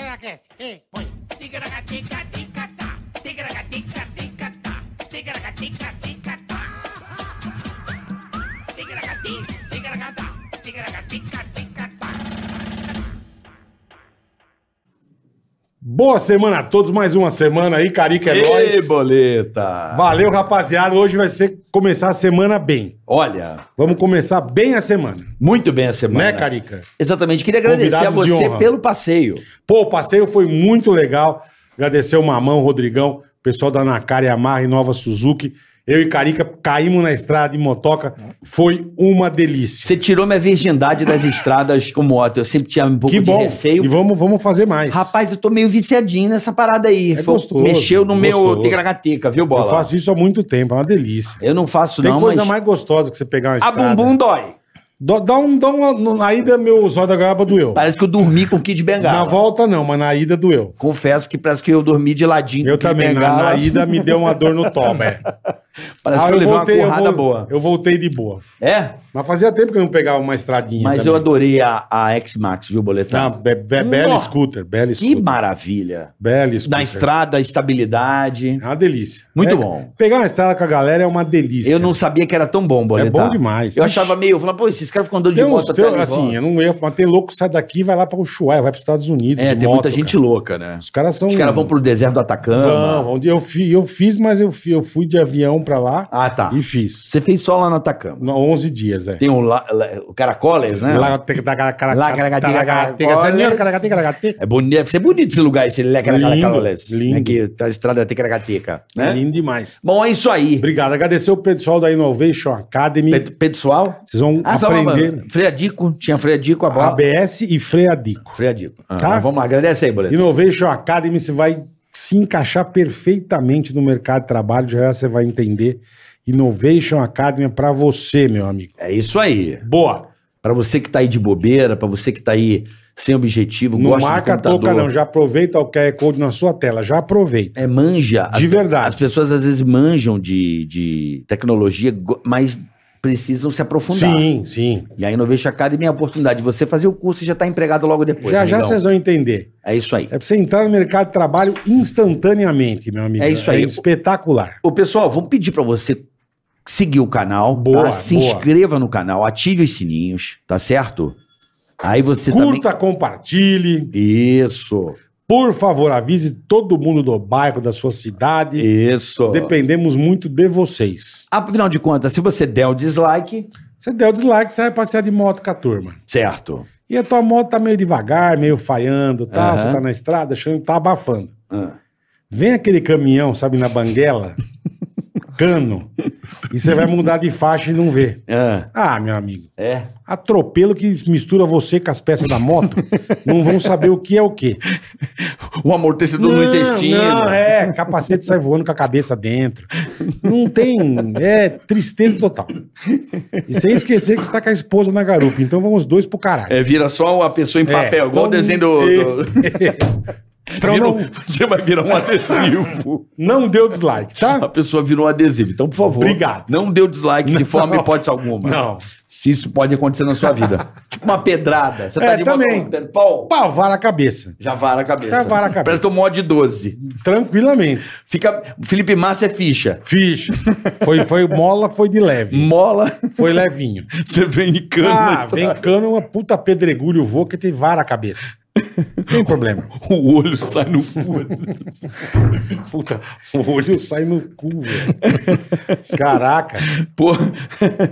Tigracast, ei, põe. Tigracatica, ticatá. Tigracatica, ticatá. Tigracatica, ticatá. Tigracati, tigracatá. Tigracatica, ticatá. Boa semana a todos, mais uma semana aí, Carica é Ei, nóis. boleta! Valeu, rapaziada. Hoje vai ser começar a semana bem. Olha, Vamos começar bem a semana, muito bem a semana. né, Carica? Exatamente. Queria agradecer a Convidados de você honra. pelo passeio. Pô, o passeio foi muito legal. Agradecer o Mamão, o Rodrigão, o pessoal da Nakara Yamaha e Nova Suzuki. Eu e Carica caímos na estrada de motoca. Foi uma delícia. Você tirou minha virgindade das estradas com moto. Eu sempre tinha um pouco que bom. E de receio. vamos, vamos fazer mais. Rapaz, eu tô meio viciadinho nessa parada aí. É Foi- gostoso, Mexeu no gostoso. meu tigragateca, viu, bola? eu faço isso há muito tempo, é uma delícia. Eu não faço, Tem não, coisa mas. mais gostosa que você pegar uma A estrada. bumbum dói. Dó- Dá um, dá um, aí da meu zóio da goiaba doeu. Parece que eu dormi com o Kid Na Bengala. volta não, mas na ida doeu. Confesso que parece que eu dormi de ladinho Eu com o Kid também, na, Bengala. na ida me deu uma dor no toba. é. Parece Ah, que eu levei uma eu, porrada vol- boa. eu voltei de boa. É? Mas fazia tempo que eu não pegava uma estradinha. Mas eu também. adorei a, a X-Max, viu, boletar? Ah, be- be- bela Nossa. scooter, bela Que scooter. maravilha. Bela scooter. Na estrada, estabilidade. É uma delícia. Muito É- bom. Pegar uma estrada com a galera é uma delícia. Eu não sabia que era tão bom, É boletar. bom demais. Eu achava meio, eu falava, pô, esses caras ficam andando de Tem uns, moto tem, até ali, assim, ó. eu não erro, mas tem louco que sai daqui e vai lá pra Ushuaia, vai pros Estados Unidos. É, de tem moto, muita gente cara. louca, né? Os caras são. Os caras vão pro deserto do Atacama. Vão, vão. Eu, fi- eu fiz, mas eu, fi- eu fui de avião pra lá Ah, tá. e fiz. Você fez só lá no Atacama. No- 11 dias, é. Tem o, la, la- o Caracoles, né? Lá, teca, taca, cara, Lá, taca, caracateca, taca, caracoles. taca, sabe, caracateca, caracateca. É bonito, deve ser bonito esse lugar, esse Lecaracoles. Lindo, lindo. Né? Que tá a estrada até Caracateca, né? É lindo demais. Bom, é isso aí. Obrigado. Agradecer o pessoal da Innovation Academy. Pe- Pessoal. Vocês vão Ah, só uma- aprender Freadico, tinha Freadico a bola. ABS e freadico. Freadico. Ah, Ah, Tá? mas Vamos lá, agradece aí, boletar. Innovation Academy, você vai se encaixar perfeitamente no mercado de trabalho, já você vai entender. Innovation Academy é pra você, meu amigo. É isso aí. Boa. Pra você que tá aí de bobeira, pra você que tá aí sem objetivo, Não gosta marca a do computador. toca, não. Já aproveita o QR Code na sua tela. Já aproveita. É manja. De As- verdade. As pessoas às vezes manjam de, de tecnologia, go- mas precisam se aprofundar. Sim, sim. E a Innovation Academy é a oportunidade de você fazer o curso e já tá empregado logo depois. já já amigão. vocês vão entender. É isso aí. É pra você entrar no mercado de trabalho instantaneamente, meu amigo. É isso aí. espetacular. Ô, pessoal, vamos pedir pra você seguir o canal, Boa, tá? Se boa. inscreva no canal, ative os sininhos, tá certo? Aí você tá Curta, compartilhe. também... Isso, Por favor, avise todo mundo do bairro, da sua cidade. isso. Dependemos muito de vocês. Afinal de contas, se você der o dislike, Você der o dislike, você vai passear de moto com a turma. certo. E a tua moto tá meio devagar, meio falhando, tá? Aham. Você tá na estrada, achando que tá abafando. Ah. Vem aquele caminhão, sabe, na banguela, cano, e você vai mudar de faixa e não vê. Ah, Ah, meu amigo. é. atropelo que mistura você com as peças da moto, não vão saber o que é o que. O amortecedor no intestino. Não, é, capacete sai voando com a cabeça dentro. Não tem, é tristeza total. E sem esquecer que está com a esposa na garupa, então vão os dois pro caralho. É, vira só a pessoa em É, papel, igual o todo- desenho do. do- Então Vira um- não, Você vai virar um adesivo. não deu dislike, A tá? pessoa virou um adesivo. Então, por favor. Obrigado. Não dê o dislike de Não. forma hipótese alguma. Não. Se isso pode acontecer na sua vida. tipo uma pedrada. Você tá É, de moto, também. pedra- pau, pau, Pavar a cabeça, Já vara a cabeça. Já vara a cabeça. Parece um mod de 12. tranquilamente. Fica. Felipe Massa é ficha. Ficha. Foi, foi mola, foi de leve. Mola, Foi levinho. você vem em cana. Ah, vem cano, uma puta pedregulho voa que tem vara a cabeça. Não tem problema. O olho sai no cu. Puta, o olho sai no cu, velho. Caraca. Pô.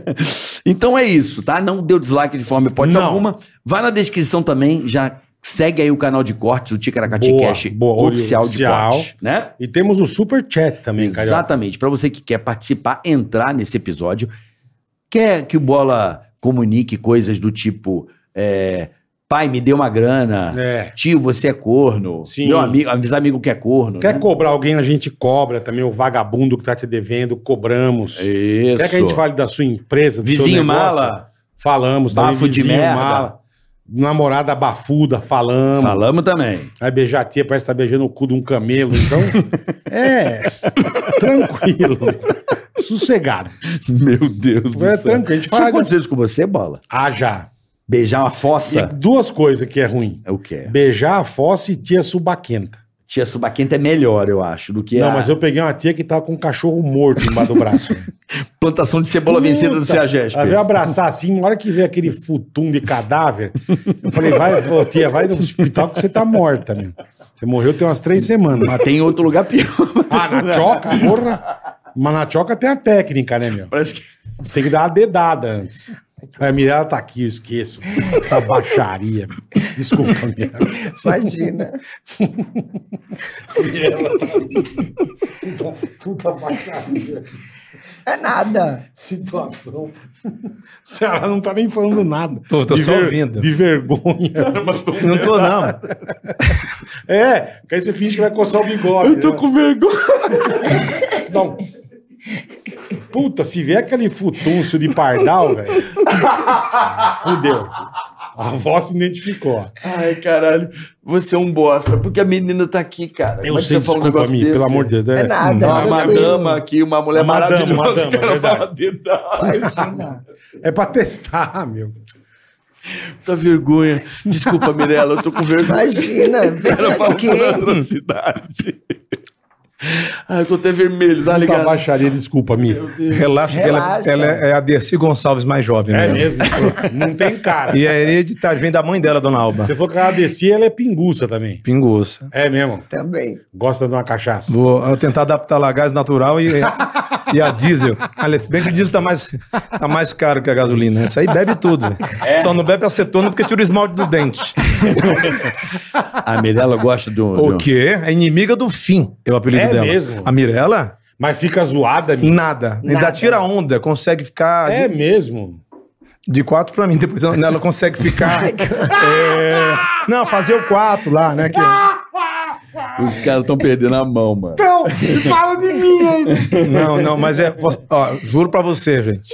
Então é isso, tá? Não deu dislike de forma hipótese Não. alguma. Vai na descrição também, já segue aí o canal de cortes, o Ticaracati Boa, Cash boa, oficial de oficial. cortes, né? E temos o super chat também, cara. Exatamente. Pra você que quer participar, entrar nesse episódio, quer que o Bola comunique coisas do tipo é, pai, me dê uma grana, É. tio, você é corno, Sim. meu amigo, avisar amigo que é corno, Quer né? cobrar alguém, a gente cobra também. O vagabundo que tá te devendo, cobramos. Isso. Quer que a gente fale da sua empresa, do seu Vizinho negócio? mala, Falamos. também. bafo de Vizinho merda. Namorada bafuda, falamos. Falamos também. Vai beijar a tia, parece que tá beijando o cu de um camelo. Então, é tranquilo. Sossegado. Meu Deus É tranquilo. A gente fala Já aconteceu isso com você, Bola? Ah, já. Beijar uma E fossa. duas coisas que é ruim. É o que é? Beijar a fossa e tia subaquenta. Tia subaquenta é melhor, eu acho, do que Não, a mas eu peguei uma tia que tava com um cachorro morto embaixo do braço. plantação de cebola Puta, vencida do Ceagesp. Ela veio abraçar assim, na hora que veio aquele futum de cadáver, eu falei, vai, ô, tia, vai no hospital que você tá morta, meu. Você morreu tem umas três semanas. Mas tem outro lugar pior. Ah, na choca, porra. Mas na choca tem a técnica, né, meu? Parece que... Você tem que dar uma dedada antes. A Mirella tá aqui, eu esqueço. Tá baixaria. meu. Desculpa, Mirella. Imagina. tá Puta, puta baixaria. É nada. Situação. Ela não tá nem falando nada. Tô- tô De só ouvindo. De vergonha. Não tô, não. É, porque aí você finge que vai coçar o bigode. né? vergonha. Não. Puta, se vier aquele futúncio de pardal, velho. Fudeu. A avó se identificou. Ai, caralho. Você é um bosta. Porque a menina tá aqui, cara. Eu sei, um desculpa a mim, pelo amor de Deus. É nada. Não, Ah, uma Maravilha. dama aqui, uma mulher Uma dama, maravilhosa. uma dama, o cara verdade. fala dedada. Imagina. É pra testar, meu. Puta vergonha. Desculpa, Mirella, eu tô com vergonha. Imagina. Ela Vergonha fala de uma quem? atrocidade. Ah, eu tô até vermelho, tá Puta ligado? baixaria, desculpa, Mi. Relaxa, que ela, Relaxa. ela é a Dercy Gonçalves mais jovem. É né? mesmo. Não tem cara. E a hereditária vem da mãe dela, Dona Alba. Se for que ela descia, ela é pinguça também. Pinguça. É mesmo. Também. Gosta de uma cachaça. Vou eu tentar adaptar lá a gás natural e, e a diesel. Aliás, se bem que o diesel tá mais, tá mais caro que a gasolina. né? Isso aí bebe tudo. É. Só não bebe acetona porque tira o esmalte do dente. A Mirella gosta do. O do- quê? É inimiga do fim, é o apelido É dela. mesmo? A Mirella? Mas fica zoada, Mi. Nada. Ainda Nada. tira onda, consegue ficar É de, mesmo. de quatro pra mim. Depois ela ela consegue ficar. é, não, fazer o quatro lá, né? que- Os caras tão perdendo a mão, mano. Não, fala de mim, hein? Não, não, mas é. ó, juro pra você, gente.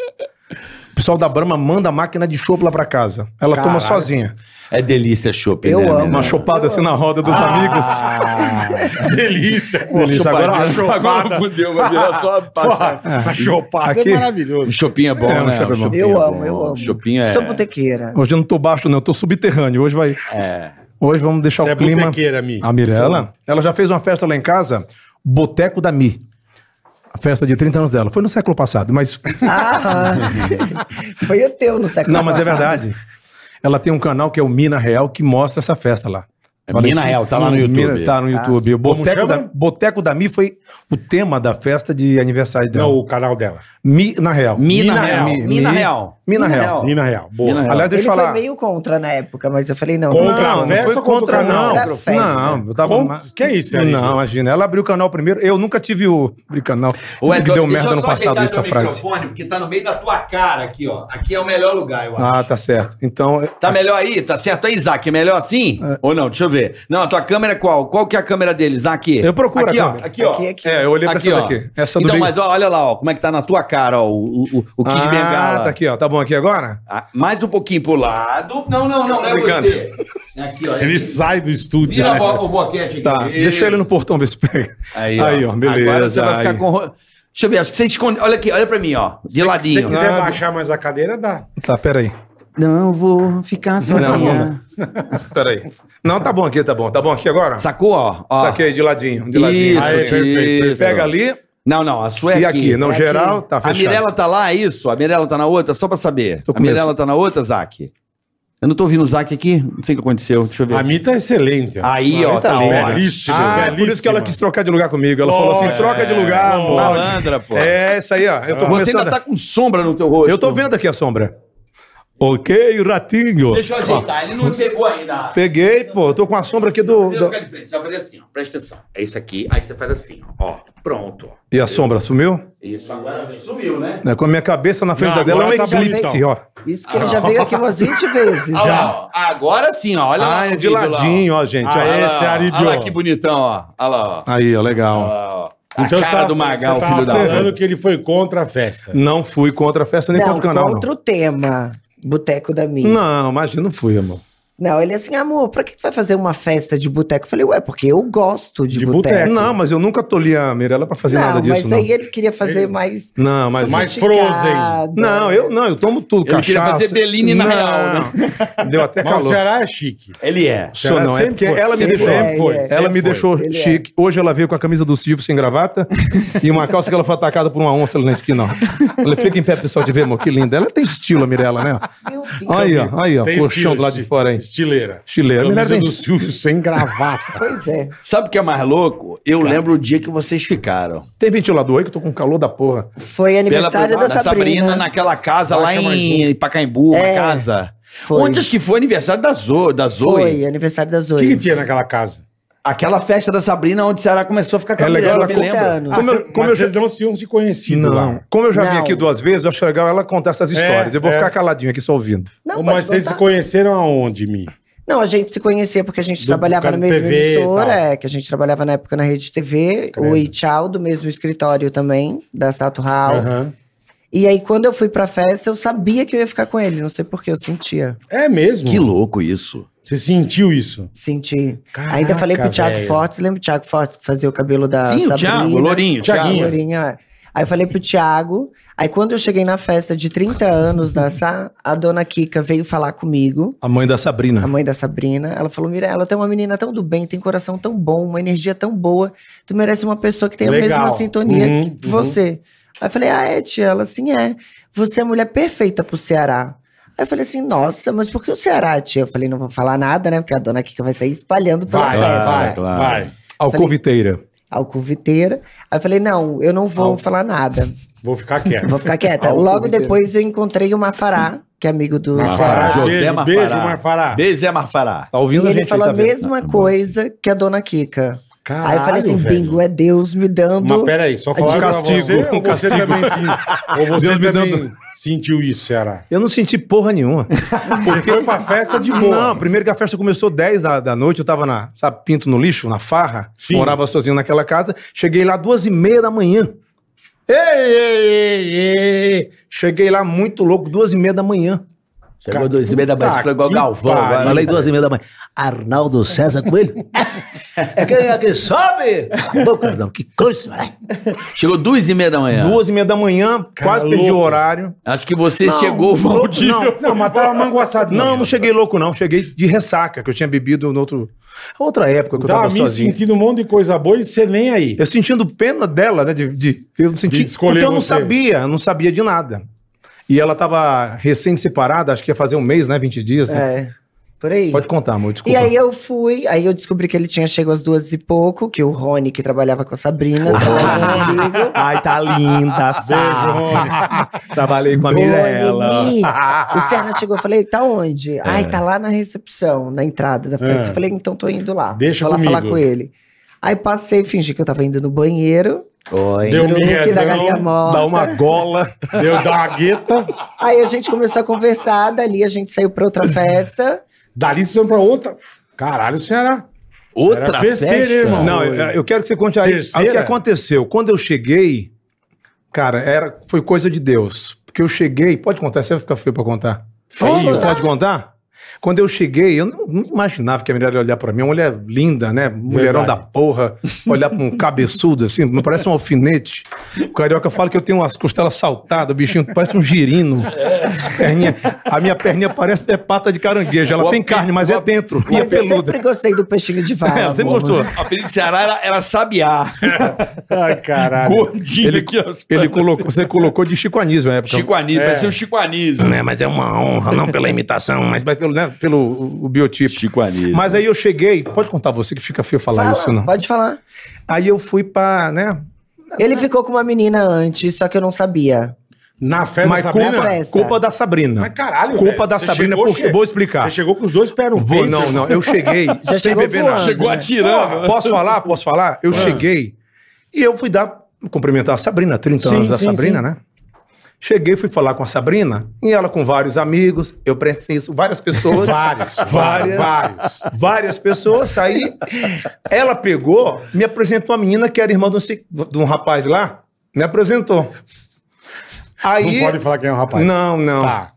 O pessoal da Brahma manda a máquina de chopp lá pra casa. Ela Caralho. toma sozinha. É delícia chopp, Eu amo. Uma chopada assim na roda dos Ah. amigos. delícia, pô. Delícia. Agora, Ah. Agora, agora fudeu, vai virar só a Porra, paixão. a chopada Aqui- é maravilhoso. Um chopinho é bom, É, um né? chopp é bom. chopinho Eu é amo, bom. eu amo. Chopinho é. Sou botequeira. hoje eu não tô baixo, não. Eu tô subterrâneo. Hoje vai. é. Hoje vamos deixar Você o é clima. botequeira, Mi. A Mirella, ela já fez uma festa lá em casa, Boteco da Mi. A festa de 30 anos dela. Foi no século passado, mas. Ah, foi o teu no século Não, mas é passado. verdade. Ela tem um canal que é o Mina Real que mostra essa festa lá. É Mina Real, tá lá no YouTube. tá no YouTube. O assim. Como Boteco chama? da, Boteco da Mi foi o tema da festa de aniversário dela. Não, o canal dela. Mina Real. Mina Real. Mi- Mina Mi- Real. Mina Mina Real. Real. Mina Real. Boa. Mina Real. Aliás, Ele deixa eu foi falar. meio contra na época, mas eu falei, não. Contra não, a festa foi ou contra, contra o canal? não. Contra a festa. né? Não, eu tava. Com- ma- Que é isso, Eric? Não, imagina. Ela abriu o canal primeiro. Eu nunca tive o. Abri canal. Ô, que Edson, deu Deixa eu merda no só passado ajeitar essa meu frase. microfone, porque tá no meio da tua cara aqui, ó. Aqui é o melhor lugar, eu acho. Ah, tá certo. Então, Tá melhor aí? Tá certo aí, Isaac? É melhor assim? Ou não? Deixa eu ver. Não, a tua câmera é qual? Qual que é a câmera dele, Isaac? Eu procuro aqui, a ó. câmera. Aqui, ó. Aqui, aqui. é, eu olhei pra Aqui, essa ó. daqui. Essa do então, Big- mas ó, olha lá, ó, como é que tá na tua cara, ó, o, o, o, o Kid ah, Bengala. tá aqui, ó. Tá bom aqui agora? Ah, mais um pouquinho pro lado. Não, não, não, não é Obrigado. você. É aqui, ó. Ele sai do estúdio. Vira né? bo- o boquete aqui. Tá. Deixa ele no portão ver se pega. Aí, ó. beleza. Agora você vai aí. ficar com... ro- Deixa eu ver, acho que você esconde... Olha aqui, olha pra mim, ó. De Se você ladinho. quiser Nada. baixar mais a cadeira, dá. Tá, peraí. Não vou ficar sozinha. Não, né? não, Peraí. Não, tá bom aqui, tá bom. Tá bom aqui agora? Sacou, ó? ó. Saquei de ladinho, de Isso, ladinho. Aí, isso. perfeito, perfeito. Pega ali Não, não, a sua é e aqui. Não, aqui. geral, tá a fechado. Mirella tá lá, é isso? A Mirella tá na outra? Só pra saber. Tô A com Mirella medo. tá na outra, Zac? Eu não tô ouvindo o Zac aqui? Não sei o que aconteceu. Deixa eu ver. A Mi tá excelente. ó. Aí, ó, tá linda. ótimo. Belíssimo, Ah, é por isso que ela belíssima. quis trocar de lugar comigo. Ela falou assim: Oh, troca é. de lugar, amor. Malandra, pô. É, isso aí, ó. Eu tô Você começando. ainda tá com sombra no teu rosto. Eu tô vendo aqui a sombra. Ok, ratinho. Deixa eu ajeitar. Ele não pegou ainda. Peguei, pô. Eu tô com a sombra aqui do. Você vai do- ficar de frente. Você vai fazer assim, ó. Presta atenção. É isso aqui. Aí você faz assim, ó. ó. Pronto. ó. E a sombra sumiu? Isso agora sumiu, né? Né, Com a minha cabeça na frente Não, da dela é um agora tá eclipse, bonitão. ó. Isso que ele já veio aqui umas 20 vezes. Olha lá, ó. Agora sim, ó. Olha lá. Ah, no é de vídeo lá, ó. ladinho, ó, gente. ó. Ah, é? Olha Esse lá, ó. Aridio. Olha lá que bonitão, ó. Olha lá, ó. Aí, ó, legal. Olha lá, ó. A cara Então, tava- do Magal, tava filho da falando mãe. que ele foi contra a festa. Não fui contra a festa nem Não, contra o canal. contra o tema. Boteco da minha. Não, não imagina, não fui, amor. Não, ele assim, amor, pra que tu vai fazer uma festa de boteco? Eu falei, ué, porque eu gosto de, De boteco. boteco. Não, mas eu nunca tolhi a Mirella pra fazer É, Não, nada disso, mas não. aí ele queria fazer mais. Não, mas. Mais sofisticado. Não, eu não, eu tomo tudo, Ele queria cachaça. fazer Bellini na Não. real, Deu até Mas o calor. Ceará é chique. Ele é. Sou não, é sempre porque foi. ela me Sempre deixou. é, ele é. Ela me Sempre deixou Ele é. chique. Hoje ela veio com a camisa do Silvio sem gravata e uma calça que ela foi atacada por uma onça ali na esquina. ó. Ela fica em pé, pessoal, de ver, amor, que linda. Ela tem estilo, a Mirella, né? Meu Deus. Olha aí, assim, ó, aí, ó, Tem colchão do lado de esti- fora aí. Estileira. Estileira. Melhor Camisa tem- do Silvio sem gravata. Pois é. Sabe o que é mais louco? Eu lembro o dia que vocês ficaram. Tem ventilador aí que eu tô com calor da porra. Foi aniversário da, Sabrina. naquela casa Lá lá que é mais em Pacaembu, uma É. casa. Foi. Onde acho que foi aniversário da Zoe, da Zoe. Foi, aniversário da O que, que Zoe. tinha naquela casa? Aquela festa da Sabrina onde o Ceará começou a ficar com É a legal, Mirella, ela eu me conta lembro. anos. Como eu- Mas como eu já- vocês não se tinham se conhecido lá. Como eu já vim Não. aqui duas vezes, eu acho legal ela contar essas histórias. É, eu vou é. ficar caladinho aqui só ouvindo. Não, pode Mas vocês contar. se conheceram aonde, Mi? Não, a gente se conhecia porque a gente Do- trabalhava por na causa mesma de TV e emissora, tal. é, que a gente trabalhava na época na Rede TV, Credo. o Itchau do mesmo escritório também, da Sato Hall. Aham. E aí, quando eu fui pra festa, eu sabia que eu ia ficar com ele, não sei porquê, eu sentia. É mesmo? Que louco isso. Você sentiu isso? Senti. Caraca, Ainda falei pro Thiago velho. Fortes, lembra o Thiago Fortes que fazia o cabelo da Sim, Sabrina? o Thiago, o Lourinho. o Thiaguinho. Thiago. Lourinho, é. Aí eu falei pro Thiago. Aí quando eu cheguei na festa de 30 anos da Sá, a dona Kika veio falar comigo, A mãe da Sabrina. a mãe da Sabrina. Ela falou: Mirella, tem uma menina tão do bem, tem coração tão bom, uma energia tão boa. Tu merece uma pessoa que tenha Legal. a mesma sintonia Uhum, que uhum. você. Aí eu falei: Ah, é, tia? Ela assim é. Você é a mulher perfeita pro Ceará. Aí eu falei assim, nossa, mas por que o Ceará, tia? Eu falei, não vou falar nada, né? Porque a dona Kika vai sair espalhando pela Vai, festa. né, vai, claro. vai. Alcoviteira. Alcoviteira. Aí eu falei, não, eu não vou falar nada. Vou ficar quieto. Vou ficar quieta. Álcool Logo inteiro. depois eu encontrei o Mafará, que é amigo do Mafará, Ceará. José beijo, Mafará. beijo, Marfará. Beijo, Zé Marfará. Tá E ouvindo a ele gente falou aí, a tá vendo? mesma coisa que a dona Kika. aí eu falei assim, Caralho, bingo, velho. é Deus me dando. Mas peraí, só falar pra castigo, você, ou um você castigo. também, se- ou você Deus me também dando- sentiu isso, Ceará? Eu não senti porra nenhuma. Você foi pra festa de boa. Não, primeiro que a festa começou 10 da, da noite, eu tava na, sabe, pinto no lixo, na farra. Sim. Morava sozinho naquela casa. Cheguei lá duas e meia da manhã. Ei, ei, ei, ei. Cheguei lá muito louco, duas e meia da manhã. Chegou dois e meia da Puta manhã, foi igual que Galvão. pariu. agora. Falei duas e meia da manhã. Arnaldo César Coelho? É quem é que sobe? Pô, Cardão, que coisa, né? Chegou duas e meia da É. manhã. Duas e meia da manhã, quase perdi o é louco. horário. Acho que você chegou, Valdir. Não, Não, mas tava manguaçadinho. Não, eu não cheguei louco, não. Cheguei de ressaca, que eu tinha bebido no outro. Outra época que eu Tava tava me sozinho. sentindo um monte de coisa boa e você nem aí. Eu sentindo pena dela, né? De, de- eu não senti. De escolher porque eu não você. sabia, eu não sabia de nada. E ela tava recém-separada, acho que ia fazer um mês, né? 20 dias. né? É, por aí. Pode contar, amor, E desculpa. aí eu fui, aí eu descobri que ele tinha chego às duas e pouco, que o Rony, que trabalhava com a Sabrina, trabalhava comigo. Ai, tá linda, Beijo, sabe? Rony. Trabalhei com a Ô, Mirella. Nini, o Serra chegou, eu falei, tá onde? Ai, tá lá na recepção, na entrada da festa. É. Eu falei, então tô indo lá. Deixa Vou lá comigo. falar com ele. Aí passei, fingi que eu tava indo no banheiro. Oi. Deu Entrou no look da miguezão, galinha morta. Dá um uma gola. Deu da uma gueta, Aí a gente começou a conversar, dali a gente saiu pra outra festa. dali vocês vão pra outra. Caralho, Ceará. Outra Ceará festeira, festa? irmão. Não, eu, eu quero que você conte aí Terceira? o que aconteceu. Quando eu cheguei, cara, era, foi coisa de Deus. Porque eu cheguei. Pode contar, você vai ficar feio pra contar. Pode Feio? Pode contar? Quando eu cheguei, eu não, não imaginava que a mulher ia olhar pra mim. Uma mulher linda, né? Mulherão Verdade. da porra. Olhar pra um cabeçudo assim, não parece um alfinete. O carioca fala que eu tenho umas costelas saltadas, o bichinho parece um girino. As perninha- a minha perninha parece até pata de caranguejo. Ela O tem api- carne, mas o é api- dentro. E é Mas eu peluda. sempre gostei do peixinho de É, vara. você amor. gostou. O né? apelido de Ceará era, era Sabiá. Ai, caralho. Gordinho Ele- aqui, ó. Ele colocou, você colocou de Chico Anísio na época. Chico Anísio, É. parecia um Chico Anísio. né? Mas é uma honra, não pela imitação, mas, mas pelo, né, pelo o, o biotipo. Chico Anísio. Mas aí eu cheguei, pode contar você que fica feio falar Fala, isso, não. Pode falar. Aí eu fui pra, né? Ele ficou com uma menina antes, só que eu não sabia. Na festa mas da culpa, Sabrina? Na festa. culpa da Sabrina. Mas caralho, Culpa velho, da você Sabrina, chegou porque che- vou explicar. Você chegou com os dois pés no Vou, peito. não, não, eu cheguei sem chegou beber voando. nada. Chegou atirando. Posso falar? Posso falar? Ah. Eu cheguei e eu fui dar cumprimentar a Sabrina, 30 Sim, anos da sim, Sabrina, sim. né? Cheguei, fui falar com a Sabrina e ela com vários amigos, eu preciso, várias pessoas. Vários, várias, vários. várias, pessoas. Aí ela pegou, me apresentou a menina que era irmã de um, se- de um rapaz lá, me apresentou. Aí, Não pode falar quem é o rapaz. Não, não. Tá.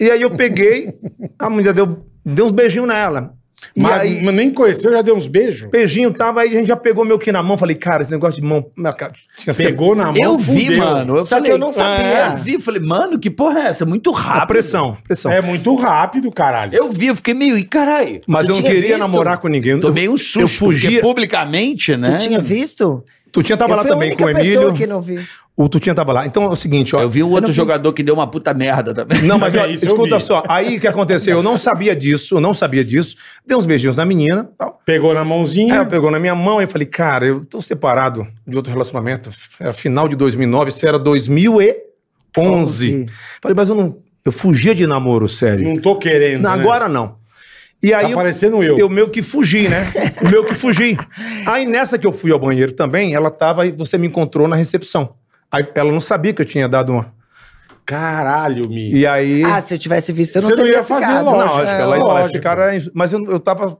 E aí eu peguei, a mulher deu Deu uns beijinhos nela. E Mas, aí, mas nem conheceu, já deu uns beijos. beijinho tava, aí a gente já pegou meio que na mão. Falei, cara, esse negócio de mão. minha cara, tinha sido- Pegou na mão. Eu vi, fudeu. mano. Eu Só que falei, "É." eu não sabia. Eu vi, falei, mano, que porra é essa? Muito A rápido. pressão, pressão. É muito rápido, caralho. Eu vi, eu fiquei meio, e caralho. Mas Tu eu não tinha queria visto? namorar com ninguém. Eu- Tomei um susto. Eu fugia. porque publicamente, né? Tu tinha visto? Tu tinha É. tava eu lá fui a também única com o pessoa Emílio. que não vi. O Tutinha tava lá. Então é o seguinte, ó. Eu vi um outro jogador que deu uma puta merda também. Não, mas Também, ó, isso eu escuta vi. só. Aí o que aconteceu? Eu não sabia disso, eu não sabia disso. Dei uns beijinhos na menina. Tal. Pegou na Aí Ela mãozinha. pegou na minha mão e eu falei, cara, eu tô separado de outro relacionamento. Era final de 2009, isso era 2011. Onze. Falei, mas eu não. Eu fugia de namoro, sério. Não tô querendo. Não, né? agora não. E aí Tá eu- parecendo eu. eu meio que fugi, né? meio que fugi. Aí nessa que eu fui ao banheiro também, ela tava e você me encontrou na recepção. Aí ela não sabia que eu tinha dado uma. Caralho, Mi. E aí. Ah, se eu tivesse visto, eu não Você não teria ia fazer, ficado. não, lógico, lógico, é, ela ia falar, esse lógico. cara é ins- Mas eu, eu tava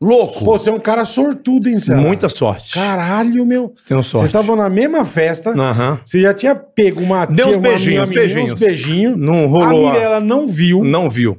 Louco. Pô, você é um cara sortudo, hein, com Sérgio? muita sorte. Caralho, meu. Tenho Vocês sorte. estavam na mesma festa. Aham. Você já tinha pego uma Deu uns uma beijinhos, menina, beijinhos. uns beijinhos. Não A rolou. a- Mirella não viu. Não viu.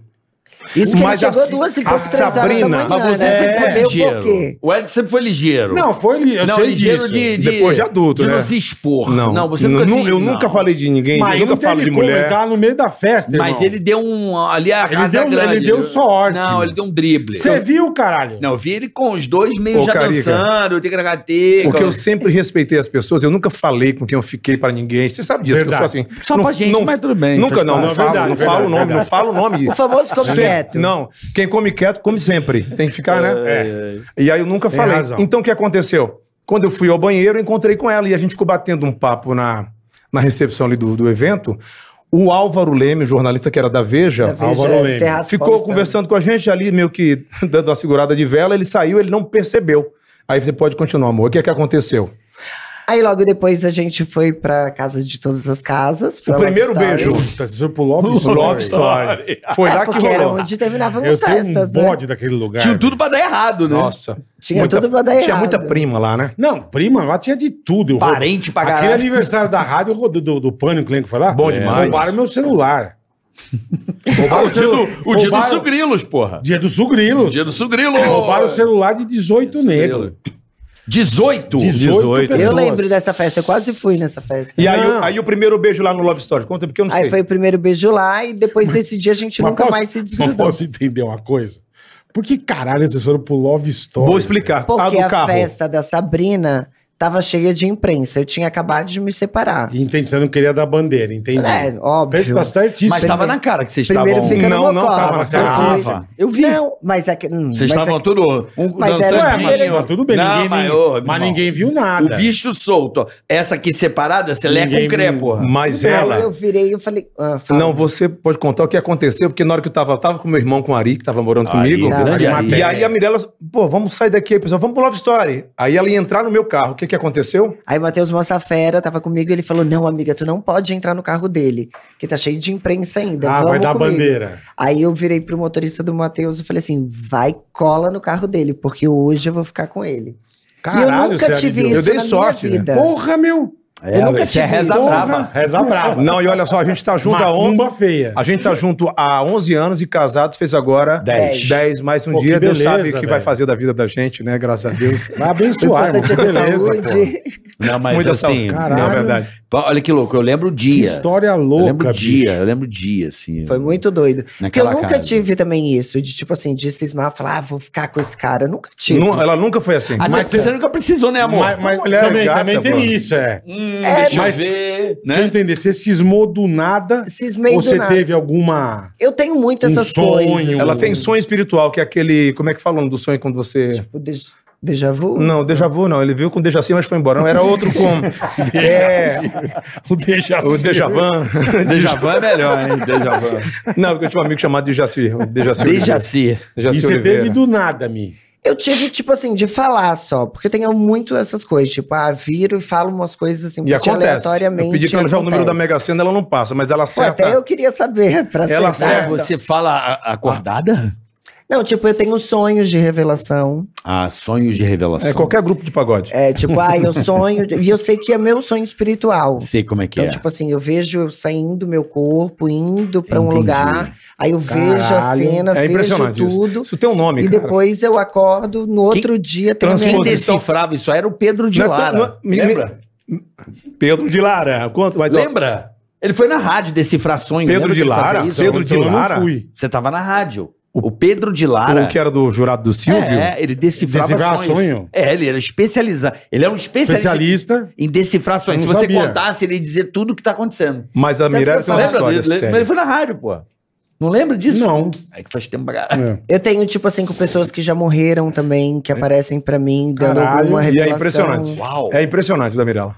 Isso que Mas ele chegou assim, duas e a pouco, três horas Sabrina- é da manhã, Mas você né? sempre Você foi saber o ligeiro. porquê. O Ed sempre foi ligeiro. Não, foi ali. Eu não sei ligeiro disso. de, Depois de adulto, de né? não se expor. Não. você N- fica nu- assim, Eu não. nunca falei de ninguém, Mas eu nunca falo de mulher. Ele tava no meio da festa, Mas irmão. ele deu um. Ali a Ele casa deu- ele grande. deu sorte, Não, mano. ele deu um drible. Você viu, caralho? Não, eu vi ele com os dois meio Ô, já Carica. dançando, tica-tica. Porque eu sempre respeitei as pessoas, eu nunca falei com quem eu fiquei para ninguém. Você sabe disso, Verdade. que eu sou assim. Só pra gente, mas tudo bem, Nunca, faz não, né, não, parte. Não, é falo, verdade, não falo o nome, verdade. não falo o nome. O famoso ficou Sempre- quieto. Não, quem come quieto, come sempre. Tem que ficar, né? É. E aí eu nunca Tem falei. razão. Então o que aconteceu? Quando eu fui ao banheiro, eu encontrei com ela e a gente ficou batendo um papo na, na recepção ali do, do evento. O Álvaro Leme, o jornalista que era da Veja, Da né? Veja, Álvaro Leme. Terraço ficou Paulista. conversando com a gente ali, meio que dando uma segurada de vela. Ele saiu, ele não percebeu. Aí você pode continuar, amor. O que é que aconteceu? Aí logo depois a gente foi pra casa de todas as casas. pra O Love primeiro Story. beijo. Puta, você foi pro Love Story. Love Story. Foi É, lá que porque era rolou. onde terminavam Eu as tenho um festas, né? bode daquele lugar. Tinha tudo pra dar errado, né? Nossa. Tinha tudo pra dar Tinha errado. muita prima lá, né? Não, prima, lá tinha de tudo. Eu Parente pra Aquele caralho. aniversário da rádio eu rodei do, do Pânico, lembra que foi lá? Bom demais. Roubaram meu celular. Ah, o dia, do, o dia dos Roubaram- sugrilos, porra. Dia do Sugrilo. O dia do sugrilo. Roubaram o celular de 18 negros. 18. 18. Eu pessoas. lembro dessa festa, eu quase fui nessa festa. E aí, Não. o- aí o primeiro beijo lá no Love Story. Conta, porque eu não sei. Aí foi o primeiro beijo lá e depois desse dia a gente Mas nunca posso- mais se Mas desgrudou. posso entender uma coisa? Por que caralho vocês foram pro Love Story? Vou explicar. Ah, Porque do a carro. festa da Sabrina tava cheia de imprensa. Eu tinha acabado de me separar. Entendi, você não queria dar bandeira, entendi. É, Fez- óbvio. Tá certíssimo. Mas tava na cara que tá vocês estavam. Primeiro fica Não, no não Mocó. tava na cara. Depois- Tava. Eu vi. Não, mas aqui... hum, Vocês mas estavam aqui- tudo um Mas era- Ué, dançandinho. é, mas, mas tudo bem, Não, ninguém, mas, ninguém- ô, mas, meu irmão, ninguém viu nada. O bicho solto. ó. Essa aqui separada, você leca Ninguém um crê, viu. porra. Mas Aí ela. eu virei e eu falei... ah, fala. Não, você pode contar o que aconteceu, porque na hora que eu tava, tava com meu irmão, com o Ari, que tava morando Ari, comigo. grande Ari. E aí a Mirella, pô, vamos sair daqui aí, pessoal, vamos pro Love Story. Aí ela ia entrar no meu carro. O que que aconteceu? Aí o Matheus Massafera tava comigo e ele falou: Não, amiga, tu não pode entrar no carro dele, que tá cheio de imprensa ainda. Ah, Vamos vai dar comigo." bandeira. Aí eu virei pro motorista do Matheus e falei assim: vai, cola no carro dele, porque hoje eu vou ficar com ele. e eu Caralho, nunca você é tive aliviou. isso Eu dei na sorte, né? minha vida. Porra, meu. É, nunca você é tive reza isso. brava. Reza brava. Não, e olha só, a gente tá junto há on- Macumba feia. A gente tá junto há 11 anos e casados, fez agora Dez. 10 mais um Pô, dia. que Deus sabe o beleza, que velho. vai fazer da vida da gente, né? Graças a Deus. Vai abençoar, irmão. Importante Que é ter né? beleza, saúde. pô. Não, mas Muita assim. saúde. Caralho. Na verdade. pô, Olha que louco, eu lembro o Que dia. história eu louca, lembro o bicho. dia, eu lembro o dia, assim. Foi muito doido. Porque eu Naquela nunca casa. tive também isso, de tipo assim, de cismar, falar, ah, vou ficar com esse cara. Eu nunca tive. Nu- Ela nunca foi assim. Até Mas porque você nunca precisou, né, amor? Mas, mas Mulher também, gata, também mano. tem isso, é. Né? Hum, É, deixa mas- eu ver, Deixa eu né? entender, você cismou do nada Cismei ou do você nada. teve alguma... Eu tenho muito um essas sonho, coisas. Ela um- tem sonho espiritual, que é aquele. Como é que falam do sonho quando você. Tipo, dej- déjà vu? Não, déjà vu não. Ele viu com déjà vu, mas foi embora. Não, era outro com. é, O déjà o déjà van. Deja Van é melhor, hein? Deja Van. Não, porque eu tinha um amigo chamado Dejaci. Dejaci Deja Oliveira. se. Dejaci E você né? Oliveira. teve do nada, Mi. Eu tive, tipo assim, de falar só, porque eu tenho muito essas coisas, tipo, ah, viro e falo umas coisas assim, E muito acontece. aleatoriamente. Eu pedi pra ela já o número da acontece. Mega Sena, ela não passa, mas ela Pô, acerta. até eu queria saber, pra Ela acertar. acerta. Você fala a- acordada? Não, tipo, eu tenho sonhos de revelação. Ah, sonhos de revelação. É qualquer grupo de pagode. É, tipo, ah, eu sonho. E eu sei que é meu sonho espiritual. Sei como é que Então, é. tipo assim, eu vejo eu saindo do meu corpo, indo pra um Entendi. lugar, aí eu vejo a Caralho. cena, É vejo impressionante tudo. isso. Isso tem um nome, E cara. depois eu acordo, no outro dia tem um a Quem Transposição. minha... decifrava isso aí era o Pedro de Não é tão- Lara. não é- me- me- Lembra? Pedro de Lara. Quanto? Mas, ó, Lembra? Ele foi na rádio decifrar sonho. Pedro lembra de que ele fazia Lara? isso? Pedro de Então, eu não Lara? fui. Você tava na rádio. O Pedro de Lara. o que era do jurado do Silvio? É, ele decifrava, Decifrar sonhos. sonho? É, ele era especializado. Ele é um especialista, Especialista. em decifrar sonhos. Se Eu você não sabia. contasse, ele ia dizer tudo o que tá acontecendo. Mas a Tanto Mirella que tem eu umas falo- Lembra? histórias Ele, ele sérias. foi na rádio, pô. Não lembra disso? Não. É que faz tempo pra caralho. É. Eu tenho, tipo assim, com pessoas que já morreram também, que aparecem pra mim, dando Caralho, alguma e é revelação. impressionante. Uau. É impressionante da Mirella.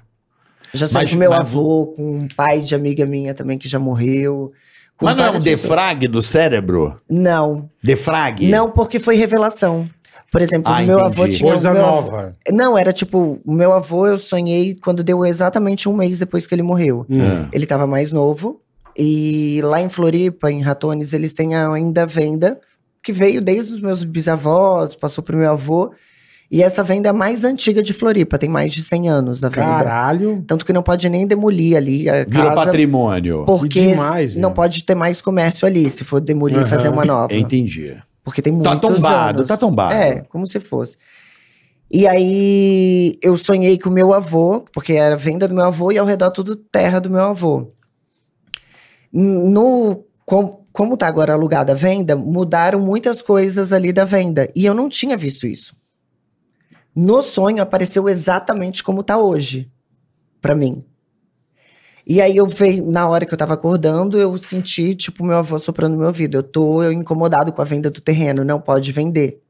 Já sonho Mas- com meu mas- avô, com um pai de amiga minha também que já morreu. com Mas não é um várias pessoas. defrag do cérebro? Não, Defrag? não porque foi revelação. Por exemplo, Ah, o meu entendi. avô tinha... Coisa o meu avô- nova. Não, era tipo, o meu avô eu sonhei quando deu exatamente um mês depois que ele morreu. Hum. Ele tava mais novo. E lá em Floripa, em Ratones, eles têm ainda a venda que veio desde os meus bisavós, passou pro meu avô. E essa venda é a mais antiga de Floripa, tem mais de 100 anos a venda. Caralho. Tanto que não pode nem demolir ali a Virou casa, patrimônio. porque Que demais, não meu. pode ter mais comércio ali, se for demolir e Aham. fazer uma nova. Entendi. Porque tem Tá muitos tombado, anos. tá tombado. É, como se fosse. E aí eu sonhei com o meu avô, porque era venda do meu avô e ao redor tudo terra do meu avô. No com- como tá agora alugada a venda, mudaram muitas coisas ali da venda e eu não tinha visto isso. No sonho apareceu exatamente como tá hoje pra mim. E aí eu veio, na hora que eu tava acordando, eu senti, tipo, meu avô soprando no meu ouvido. Eu tô eu incomodado com a venda do terreno, não pode vender.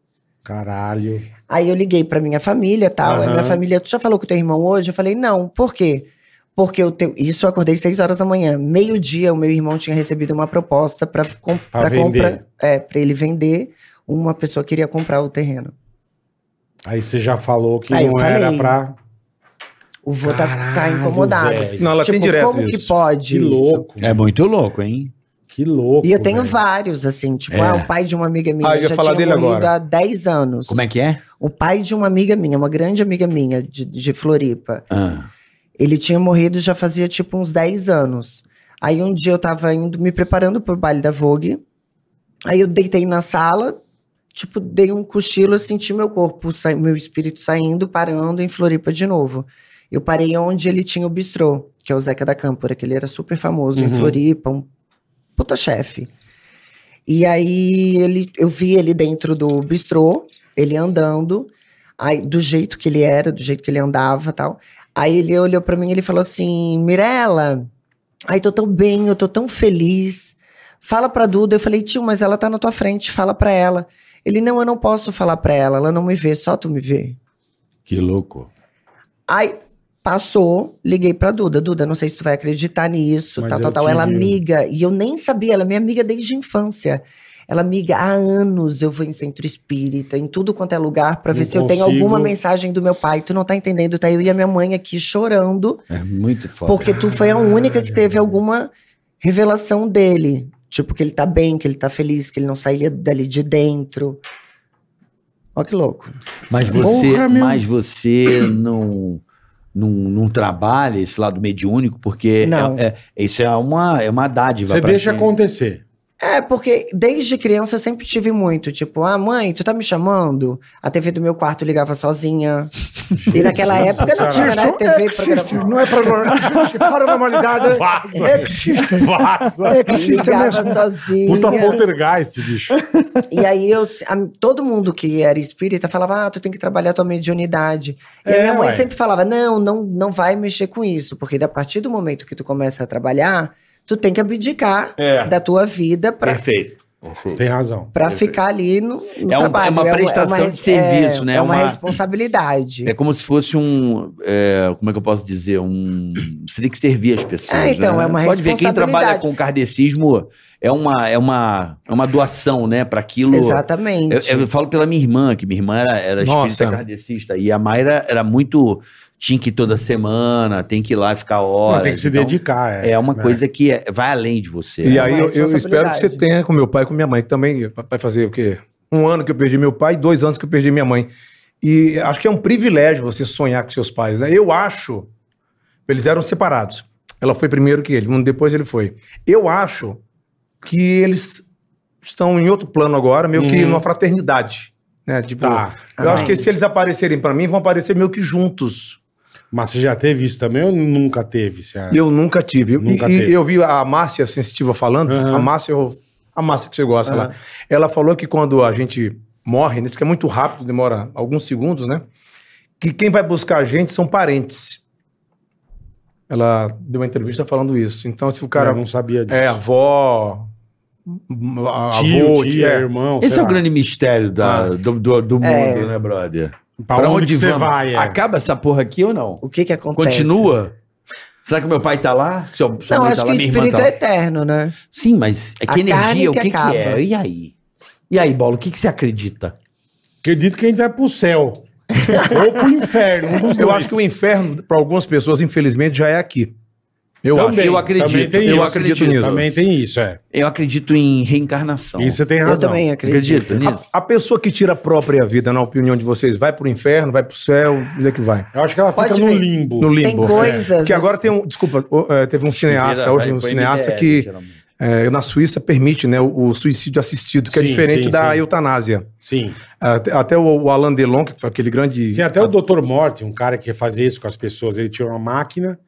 Caralho. Aí eu liguei pra minha família tal. Aí Aham. minha família, tu já falou com teu irmão hoje? Eu falei, não, por quê? Porque eu tenho. Isso eu acordei seis horas da manhã. Meio-dia, o meu irmão tinha recebido uma proposta pra, com, Pra pra vender. compra. É, pra ele vender. Uma pessoa queria comprar o terreno. Aí você já falou que Aí eu não era falei. pra. O vô tá, tá Caralho, incomodado. velho. Não, ela tem direto Tipo, como que isso. pode? Que isso? louco. É muito louco, hein? Que louco. E eu tenho velho. vários, assim, tipo, É. ah, o pai de uma amiga minha né? Ah, eu ia já falar tinha dele morrido agora. há 10 anos. Como é que é? O pai de uma amiga minha, uma grande amiga minha de, de Floripa, Ah, ele tinha morrido já fazia tipo uns 10 anos. Aí um dia eu tava indo, me preparando pro baile da Vogue, aí eu deitei na sala, tipo, dei um cochilo, eu senti meu corpo, sa- meu espírito saindo, parando em Floripa de novo. Eu parei onde ele tinha o bistrô, que é o Zeca da Câmpora, que ele era super famoso em Uhum. Floripa, um puta chefe. E aí ele, eu vi ele dentro do bistrô, ele andando, aí, do jeito que ele era, do jeito que ele andava tal. Aí ele olhou pra mim e ele falou assim: Mirella, ai, tô tão bem, eu tô tão feliz. Fala pra Duda. Eu falei, tio, mas ela tá na tua frente, fala pra ela. Ele, não, eu não posso falar pra ela, ela não me vê, só tu me vê. que louco. Aí passou, liguei pra Duda. Duda, não sei se tu vai acreditar nisso, Mas tal, eu tal, tal. te Ela vi. amiga, e eu nem sabia, ela é minha amiga desde a infância. Ela é amiga há anos, eu vou em centro espírita, em tudo quanto é lugar, pra Não ver se eu tenho consigo. alguma mensagem do meu pai. Tu não tá entendendo, tá eu e a minha mãe aqui chorando, É muito foda. porque tu foi a única que teve alguma revelação dele. Tipo, que ele tá bem, que ele tá feliz, que ele não saía dali de dentro. Ó que louco. Mas você, Porra, meu. mas você não, não, não trabalha esse lado mediúnico, porque Não. é- é- isso é uma, é uma dádiva. Você pra deixa quem- acontecer. É, porque desde criança eu sempre tive muito, tipo, ah, mãe, tu tá me chamando? A TV do meu quarto ligava sozinha. E naquela época não tinha, né, TV programa. Não é para paranormalidade. Vaza. É que existe. Vaza. É que existe Ligava mesmo. sozinha. Puta poltergeist, bicho. E aí eu, a- todo mundo que era espírita falava, ah, tu tem que trabalhar tua mediunidade. E É, a minha mãe ué. sempre falava, não, não, não vai mexer com isso, porque a partir do momento que tu começa a trabalhar, tu tem que abdicar É. da tua vida pra, Perfeito. Tem razão. pra ficar ali no, no É um- é trabalho. uma prestação de res- serviço, né? É uma, Uma- responsabilidade. É como se fosse um. é, como é que eu posso dizer? Um. Você tem que servir as pessoas. É, então, né? é uma Pode ver, quem trabalha responsabilidade. com kardecismo é uma, é uma, é uma doação, né? Para aquilo. Exatamente. Eu, eu falo pela minha irmã, que minha irmã era, era Nossa. espírita kardecista. E a Mayra era muito. Tinha que ir toda semana, tem que ir lá e ficar horas. Não, tem que se então, dedicar. né? É uma coisa que é- vai além de você. E É. aí uma eu, eu espero que você responsabilidade. tenha com meu pai e com minha mãe também. Vai fazer o quê? Um ano que eu perdi meu pai, dois anos que eu perdi minha mãe. E acho que é um privilégio você sonhar com seus pais, né? Eu acho. Eles eram separados. Ela foi primeiro que ele, um depois ele foi. Eu acho que eles estão em outro plano agora, meio que Uhum. numa fraternidade. Né? Tipo, Tá. Eu acho Ah. que se eles aparecerem pra mim, vão aparecer meio que juntos. Mas você já teve isso também ou nunca teve? Você... Eu nunca tive. E- É. Nunca e, teve. eu vi a Márcia Sensitiva falando, Aham. a Márcia, eu- a Márcia que você gosta Aham. lá. Ela falou que quando a gente morre, isso que é muito rápido, demora alguns segundos, né? Que quem vai buscar a gente são parentes. Ela deu uma entrevista falando isso. Então, se o cara eu não sabia disso. é avó, m- a- Tio, avô, tia, é. irmão. Esse sei é o lá. grande mistério da- Ah. do, do- do mundo, É. né, brother? Pra, onde, que você vamos? vai? É. Acaba essa porra aqui ou não? O que que acontece? Continua? Será que meu pai tá lá? Seu, sua Não, mãe acho tá que lá, o minha irmã espírito tá é lá? eterno, né? Sim, mas é que A carne energia, o que que, que, acaba. é? E aí? E aí, Bola, o que, que você acredita? Acredito que a gente vai pro céu. ou pro inferno. Um dos Eu dois. acho que o inferno, para algumas pessoas, infelizmente, já é aqui. Eu acho. eu acredito, Também tem eu isso. acredito nisso. Também tem isso, é. Eu acredito em reencarnação. Isso você tem Eu razão. também Você acredito. acredita nisso? A pessoa que tira a própria vida, na opinião de vocês, vai pro inferno, vai pro céu, onde é que vai? Eu acho que ela fica Pode no ver. limbo. No limbo. Tem coisas- É. assim. Que agora tem um. Desculpa, o- é, teve um cineasta, hoje um cineasta que é, na Suíça permite né, o, o suicídio assistido, que é Sim, diferente sim, da sim. eutanásia. Sim. Até, até o, o Alain Delon, que foi aquele grande. Tem até o Dr. Morte, um cara que fazia isso com as pessoas. Ele tinha uma máquina,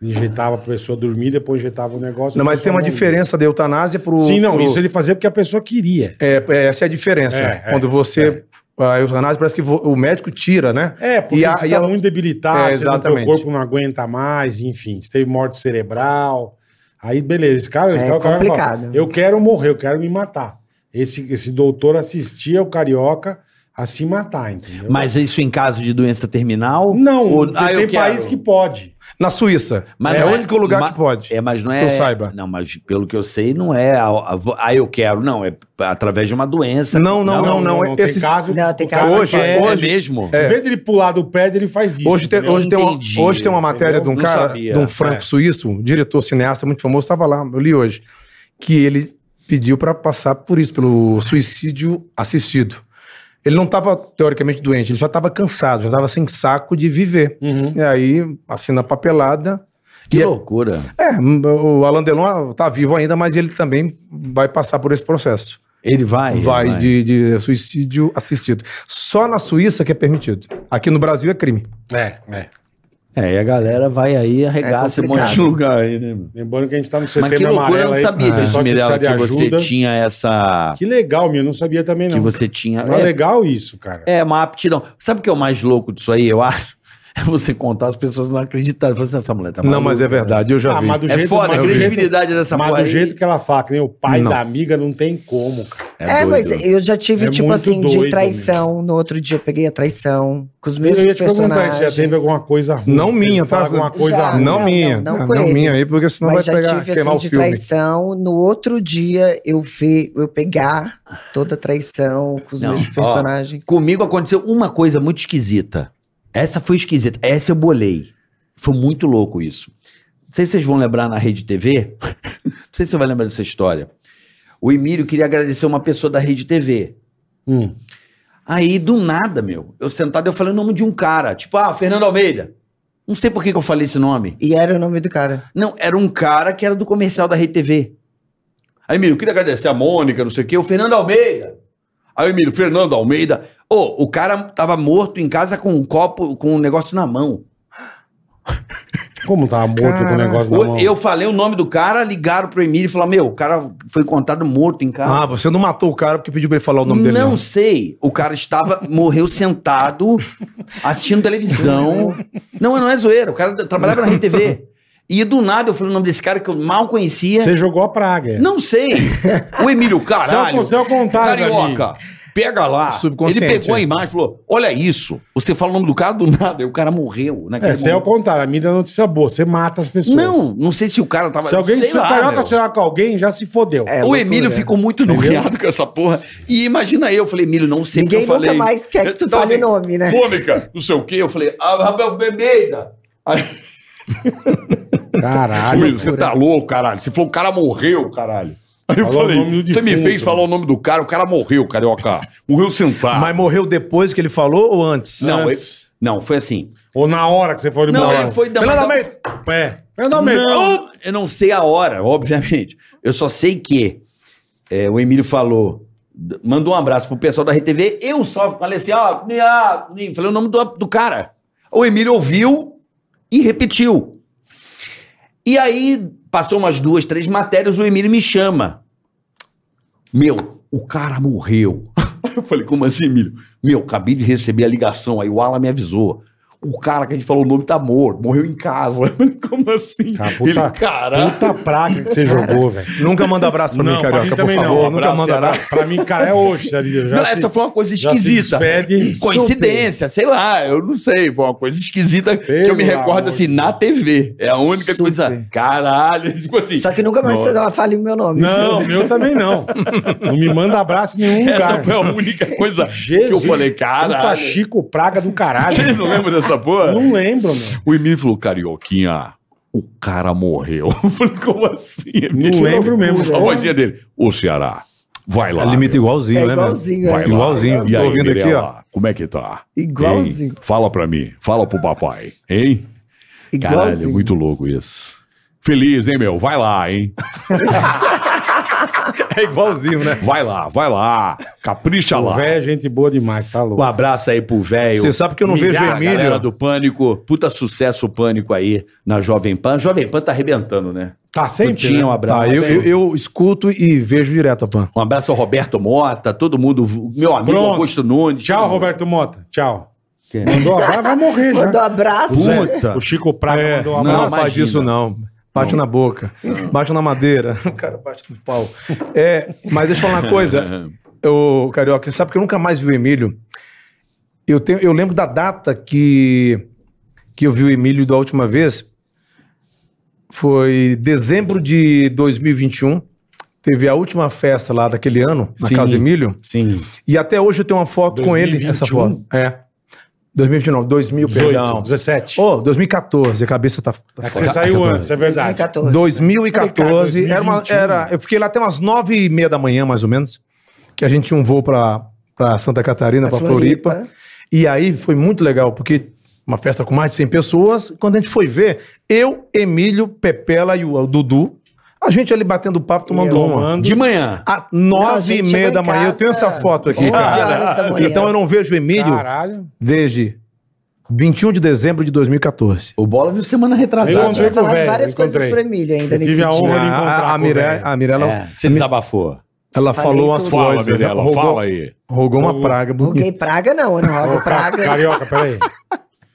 injetava a pessoa dormir, depois injetava o negócio. Não, a mas pessoa tem uma morria. diferença da eutanásia pro. Sim, não, pro- isso ele fazia porque a pessoa queria. É, é, essa é a diferença. É, é, Quando você. A eutanásia parece que vo- o médico tira, né? É, porque E a- você e está a- muito debilitado, É, você não- exatamente. teu corpo não aguenta mais, enfim, você teve morte cerebral. Aí, beleza, esse cara, esse É cara, o cara fala, complicado. eu quero morrer, eu quero me matar. Esse, esse doutor assistia o carioca a se matar, entendeu? Mas isso em caso de doença terminal? não, Ou- tem, Ah, eu tem país que quero. pode. Na Suíça. Mas é não o é- único lugar ma- que pode. É, mas não é. Que eu saiba. Não, mas pelo que eu sei, não é. a- a- Ah, eu quero, não. É através de uma doença. Não, não, não, não. Tem Esses- caso, Não, tem o caso que quer- pode. É Hoje- mesmo? Em vez de ele pular do prédio, ele faz isso. Hoje tem, entendeu? hoje, tem uma, Entendi. hoje tem uma matéria de um Não cara, sabia. é. de um franco-suíço, um diretor cineasta muito famoso, estava lá, eu li hoje, que ele pediu para passar por isso, pelo suicídio assistido. Ele não estava teoricamente doente, ele já estava cansado, já estava sem saco de viver. Uhum. E aí, assina a papelada. Que e é- loucura. é, o Alain Delon tá vivo ainda, mas ele também vai passar por esse processo. Ele vai. ele vai de, de suicídio assistido. Só na Suíça que é permitido. Aqui no Brasil é crime. É, é. É, e a galera vai aí arregaça É um monte de complicado. lugar aí, né? meu? Lembrando que a gente tá no Mas que setembro loucura, eu amarelo não aí. sabia é. pessoal disso, Mirella, que, precisa de você ajuda. tinha essa. Que legal, meu, eu não sabia também não. Que você tinha. Não é É, legal isso, cara. É, uma aptidão. Sabe o que é o mais louco disso aí, eu acho? É você contar, as pessoas não acreditarem. Falam assim, essa mulher tá não, mas é verdade, eu já Ah, vi. mas do É jeito- foda, mas a do jeito- credibilidade dessa Mas porra do aí- jeito que ela fala, que nem o pai Não. da amiga, não tem como, cara. É, doido. mas eu já tive, É tipo muito assim, doido, de traição. No outro dia eu peguei a traição com os Eu mesmos ia te perguntar personagens. se já teve alguma coisa ruim. Não minha, Fala tá? Alguma coisa Já, ruim. não, Ah, não, minha. não, Não, não não, com ele. minha aí, porque senão Mas vai já pegar, tive, queimar assim, o de filme. traição. No outro dia eu vi, eu pegar toda a traição com os Não, mesmos ó. personagens. Comigo aconteceu uma coisa muito esquisita. Essa foi esquisita. Essa eu bolei. Foi muito louco isso. Não sei se vocês vão lembrar na Rede TV. Não sei se você vai lembrar dessa história. O Emílio queria agradecer uma pessoa da Rede TV. Hum. Aí, do nada, meu, eu sentado, eu falei o nome de um cara. Tipo, ah, Fernando Almeida. Não sei por que, que eu falei esse nome. E era o nome do cara. Não, era um cara que era do comercial da Rede TV. Aí, Emílio, queria agradecer a Mônica, não sei o quê, o Fernando Almeida. Aí, Emílio, Fernando Almeida. Ô, o cara tava morto em casa com um copo, com um negócio na mão. Como tava morto com o Cara, negócio na mão? Eu falei o nome do cara, ligaram pro Emílio e falaram: Meu, o cara foi encontrado morto em casa. Ah, você não matou o cara porque pediu pra ele falar o nome dele. não sei. O cara estava, morreu sentado, assistindo televisão. Não, não é zoeira. O cara trabalhava na Rede TV. E do nada eu falei o nome desse cara que eu mal conhecia. Você jogou a praga. é. Não sei. O Emílio, caralho. Você é o contrário, Carioca, pega lá. Subconsciente, Ele pegou é. a imagem e falou: Olha isso. Você fala o nome do cara do nada. E o cara morreu. Naquele É, você é o momento. contrário. A mídia é notícia boa. Você mata as pessoas. Não, não sei se o cara tava. Se alguém sei se lá, carioca né? meu. se com alguém, já se fodeu. É, o loucura. Emílio ficou muito noiado com essa porra. E imagina eu, eu falei, Emílio, não sei o que eu Ninguém falei. nunca mais quer que tu Então, fale assim, nome, né? Cômica, não sei o quê. Eu falei, ah, Rafael Bemeida. Aí, Caralho. Ah, Emílio, você tá louco, caralho. Você falou, o cara morreu, caralho. Aí eu Falou o falei, nome do você me defunto, fez né? falar o nome do cara, o cara morreu, carioca. Morreu sentado. Ah. Mas morreu depois que ele falou ou antes? Não, Antes. ele- não, foi assim. Ou na hora que você foi Não, embora. ele foi da. Pela mas- da meia- É. Eu não, mesmo. Não, eu não sei a hora, obviamente. Eu só sei que é, o Emílio falou, d- mandou um abraço pro pessoal da RTV. Eu só falei assim, ó, ah, falei o nome do, do cara. O Emílio ouviu e repetiu. E aí, passou umas duas, três matérias, o Emílio me chama. Meu, o cara morreu. Eu falei, como assim, Emílio? Meu, acabei de receber a ligação, aí o Ala me avisou. O cara que a gente falou o nome tá morto, morreu em casa. Eu falei, como assim? Ah, puta- Ele, cara. Puta praga que você jogou, velho. Nunca manda abraço pra mim, Carioca, por favor. Nunca Um abraço, manda é abraço. abraço. Pra mim, cara, é hoje, Sérgio. Já Não, se- essa foi uma coisa já se esquisita. despede. Coincidência, sei lá, eu não sei. Foi uma coisa esquisita que eu me Pelo amor recordo assim, de na Deus. TV. É a única Super. coisa. Caralho, tipo assim. Só que nunca mais Nossa. ela fala o meu nome. Não, meu também não. Não me manda abraço em nenhum Essa lugar. foi a única coisa Jesus. que eu falei, Puta caralho. Chico Praga do caralho. Vocês não lembram dessa porra? Não lembro, meu. O Emílio falou, carioquinha, o cara morreu. Eu falei, como assim, Emílio? Não lembro mesmo. A vozinha dele, ô Ceará, vai lá. A limita meu. igualzinho, É né, igualzinho, velho? é. Igualzinho. E Tô aí, ouvindo aqui, ó. Mirella, como é que tá? Igualzinho. Hein? Fala pra mim, fala pro papai, hein? Caralho, é Igualzinho. muito louco isso. Feliz, hein, meu? Vai lá, hein? É igualzinho, né? Vai lá, vai lá. Capricha Tá O lá. velho é gente boa demais, tá louco. Um abraço aí pro velho. Você sabe que eu não vejo o Milhares, Emílio. galera do Pânico. Puta sucesso o Pânico aí na Jovem Pan. Jovem Pan tá arrebentando, né? Tá sempre, Tinha um né? abraço. Tá, eu, eu, eu escuto e vejo direto a Pan. Um abraço ao Roberto Mota, todo mundo. Meu amigo Pronto. Augusto Nunes. Tchau, todo mundo. Roberto Mota. Tchau. Quem? Mandou abraço, vai morrer já. Mandou abraço. O Zé- Puta. O Chico Praga É, mandou não, um não, abraço. faz imagina. isso não. Bate na boca, bate na madeira. O cara bate no pau. É, mas deixa eu falar uma coisa. É. O Carioca, você sabe que eu nunca mais vi o Emílio. Eu, tenho, eu lembro da data que, que eu vi o Emílio da última vez. Foi dezembro de 2021. Teve a última festa lá daquele ano, na Sim. casa do Emílio. Sim. E até hoje eu tenho uma foto com ele, 2021? essa foto. É. 2021, 2000, 18, perdão. 17. Ô, 2014, a cabeça tá. tá É que fora. você saiu antes, é verdade. né? 2014. 2014, era uma, 2021. era, eu fiquei lá até umas nove e meia da manhã, mais ou menos, que a gente tinha um voo pra, pra Santa Catarina, pra, Floripa. E aí foi muito legal, porque uma festa com mais de 100 pessoas, quando a gente foi ver, eu, Emílio, Pepela e o, o Dudu, a gente ali batendo papo, tomando eu uma. mando. De manhã. Às Não, a nove gente e meia da chegou em manhã, eu casa tenho essa foto aqui, 11 horas da cara. manhã. Então eu não vejo o Emílio Caralho. desde 21 de dezembro de 2014. O Bola viu semana Eu retrasada. encontrei com Tá, Tinha o falado velho, várias coisas encontrei. pro Emílio ainda Eu nesse tive a A, honra- dia. Vou encontrar a, com a, o Mirella, velho. a Mirella, É, você desabafou. ela Falei falou umas tudo. Fala, coisas, Mirella, rogou- fala aí. Rogou uma Rogou. praga Roguei bonita. praga, não, eu não rogo Ca- praga. Carioca, peraí.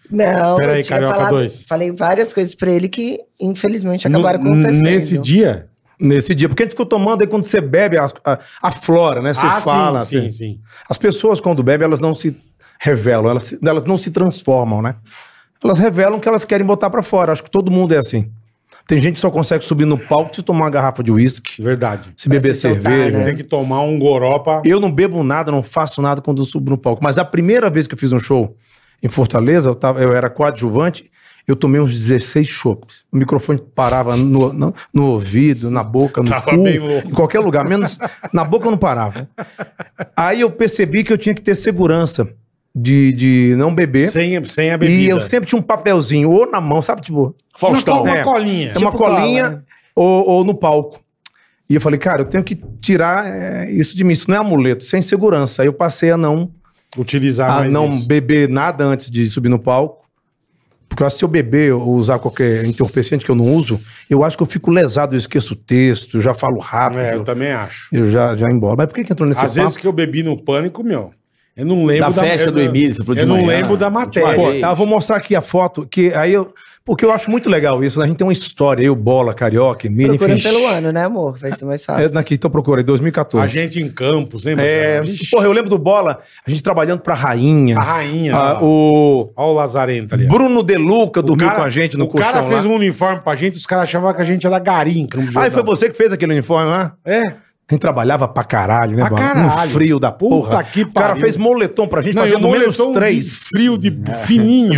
Não, Peraí, eu tinha Carioca falado, dois. falei várias coisas pra ele que, infelizmente, acabaram No- acontecendo. Nesse dia. Nesse dia, porque a gente ficou tomando aí quando você bebe, a, a, aflora, né? Você Ah, fala. Sim, você- sim, sim. As pessoas, quando bebem, elas não se revelam, elas, se- elas não se transformam, né? Elas revelam o que elas querem botar pra fora. Acho que todo mundo é assim. Tem gente que só consegue subir no palco se tomar uma garrafa de uísque, Verdade. se beber se soltar, cerveja. né? Tem que tomar um goropa. Eu não bebo nada, não faço nada quando eu subo no palco. Mas a primeira vez que eu fiz um show em Fortaleza, eu, tava, eu era coadjuvante, eu tomei uns 16 chopes. O microfone parava no, no, no ouvido, na boca, no Tava cu, bem louco. em qualquer lugar, menos na boca eu não parava. Aí eu percebi que eu tinha que ter segurança de, de não beber. Sem, sem a bebida. e eu sempre tinha um papelzinho, ou na mão, sabe? Tipo, Faustão. Uma Uma, co- é. é colinha. uma Tipo cola, colinha né? ou, ou no palco. E eu falei, cara, eu tenho que tirar é, isso de mim. Isso não é amuleto, isso é insegurança. Aí eu passei a não, Utilizar a mais Ah, não Ah, isso. beber nada antes de subir no palco. Porque eu acho que se eu beber ou usar qualquer entorpecente que eu não uso, eu acho que eu fico lesado, eu esqueço o texto, eu já falo rápido, É, eu eu, também acho. já, já embora. Mas por que, que entrou nesse Às vezes que eu bebi no pânico, meu. Eu não lembro Da festa eu do não- Emílio, você falou de Eu não manhã. lembro da matéria. Pô, é Vez. tá, eu vou mostrar aqui a foto, que aí eu. Porque eu acho muito legal isso, né? A gente tem uma história, eu, bola, carioca, mini, Procurando enfim. pelo ano, né, amor? Vai ser mais fácil. É daqui, então procura, aí, a 2014. gente em Campos, lembra? É, Vixe, porra, eu lembro do Bola, a gente trabalhando pra Rainha. a rainha. Ah, lá. o Olha o Lazarento ali. ó. Bruno Deluca O dormiu cara- com a gente no O cara colchão fez lá. um uniforme pra gente, os caras achavam que a gente era garim em Campos Ah, e foi você que fez aquele uniforme lá? É. A gente trabalhava pra caralho, né, Pra Bola? caralho. No frio da Puta porra. que o cara pariu. fez moletom pra gente, Não, e o fazendo menos moletom de três. É. Frio de fininho.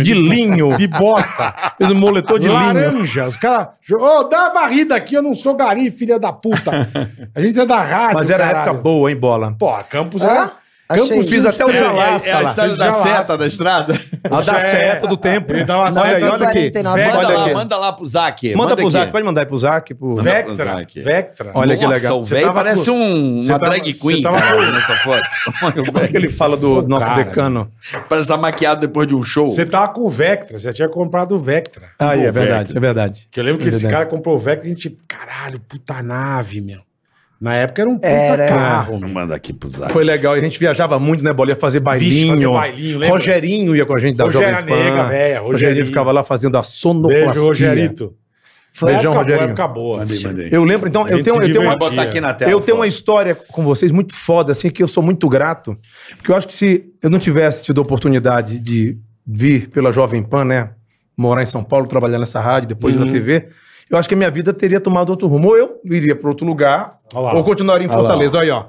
De linho. De bosta. Fez um moletom de linho. Laranja. Os caras. Ô, dá a varrida aqui, eu não sou gari, filha da puta. A gente é da rádio. Mas era caralho. época boa, hein, Bola? Pô, a Campos Ah, era. achei. Campos Fiz tinha até uns o três- É, Jalasca Tá lá. história da seta da estrada? A da É. seta do tempo. Ele dava seta olha aí, do olha aqui. 49. É, Olha Manda lá, aqui. manda lá pro Zac. Manda pro aqui. Zac, pode mandar aí pro Zac. Pro... Vectra. Prozac. Vectra. Olha é que Nossa, legal. o Você velho tava parece com- um, uma você tava- drag você queen, tava cara, com- nessa foto. Como é que ele fala do nosso Cara. decano? parece estar maquiado depois de um show. Você tava com o Vectra, você tinha comprado o Vectra. Aí, é Pô, verdade, velho. é verdade. Que eu lembro que É esse verdade. cara comprou o Vectra e a gente, caralho, puta nave, meu. Na época era um puta Era. carro, meu. Manda aqui pro Zac. Foi legal, e a gente viajava muito, né, Bola? Ia fazer bailinho. fazer bailinho, lembra? Rogerinho ia com a gente da Rogério Jovem Pan. Nega, velha, Rogerinho. Rogerinho. ficava lá fazendo a sonoplastia. Beijo, Rogerito. Foi Beijão, época boa, Rogerinho. época boa. Mandei, bicho. mandei. Eu lembro, então, A eu gente tenho, se eu tenho uma divertia. Botar aqui na tela. eu tenho foto. uma história com vocês muito foda, assim, que eu sou muito grato. Porque eu acho que se eu não tivesse tido a oportunidade de vir pela Jovem Pan, né? Morar em São Paulo, trabalhar nessa rádio, depois Uhum. na TV, eu acho que a minha vida teria tomado outro rumo. Ou eu iria para outro lugar, Olha lá. ou continuaria em Olha lá. Fortaleza. Olha aí, ó.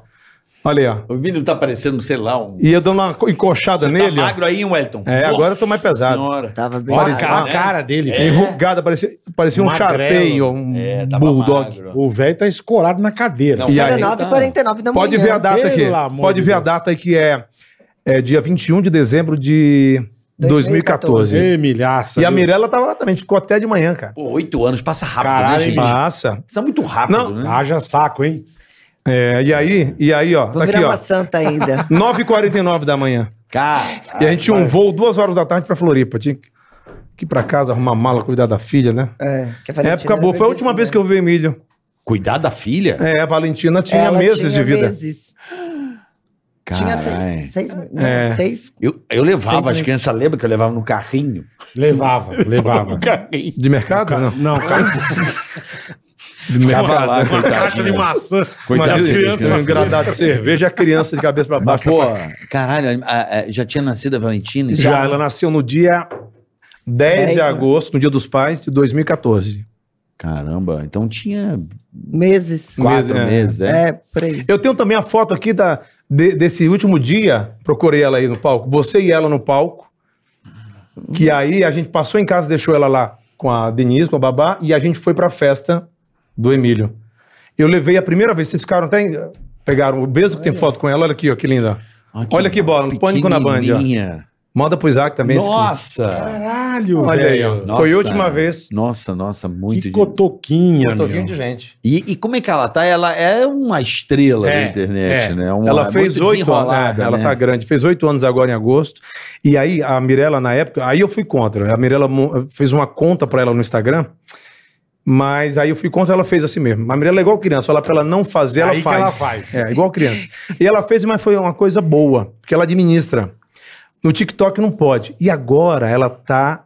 Olha aí, ó. O menino tá parecendo, sei lá, um. E eu dando uma co- encoxada Você nele, tá ó. magro aí, hein, Wellington? É, agora eu tô mais pesado. Senhora. Tava bem. Olha a Parece- cara, né? a cara dele, velho. Enrugada, parecia, parecia um Magrelo. Sharpei ou um É, tava Bulldog. magro. O velho tá escorado na cadeira. Não, E aí? 9h49 da manhã. Pode ver a data aqui. Pelo amor Pode de ver a Deus. data aí que é, é dia 21 de dezembro de 2014. 2014. Ei, milhaça. E a viu? Mirella tava lá também, ficou até de manhã, cara. Pô, oito anos, passa rápido, Caralho, né, gente? Passa. Isso é muito rápido, Não, Ah. né? Haja saco, hein? É, e aí, e aí, ó, Vou tá virar aqui, ó. uma santa ainda. 9h49 da manhã. Cara, E a gente tinha um voo duas horas da tarde pra Floripa. Tinha que que ir pra casa, arrumar mala, cuidar da filha, né? É, que a Valentina Época boa. era Foi a última né? vez que eu vi o Emílio. cuidar da filha? É, a Valentina tinha Ela meses de vida. meses. Tinha Caralho. seis, seis, não, É. seis Eu, eu levava Seis as meses. crianças, lembra que eu levava no carrinho? Levava, levava. Carrinho. De mercado? né? Não. Não, cara, De mercado. lá, né? uma caixa de maçã. Coitado Mas das das crianças. Um gradado de cerveja, a criança de cabeça pra né? Mas, baixo. pô, caralho, a- a- já tinha nascido a Valentina? Já, ela nasceu no dia 10, 10, de né? agosto, no dia dos pais, de 2014. Caramba, então tinha meses. quatro Meses, é. meses, é. É, por aí. Eu tenho também a foto aqui da, de- desse último dia, procurei ela aí no palco, você e ela no palco, que aí a gente passou em casa, deixou ela lá com a Denise, com a babá, e a gente foi pra festa do Emílio. Eu levei a primeira vez, vocês ficaram até... em- Pegaram o mesmo que tem foto com ela, olha aqui, ó, que linda. Olha que bola, no Pânico na Band, ó. pequenininha. Manda pro Isaac também. se quiser. Nossa! Caralho, Olha aí, ó. velho. Nossa. Foi a última vez. Nossa, nossa, muito. Que de- cotoquinha, meu. gente. E, e como é que ela tá? Ela é uma estrela É, da internet, é. né? Uma- ela é fez muito oito anos. desenrolada, é, Ela né? tá grande. Fez oito anos agora em agosto. E aí, a Mirella, na época, aí eu fui contra. A Mirella mo- fez uma conta pra ela no Instagram. Mas aí eu fui contra, ela fez assim mesmo. A Mirella é igual criança, falar pra ela não fazer, ela Aí que faz. ela faz. É, igual criança. E ela fez, mas foi uma coisa boa, porque ela administra. No TikTok não pode. E agora ela tá.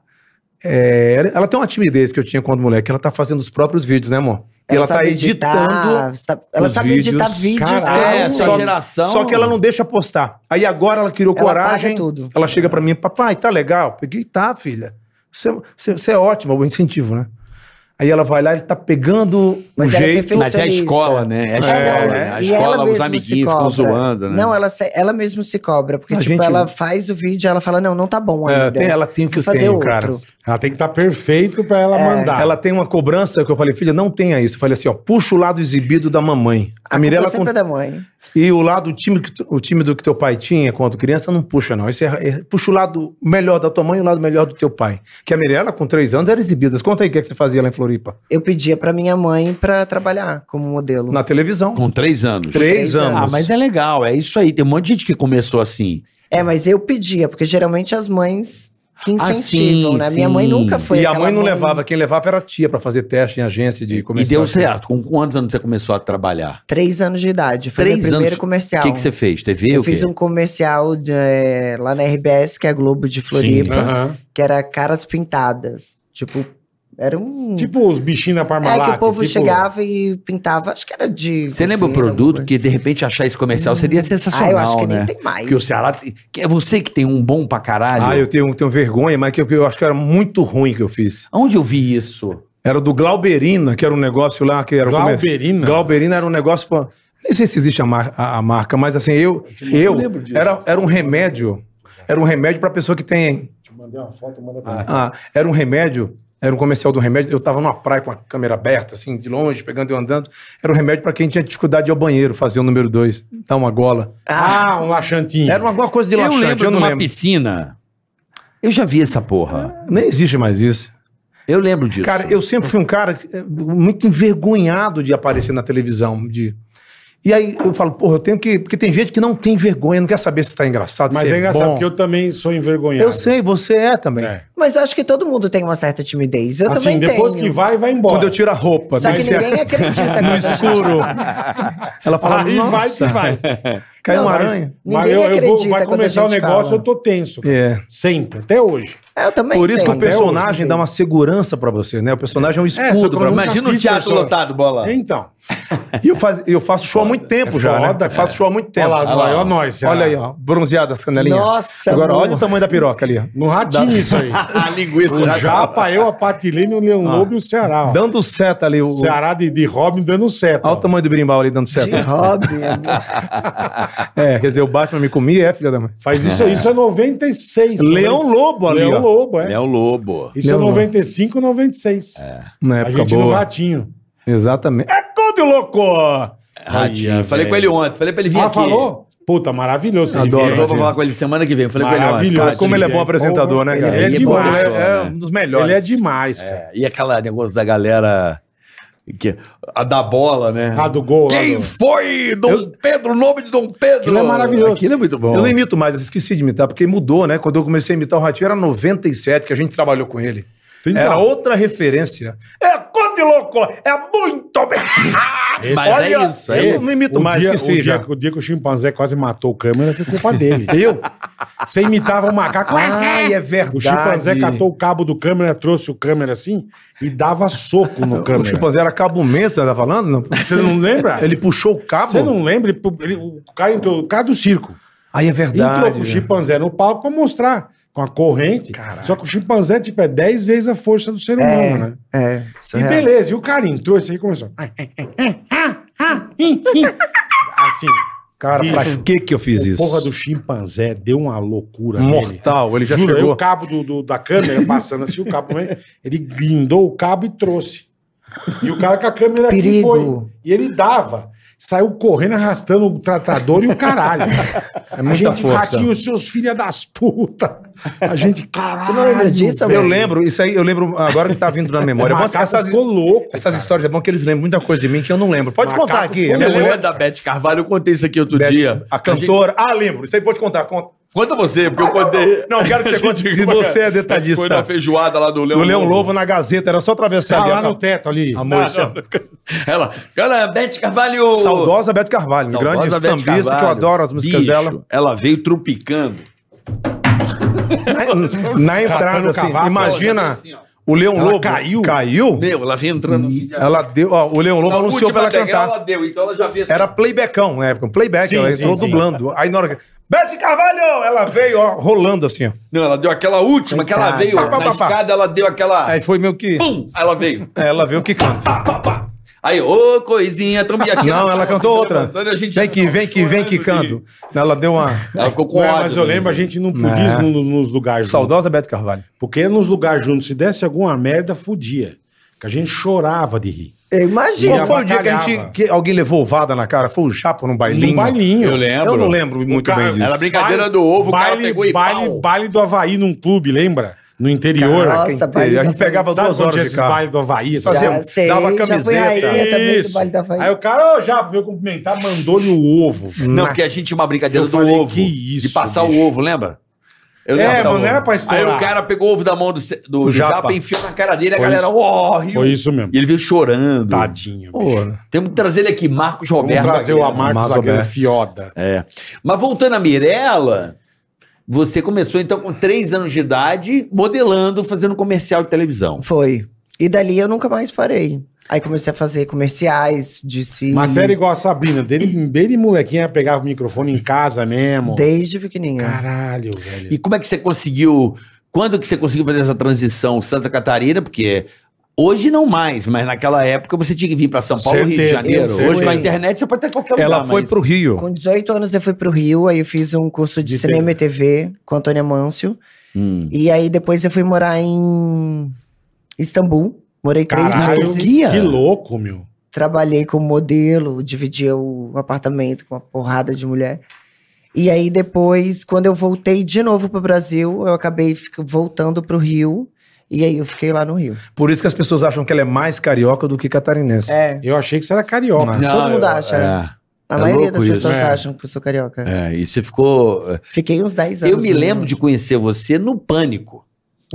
é, ela tem uma timidez que eu tinha quando mulher, que ela tá fazendo os próprios vídeos, né, amor? E ela, tá sabe editando. editar, sabe- ela os sabe editar vídeos. Caralho, ela É, essa não Ah, só, sabe- geração- só que ela não deixa postar. Aí agora ela criou Ela apaga coragem. tudo. Ela chega pra mim, papai, tá legal? Peguei, tá, filha. Você- Você você é ótima, o incentivo, né? Aí ela vai lá e tá pegando Mas o ela é jeito. perfeccionista. Mas é a escola, né? É a É, escola, não, né? A e escola, ela os mesma se amiguinhos ficam cobra. é. zoando, né? Não, ela, se- ela mesma se cobra, porque A tipo, gente- ela faz o vídeo, ela fala, não, não tá bom É, ainda. tem- ela tem o que Vou eu tenho, cara. Ela tem que estar perfeito pra É, ela mandar. Ela tem uma cobrança que eu falei, filha, não tenha isso. Eu falei assim, ó, puxa o lado exibido da mamãe. A, A Mirella Mirella sempre con- é da mãe. E o lado tímido, que tu- o tímido que teu pai tinha quando criança não puxa, não. Esse é, é- puxa o lado melhor da tua mãe e o lado melhor do teu pai. Que a Mirella, com três anos, era exibida. Conta aí o que, é que você fazia lá em Floripa. Eu pedia pra minha mãe pra trabalhar como modelo. Na televisão. Com três anos. Três anos. Ah, mas é legal, é isso aí. Tem um monte de gente que começou assim. É, mas eu pedia, porque geralmente as mães que Ah, incentivam, sim, né? Minha mãe sim. nunca foi e a aquela mãe não levava. Quem levava era a tia pra fazer teste em agência de E comercial. deu certo. Com quantos anos você começou a trabalhar? Três anos de idade, foi meu Três primeiro anos. O comercial. que, que você fez? TV? Eu o quê? fiz um comercial de, eh, lá na RBS, que é a Globo de Floripa, Aham. que era caras pintadas. Tipo, era um... Tipo os bichinhos da é Parmalat. que o povo tipo- chegava e pintava, acho que era de... Você lembra o feira, produto alguma que de repente achar esse comercial seria coisa. sensacional, Ah, eu acho que né? nem tem mais. Porque o Ceará. tem- que É você que tem um bom pra caralho. Ah, eu tenho, tenho vergonha, mas que eu, que eu acho que era muito ruim que eu fiz. Onde eu vi isso? Era do Glauberina, que era um negócio lá que era o comercial. Glauberina. Glauberina era um negócio pra... Nem sei se existe a, mar- a- a marca, mas assim, eu. Eu. Era, era um remédio. Era um remédio pra pessoa que tem. Te mandei uma foto, manda pra mim. ah, era um remédio. Era um comercial do remédio. Eu tava numa praia com a câmera aberta, assim, de longe, pegando e andando. Era um remédio pra quem tinha dificuldade de ir ao banheiro, fazer o número dois, dar uma gola. Ah, um laxantinho. Era alguma coisa de eu laxante, lembro eu de não uma lembro. piscina. Eu já vi essa porra. Nem existe mais isso. Eu lembro disso. Cara, eu sempre fui um cara eh, muito envergonhado de aparecer na televisão. De... E aí eu falo, porra, eu tenho que. Porque tem gente que não tem vergonha, não quer saber se tá engraçado, Mas se é engraçado bom. porque eu também sou envergonhado. Eu sei, você é também. É. Mas eu acho que todo mundo tem uma certa timidez. Eu assim, também depois tenho. que vai, vai embora. Quando eu tiro a roupa, Só tem que que ser ninguém é né? acredita. no quando a gente- escuro. Ela fala, Aí vai que nossa, vai. caiu Não, uma mas- aranha. Mas Ninguém eu, eu vou, acredita vai quando a começar o gente negócio, fala. eu tô tenso. cara. É. Sempre, até hoje. É, Eu também Por isso que tenho. o hoje personagem né? tem. dá uma segurança pra você, né? O personagem é um É, só que escudo eu pra você. nunca Imagina um fiz teatro pessoa. lotado, bola. Então, E eu, faz, eu faço show há muito tempo É já, né? foda, Eu faço show há muito olha tempo. lá, olha lá, nós. já. Olha aí, ó, bronzeada as canelinhas. Nossa, Agora, amor. olha o tamanho da piroca ali, ó. No ratinho isso aí. A linguiça. O Japa, eu, a Patilene, o Leão Ah. Lobo e o Ceará. ó. Dando seta ali. O, O Ceará de, de Robin dando certo. Olha o tamanho do berimbau ali dando De seta. hobby. amor. É, quer dizer, o Batman me comia, é, filha da mãe. Faz isso aí, isso é 96. Leão 96. Lobo ali, Leão ó. Lobo, é. É o lobo. Isso Leão é Lobo. 95, 96. Na a época gente no boa. ratinho. Exatamente. É Conde Louco! Ratinho. Aí, falei velho. com ele ontem. Falei pra ele vir ah, aqui. falou? Puta, maravilhoso. ele Adoro. veio Eu vou aqui. falar com ele semana que vem. Falei com ele ontem. Maravilhoso. Cara, como ele é bom apresentador, né, Ele cara? é Ele demais, bom, ele é, é né? um dos melhores. Ele é demais, cara. E aquela negócio da galera. Que, a da bola, É. né? Ah, do gol. lá Quem do- foi Dom Eu- Pedro? O nome de Dom Pedro? Aquilo é maravilhoso. Aquilo é muito bom. Eu não imito mais, eu esqueci de imitar, porque mudou, né? Quando eu comecei a imitar o Ratinho, era 97 que a gente trabalhou com ele. Então, Era outra referência. É Conde Louco! É muito bem! Esse- Mas é isso, é eu isso. não imito o mais, dia, esqueci o dia, já. o dia que o chimpanzé quase matou o câmera foi culpa dele. Eu? Você imitava o macaco. Ai, é verdade. O chimpanzé catou o cabo do câmera, trouxe o câmera assim e dava soco no O câmera. chimpanzé era cabumento, você tá falando? Não. Você não lembra? Ele puxou o cabo? Você não lembra? Ele- ele- o, cara entrou, o cara do circo Aí é verdade. entrou com o chimpanzé no palco pra mostrar com a corrente. Caraca. Só que o chimpanzé tipo, é 10 vezes a força do ser humano, né? É, E surreal. beleza, e o cara entrou, esse aí começou. Assim, Cara, Bicho. pra que que eu fiz o isso? porra do chimpanzé deu uma loucura. nele. Mortal, ele já Juro, aí chegou. o cabo do, do- da câmera passando assim, o cabo, né? ele guindou o cabo e trouxe. E o cara com a câmera aqui Perigo. foi. E ele dava. Saiu correndo, arrastando o tratador e o caralho. É muita a gente, força. ratinho, seus filhas das putas. A gente, caralho. Tu não lembra disso, é Eu lembro, isso aí eu lembro agora que tá vindo na memória. O Mas macaco essas, ficou louco. essas cara. histórias é bom que eles lembram muita coisa de mim que eu não lembro. Pode Macaco contar aqui. ficou a Você minha lembra mulher- da Beth Carvalho? Eu contei isso aqui outro Beth, dia. A gente- cantora. Ah, lembro. Isso aí pode contar. Conta. Conta você, porque eu contei. Não, eu quero que você A gente conte, que foi- você é detalhista. Foi na feijoada lá do Leão O Leão Lobo na Gazeta, era só atravessar Tá ali lá a- no Ah, teto ali. a Não, moça. não. Ela, cara, Beth Carvalho. um- Saudosa Beto Carvalho, um Saudosa grande Beth sambista que eu Carvalho. adoro as músicas Bicho, dela. Ela veio trupicando. Na, na entrada, Catando assim, cavaco. imagina Assim, ó. o Leão Ela Lobo caiu? caiu Meu, ela veio entrando assim. de- ela deu, ó, o Leão Lobo Na anunciou pra ela última degrau, cantar. Ela deu, então ela já via assim. Era playbackão na época, um playback, Sim, ela sim, entrou sim. dublando. Aí na hora que. Bete Carvalho! Ela veio, ó, rolando assim, ó. Não, ela deu aquela última, que ela Coitada. veio Pá, pá, na pá, pá. escada, ela deu aquela. Aí foi meio que. é, Pum! Aí ela veio. Ela veio que canta. Aí, ô coisinha, tão biatinha. Não, ela cantou outra. tá A gente Vem que, vem que, vem que canto. canto. Ela deu uma. Ela ficou com Não, é, ódio. mas eu lembro, né? a gente não podia É. ir no- nos lugares. né? juntos. Saudosa Beto Carvalho. Porque nos lugares juntos, se desse alguma merda, fudia. Que a gente chorava de rir. Eu imagino. Qual foi o dia que a gente. abacalhava. Que alguém levou ovada na cara? Foi o Japo num bailinho? Num bailinho. né, Eu lembro. Eu não lembro muito cara- bem disso. Ela brincadeira do ovo, o cara baile, pegou e baile, pau. baile do Havaí num clube, lembra? No interior. Caraca, Quem Nossa, teve? baile a gente da pegava Sabe duas onde é horas esses de carro. baile do Havaí? Fazia- Sabe? fazia- dava já fui camiseta. rainha também do assim, Isso. Baile da Havaí. Aí o cara, ô, já veio cumprimentar, mandou-lhe o ovo. velho. Não, porque a gente tinha uma brincadeira Eu do falei, ovo. que isso, de passar bicho. o ovo, lembra? Eu É, lembro. mano, não era pra estourar. Aí o cara pegou o ovo da mão do, ce- do, Do do japa. japa. e enfiou na cara dele, a Foi galera, isso. ó, riu. Foi isso mesmo. E ele veio chorando. Tadinho, bicho. Pô, Temos que trazer ele aqui, Marcos Vamos Roberto. trazer o Aguiar. Amarco Marcos Zagueiro Aguiar. Fioda. É. Mas voltando à Mirella, você começou então com 3 anos de idade, modelando, fazendo comercial de televisão. Foi. E dali eu nunca mais parei. Aí comecei a fazer comerciais de filmes. Mas era igual a Sabrina. Dele, dele molequinha, pegava o microfone em casa mesmo. Desde pequenininha. Caralho, velho. E como é que você conseguiu? Quando que você conseguiu fazer essa transição Santa Catarina? Porque Hoje não mais, mas naquela época você tinha que vir pra São Paulo, Rio de Certeza, Janeiro. Hoje certeza. com a internet você pode estar em qualquer lugar. Ela foi mas- pro Rio. Com 18 anos eu fui pro Rio, aí eu fiz um curso de, De cinema e TV com Antônio Amâncio. Hum. E aí depois eu fui morar em Istambul. Morei três Caralho, meses. que, que louco, meu. Trabalhei como modelo, dividia o apartamento com uma porrada de mulher. E aí depois, quando eu voltei de novo pro Brasil, eu acabei fic- voltando pro Rio. E aí eu fiquei lá no Rio. Por isso que as pessoas acham que ela é mais carioca do que catarinense. É, Eu achei que você era carioca. Não. todo mundo acha. né? A é maioria louco das isso, pessoas é. acham que eu sou carioca. É, é, e você ficou. Fiquei uns 10 anos. Eu me no Rio. lembro de conhecer você no Pânico,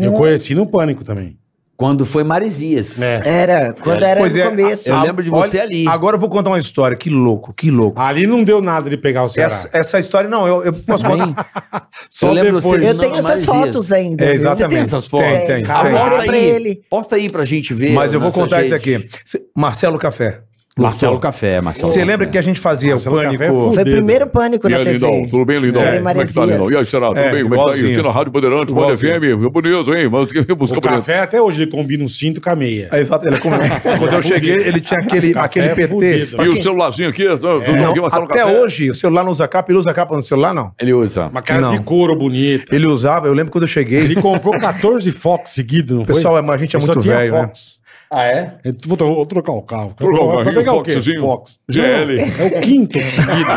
Eu conheci no Pânico também. quando foi Maresias. É. Era, quando era Pois no é, começo. Eu Ah, lembro de olha- você ali. Agora eu vou contar uma história. Que louco, que louco. Ali não deu nada de pegar o Ceará. Essa, essa história, não, eu, eu posso Bem, contar. Só eu lembro depois. você- Eu tenho Não, mas essas fotos isso. ainda. É, viu? exatamente. Você tem essas fotos? Tem, tem, Ah, tem. Eu Posta falei pra aí, ele. posta aí pra gente ver. Mas eu vou nas suas contar isso redes. aqui. Cê- Marcelo Café. Marcelo Café, Marcelo. Você lembra que a gente fazia Então, Marcelo o Café é pânico? foda. Foi o dedo. primeiro pânico E na aí, TV. lindão? Tudo bem, lindão? É, Como é que tá, Maresias. lindão? E aí, Xará? Tudo É, bem? Como é que tá aí? igualzinho. Aqui na Rádio Bandeirantes, Band Igualzinho. FM. Bonito, hein? Mas que música O bonita. café até hoje ele combina um cinto com a meia. É, exato, ele- como- quando eu cheguei, ele tinha aquele, Café aquele é PT. fudido. É, Pra E quem- o celularzinho aqui, tudo Não, aqui, Marcelo É. até Café. hoje, o celular não usa capa, ele usa capa no celular, não. Ele usa. Uma casa Não. de couro bonita. Ele usava, eu lembro quando eu cheguei. Ele comprou 14 Fox seguidos, não foi? Pessoal, a gente é Ele só muito tinha velho, né? Fox. Ah, é? Ele- Vou, tro- vou trocar o carro. Trocar o Vai carrinho, pegar o quê? Foxzinho. Fox. GL. Não, é o quinto seguido.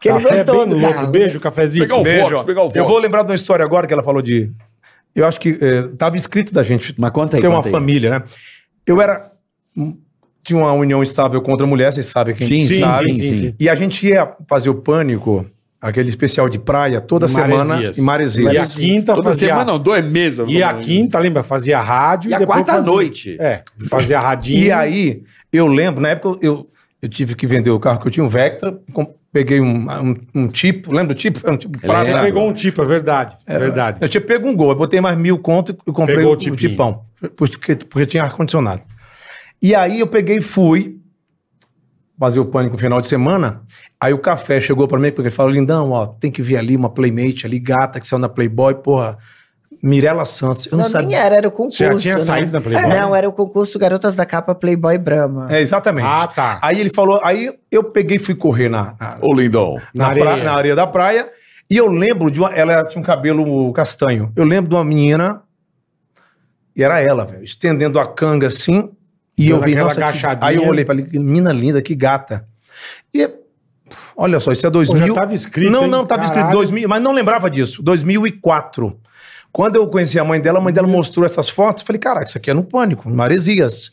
Que ele Café gostou bem do louco. carro. Beijo, cafezinho. Pegar o Beijo. Fox, pegar o Eu Fox. vou lembrar de uma história agora que ela falou de. Eu acho que estava tava escrito da gente Mas conta aí. ter uma conta aí. família, né? Eu era. um, Tinha uma união estável contra a mulher, vocês sabem quem Sim, Sim, sabe. sim, sim, sim. E a gente ia fazer o pânico, aquele especial de praia, toda Em semana Maresias. em Maresias. E a assim, quinta Toda fazia... semana, não, dois meses. E a quinta, lembra? Fazia rádio E a depois quarta fazia- noite. É, fazia radinho. E aí, eu lembro, na época eu, eu tive que vender o carro que eu tinha, um Vectra, com- peguei um, um, um tipo, lembra do tipo? Era um tipo Pra- prata, né? pegou um tipo, é verdade. É verdade. Eu tinha pego um gol, eu botei mais mil conto e comprei Pegou o, o o tipinho. tipão, porque, porque tinha ar-condicionado. E aí eu peguei e fui fazer o pânico no final de semana, aí o café chegou pra mim, porque ele falou, lindão, ó, tem que vir ali uma Playmate ali, gata, que saiu na Playboy, porra, Mirella Santos, eu não, Não, nem sabia. era, era o concurso. Você já tinha né? saído da Playboy? Não, era o concurso Garotas da Capa Playboy Brahma. É, exatamente. Ah, tá. Aí ele falou, aí eu peguei e fui correr na, na, Ô, lindão. na, areia. pra- na areia da praia. E eu lembro de uma. Ela tinha um cabelo castanho. Eu lembro de uma menina. E era ela, velho, estendendo a canga assim. E eu Dando vi, aquela nossa, que- agachadinha. aí eu olhei e falei, que menina linda, que gata. E pff, olha só, isso é 2000. já tá tava escrito, Não, hein? não, tava escrito Caralho. 2000, mas não lembrava disso. 2004. Quando eu conheci a mãe dela, a mãe dela mostrou essas fotos. Eu falei, caraca, isso aqui é no Pânico, em Maresias.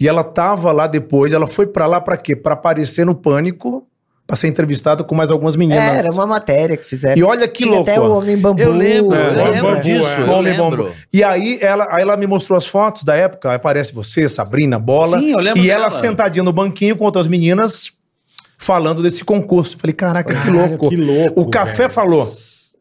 E ela tava lá depois, ela foi pra lá pra quê? Pra aparecer no Pânico, pra ser entrevistada com mais algumas É, meninas. era uma matéria que fizeram. E olha que tinha louco. até o Homem Bambu. Eu lembro, É, eu lembro bambu, disso. é. Eu Bom, lembro. bom. E aí ela, aí ela me mostrou as fotos da época, aí aparece você, Sabrina, Bola. Sim, eu lembro E dela. ela sentadinha no banquinho com outras meninas, falando desse concurso. Eu Falei, caraca, que Caralho, louco. que louco, O Café velho. falou.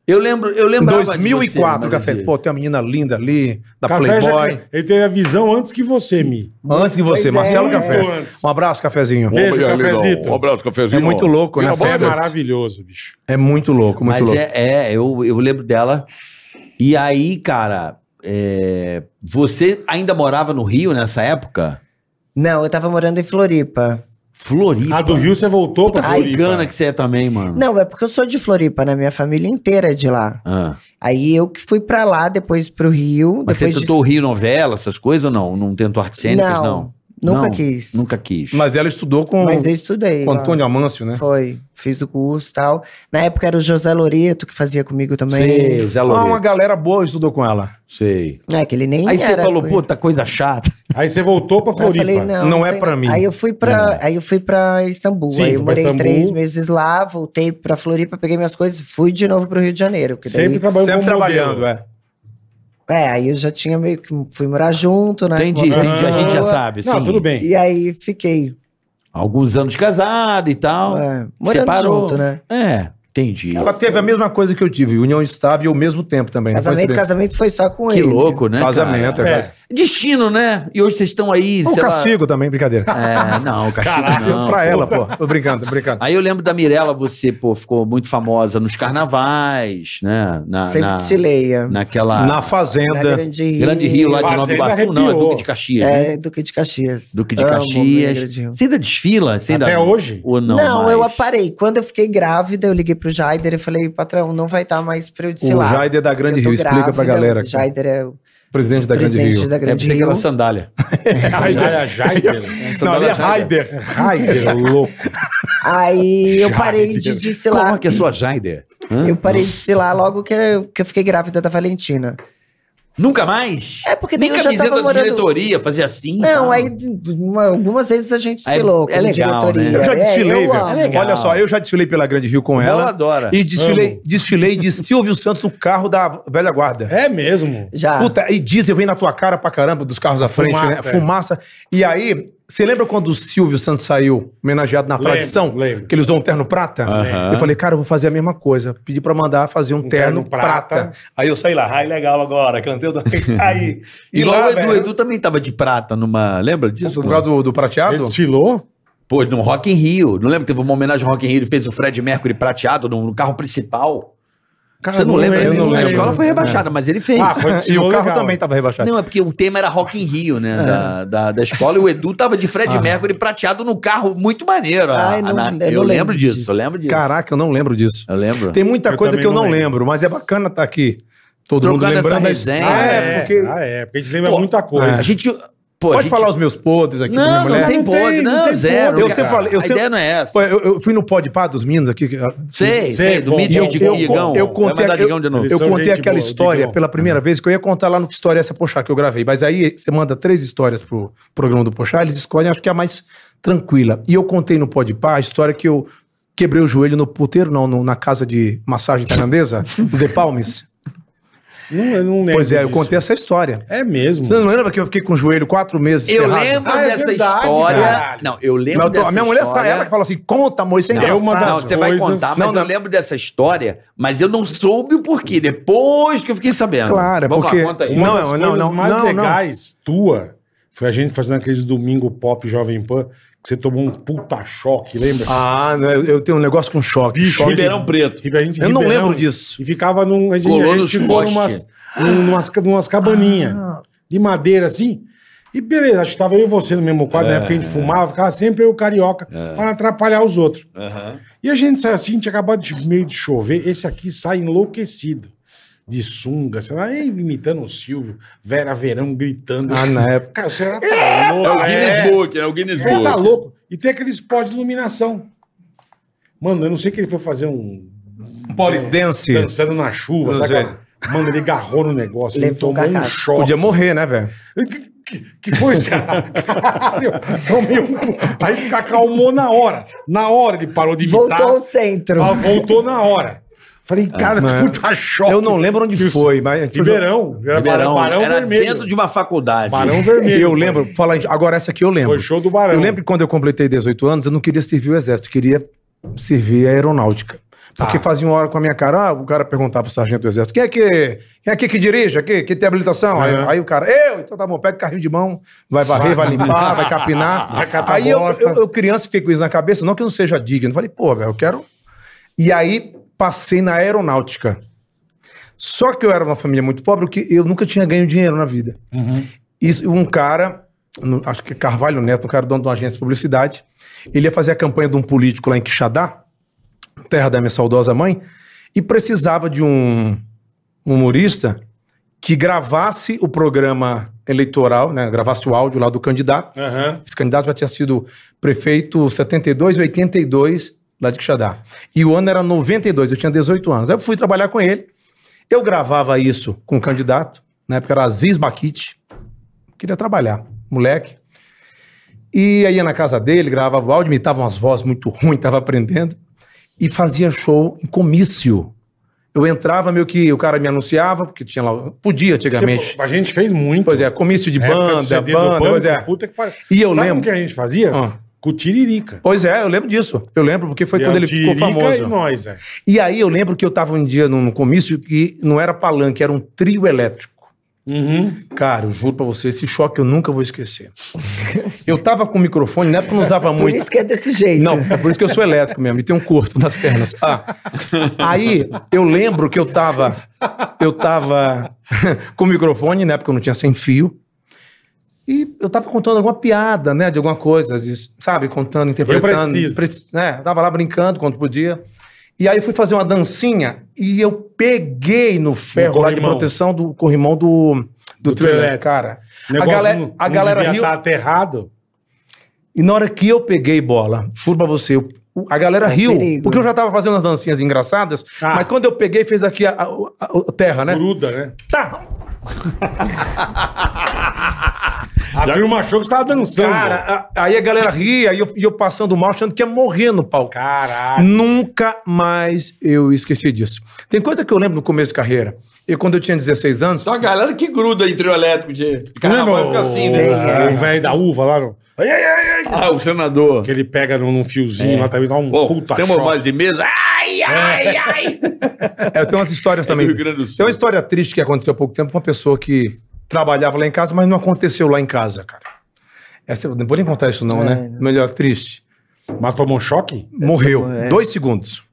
Eu lembro, eu Em lembrava de 2004, você, o Café. Maria. Pô, tem uma menina linda ali, da Café já- Playboy. ele teve a visão antes que você, Mi. Antes que você, Pois Marcelo é. Café. Muito antes. Um abraço, cafezinho. Beijo, Obrigado, lindão. cafezito. Um abraço, cafezinho. É muito louco, né? Vira Você é Bolas. bordas. maravilhoso, bicho. É muito louco, muito Mas louco. é, é, eu, eu lembro dela. E aí, cara, é, você ainda morava no Rio nessa época? Não, eu tava morando em Floripa. Floripa. A Ah, do Rio você voltou pra tá Puta cigana Floripa. que você é também, mano. Não, é porque eu sou de Floripa, né? Minha família inteira é de lá. Ah, Aí eu que fui pra lá, depois pro Rio. mas você depois tentou Rio novela, essas coisas ou não? Não tentou artes de... cênicas, Não, não? nunca Não, quis. Nunca quis. Mas ela estudou com, é- Mas é eu estudei. com lá. Antônio Amâncio, né? Foi, fiz o curso e tal. Na época era o José Loreto que fazia comigo Sei, também. o Zé Ah, uma Loreto. galera boa estudou com ela. Sei. É, que ele nem Aí você era falou, coi- puta, coisa chata. Aí você voltou pra Aí eu Floripa. falei, não, Não é tem- pra mim. Aí eu fui pra, aí eu fui pra Istambul. Sim, aí foi eu pra morei Istambul. três meses lá, voltei pra Floripa, peguei minhas coisas, fui de novo pro Rio de Janeiro. Porque Sempre daí, trabalhou Sempre como modelo. trabalhando, é. É, aí eu já tinha meio que fui morar junto, né? Entendi, Morava entendi. A na gente já rua. sabe. Não, sim. tudo bem. E aí fiquei. Alguns anos casado e tal. é, morando separou. junto, né? É, entendi. Ela teve a mesma coisa que eu tive, união estável ao mesmo tempo também. não foi Casamento, acidente. casamento foi só com Que ele. louco, né? Casamento, cara? é. É. casa- Destino, né? E hoje vocês estão aí. O sei lá- castigo também, brincadeira. É, não, o castigo Caralho, não. pra pô. ela, pô. Tô brincando, tô brincando. Aí eu lembro da Mirella, você, pô, ficou muito famosa nos carnavais, né? Na, Sempre na, se leia. naquela. Na Ah. Na Fazenda. Grande Rio. Grande Rio lá de Fazenda Nova Iguaçu, não, é arrepiou. Duque de Caxias, né? É, Duque de Caxias. Duque de Amo minha Caxias. Grande Rio. Você ainda desfila? Você ainda... Até hoje? Ou não? Não, mais? eu parei. Quando eu fiquei grávida, eu liguei pro Jaider e falei, patrão, não vai estar mais pra eu O desfilar. Jaider da Grande Eu tô Rio. Explica pra grávida, galera. O Jaider é o Presidente da Grande presidente Rio. da É Grande porque Rio. aquela sandália. Jaira, Jaira. Não, ali é Jaider. Raider. Raider, louco. Aí eu Jaider. parei de desfilar. Como é que é sua Jaider? Hã? é? Eu parei de desfilar logo que eu, que eu fiquei grávida da Valentina. Nunca mais? É porque daí Nem eu já camiseta tava da morando... diretoria, fazia assim. Não, Ah. tá? aí uma- algumas vezes a gente Aí desfilou é legal, como né? diretoria. Eu já É, desfilei, eu velho. amo. É legal. Olha só, eu já desfilei pela Grande Rio com Ela ela. adora. E desfilei, Amo. desfilei de Silvio Santos no carro da velha guarda. É mesmo. Já. Puta, e diesel vem na tua cara pra caramba dos carros à frente, Fumaça, né? é. Fumaça. E aí, você lembra quando o Silvio Santos saiu homenageado na Lembro, tradição? lembro. Que ele usou um terno prata? Aham. Eu falei, cara, eu vou fazer a mesma coisa. Pedi pra mandar fazer um, terno, terno prata. prata. Aí eu saí lá, ai, legal agora, cantei o... Aí, e Igual lá, o Edu, velho, Edu também tava de prata numa. Lembra disso? Por causa do, do prateado? Ele desfilou? Pô, no Rock in Rio. Não lembra que teve uma homenagem ao Rock in Rio? Ele fez o Fred Mercury prateado no, no carro principal. Cara, Você não, lembra? lembro, É. eu não A lembro. tá. escola foi rebaixada, mas ele fez. Ah, foi E o desfilou carro legal. também tava rebaixado. Não, é porque o tema era Rock in Rio, né? Da, da, da escola. E o Edu tava de Fred Mercury prateado num carro muito maneiro. A- Ai, não- a- na- eu não eu, lembro lembro disso, disso. Eu lembro disso. Caraca, eu não lembro disso. Eu lembro. Tem muita Eu coisa também que eu não não lembro. mas é bacana estar aqui. Todo mundo Trocando essa lembrando. da- resenha. né? Ah, é, é, porque... ah, é, porque a gente lembra Pô, muita A coisa. gente. Pô, Pode a gente... falar né? os meus podres aqui Não, não, mulher. sem Não tem, podre, não não, tem zero. podre, Eu cara. sempre falei, eu a sempre- ideia não é essa. Pô, Eu, eu fui no Podpah dos Minos aqui. que- Sei, sei, Sei, do bom, Mítico bom, de bom. Digão. Eu contei, Vai mandar eu, Digão de novo. eu São contei gente aquela boa, Uhum. história Digão. pela primeira vez que eu ia contar lá no que história é essa Pochá que eu gravei. Mas aí você manda três histórias pro programa do Pochá, eles escolhem, acho que é a mais tranquila. E eu contei no Podpah a história que eu quebrei o joelho no puteiro, não, no- na casa de massagem tailandesa, no The Palmes. Não, eu não lembro. Pois é, eu disso. contei essa história. É mesmo. Você não lembra que eu fiquei com o joelho quatro meses Eu ferrado? lembro Ah, é dessa verdade, história. caralho. Não, eu lembro Mas eu tô- dessa a minha mulher história. sai ela que fala assim, conta, amor, isso é Não, assim, engraçado. uma das- Não, você vai coisas- contar, mas Não, eu não. lembro dessa história, mas eu não soube o porquê. Depois que eu fiquei sabendo. Claro, é Vamos porque- Lá, conta aí. Uma- Uma Não, das não, coisas não, mais não, legais tua foi a gente fazendo aqueles domingo pop Jovem Pan que você tomou um puta choque, lembra? Ah, não, eu eu tenho um negócio com choque. Bicho, choque. Ribeirão é Preto. E a gente em Eu não Ribeirão, lembro disso. E ficava num. A gente, Colou a gente nos ficou poste. numas, num- numas, ca- numas cabaninhas de madeira assim. E beleza, acho que tava eu e você no mesmo quadro, É. na época a gente fumava, ficava sempre eu carioca, para não atrapalhar os outros. E a gente sai assim, tinha acabado de meio de chover, esse aqui sai enlouquecido. De sunga, sei lá, e imitando o Silvio, Vera Verão gritando. Ah, na época. Cara, você era tá É o louco. Guinness é. Book, é o Guinness Ele Book. tá louco. E tem aqueles pó de iluminação. Mano, eu não sei que ele foi fazer um. Polidense. Dançando na Não chuva, sabe? sei. aquela- Mano, ele agarrou no negócio, ele Levou tomou um cacá. choque. Podia morrer, né, velho? Que, que- que foi, Ceará? Caralho, tomei um. Aí acalmou na hora. Na hora ele parou de evitar. Voltou ao centro. Ah, voltou na hora. É Falei, Ah, cara, puta choque. Eu não lembro onde Que foi, mas- Ribeirão. Era Ribeirão, É Barão era Vermelho. dentro de uma faculdade. Barão Vermelho. um Eu lembro, fala aí, agora essa aqui eu lembro. Foi show do Barão. Eu lembro que quando eu completei 18 anos, eu não queria servir o exército, eu queria servir a aeronáutica. Porque faziam hora com a minha cara, ah, o cara perguntava o sargento do exército, quem é que, quem é que, que dirige aqui, que tem habilitação? Aí, Aham. aí o cara, eu, então tá bom, pega o carrinho de mão, vai varrer, vai limpar, vai capinar. Vai catar aí eu, bosta. eu, eu criança fiquei com isso na cabeça, não que eu não seja digno, falei, pô, velho, eu quero... E aí passei na aeronáutica. Só que eu era uma família muito pobre, que eu nunca tinha ganho dinheiro na vida. E um cara, no- acho que é Carvalho Neto, um cara dono de uma agência de publicidade, ele ia fazer a campanha de um político lá em Quixadá, terra da minha saudosa mãe, e precisava de um humorista que gravasse o programa eleitoral, né, gravasse o áudio lá do candidato. Aham. Esse candidato já tinha sido prefeito 72 e 82 lá de Quixadá. E o ano era 92, eu tinha 18 anos. Aí eu fui trabalhar com ele. Eu gravava isso com o candidato, na época era Aziz Baquite. Queria trabalhar, moleque. E aí ia na casa dele, gravava o áudio, imitava umas vozes muito ruins, tava aprendendo. E fazia show em comício. Eu entrava meio que o cara me anunciava, porque tinha lá. Podia antigamente. Você- a gente fez muito. Pois é, comício de Tipo, Na época do banda, CD do banda, Pânico, pois é. puta que pariu. E eu Sabe lembro- o que a gente fazia? Ah. Com o Tiririca. Pois é, eu lembro disso. Eu lembro porque foi E quando o ele ficou Tiririca famoso. E nós, é. E aí eu lembro que eu tava um dia num comício que não era palanque, era um trio elétrico. Uhum. Cara, eu juro pra você, esse choque eu nunca vou esquecer. Eu tava com o microfone, na época eu não usava Por muito. isso que é desse jeito. Não, é por isso que eu sou elétrico mesmo, e tenho um curto nas pernas. Ah, aí eu lembro que eu tava, eu tava com o microfone, né? Porque eu não tinha sem fio. E eu tava contando alguma piada, né? De alguma coisa, de- sabe? Contando, interpretando. preciso. preci- né, eu tava lá brincando quando podia. E aí eu fui fazer uma dancinha e eu peguei no ferro lá de corrimão. proteção do corrimão do, do, Do trailer, trailer. cara. A Negócio galera, não- a não galera devia riu. tá aterrado. E na hora que eu peguei bola, juro pra você, eu- o- a galera É um riu, perigo. porque eu já tava fazendo as dancinhas engraçadas, Ah. mas quando eu peguei, fez aqui a, a- a- a terra, né? Gruda, né? Tá! A turma achou que você tava dançando. Cara, a- aí a galera ria, e eu, e eu passando mal, achando que ia morrer no palco. Caralho. Nunca mais eu esqueci disso. Tem coisa que eu lembro no começo de carreira. Eu, quando eu tinha 16 anos, Só a galera que gruda em trio elétrico de Lembra carnaval o- fica assim, né? Tem, O é? velho da uva lá, não? Ai, ai, ai, ai. Ah, o senador. Que ele pega num, num É. fiozinho lá também, dá um Bom, puta temos choque. mais de mesa. Ah! Ai, ai, ai. é, eu tenho umas histórias também. Do Rio Grande do Sul. Tem uma história triste que aconteceu há pouco tempo com uma pessoa que trabalhava lá em casa, mas não aconteceu lá em casa, cara. Essa, eu não vou nem contar isso, não, É, né? Melhor, triste. Mas tomou um choque? Morreu. morrendo. Dois segundos.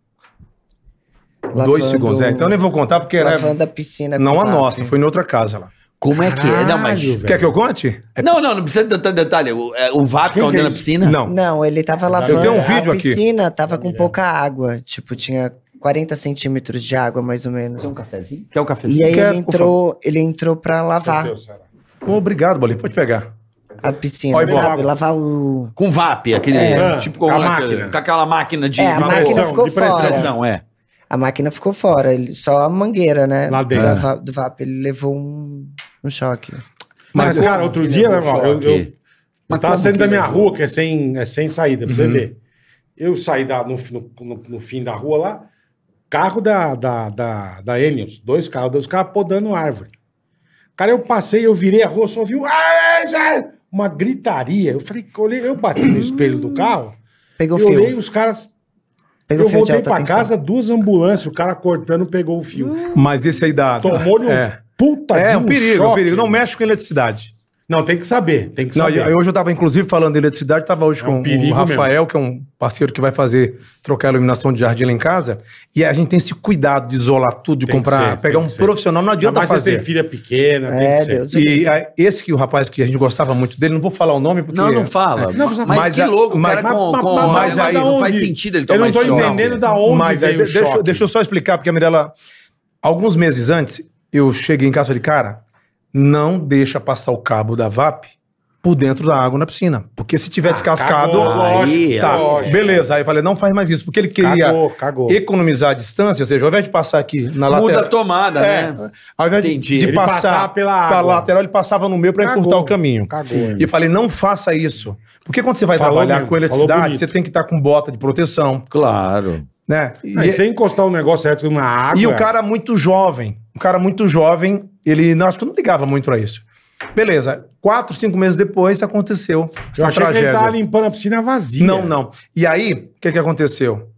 Lavando- Dois segundos. É, então eu nem vou contar porque né, Lavando é a piscina. com não a zap. nossa, foi em outra casa lá. Como é que é? Não, mas. Caralho, velho. Quer que eu conte? É- Não, não, não precisa de tanto detalhe. O, é, o VAP Quem que é caiu na isso? piscina? Não. Não, ele tava lavando. Eu tenho um vídeo a aqui. piscina tava com pouca água. Tipo, tinha 40 centímetros de água, mais ou menos. cafezinho? Quer um cafezinho? E aí Quer, ele por entrou, ele entrou pra lavar Ô, obrigado, Bolinha. Pode pegar. a piscina, Olha, sabe? água. Lavar o. Com VAP, aquele. É. tipo com, Com a aquele- máquina. com aquela máquina de É, a vapor. máquina pressão, ficou de pressão. fora. Pressão, é. A máquina ficou fora, ele, só a mangueira, né? Lá dentro. da va- do VAP, ele levou um, um choque. Mas, cara, outro dia, né, irmão, eu, eu, Aqui. eu tava saindo da minha rua, que é sem, é sem saída, pra Uhum. você ver. Eu saí da- no, no- no- no fim da rua lá, carro da, da, da, da Enios, dois carros, dois carros podando árvore. Cara, eu passei, eu virei a rua, só ouvi um- uma gritaria. Eu falei, olhei, eu bati no espelho do carro, eu Pegou fio. olhei os caras. Pegou eu fio de voltei alta pra tensão. casa, duas ambulâncias, o cara cortando, pegou o fio. Mas esse aí da. Tomou-lhe um É. puta de É, um perigo, um choque. perigo. Não mexe com eletricidade. Não, tem que saber, tem que Não, saber. eu- eu- hoje eu estava, inclusive, falando de eletricidade, estava hoje É um com o perigo Rafael, que é um parceiro que vai fazer, trocar a iluminação de jardim lá em casa, e a gente tem esse cuidado de isolar tudo, de Tem que comprar, ser, pegar tem um que ser. profissional, não Ainda adianta mais você fazer. tem filha pequena, tem É, que ser. Deus. E a- esse que o rapaz que a gente gostava muito dele, não vou falar o nome porque... Não, não Não, fala. precisa mas, falar. que Mas a- louco, o mas- cara mas- com, mas- com- mas- mas aí da não faz onde? sentido ele Eu tomar não tô esse choque. entendendo da onde Mas aí, veio o de- deixa, eu- choque. deixa eu só explicar, porque a Mirella, alguns meses antes, eu cheguei em casa e falei, cara, não deixa passar o cabo da VAP por dentro da água na piscina, porque se tiver Ah, descascado... cagou, Aí, lógico, Tá, lógico. beleza. Aí eu falei, não faz mais isso, porque ele queria... Cagou, cagou. economizar a distância, ou seja, ao invés de passar aqui na Muda a lateral. tomada, É, né? Ao invés de- Entendi. de Ele passar, passava pela pela água. lateral, ele passava no meio para Cagou, encurtar o caminho. cagou, irmão. e eu falei, não faça isso. Porque quando você vai Falou trabalhar mesmo, com falou eletricidade, bonito. você tem que estar com bota de proteção, Claro. né? E, Aí, sem encostar o negócio elétrico na água. e o cara muito jovem, um cara muito jovem, ele não, acho que não ligava muito para isso. Beleza, quatro, cinco meses depois aconteceu essa Eu achei que tragédia. ele tá tava limpando a piscina vazia. Não, não. E aí, o que, que aconteceu?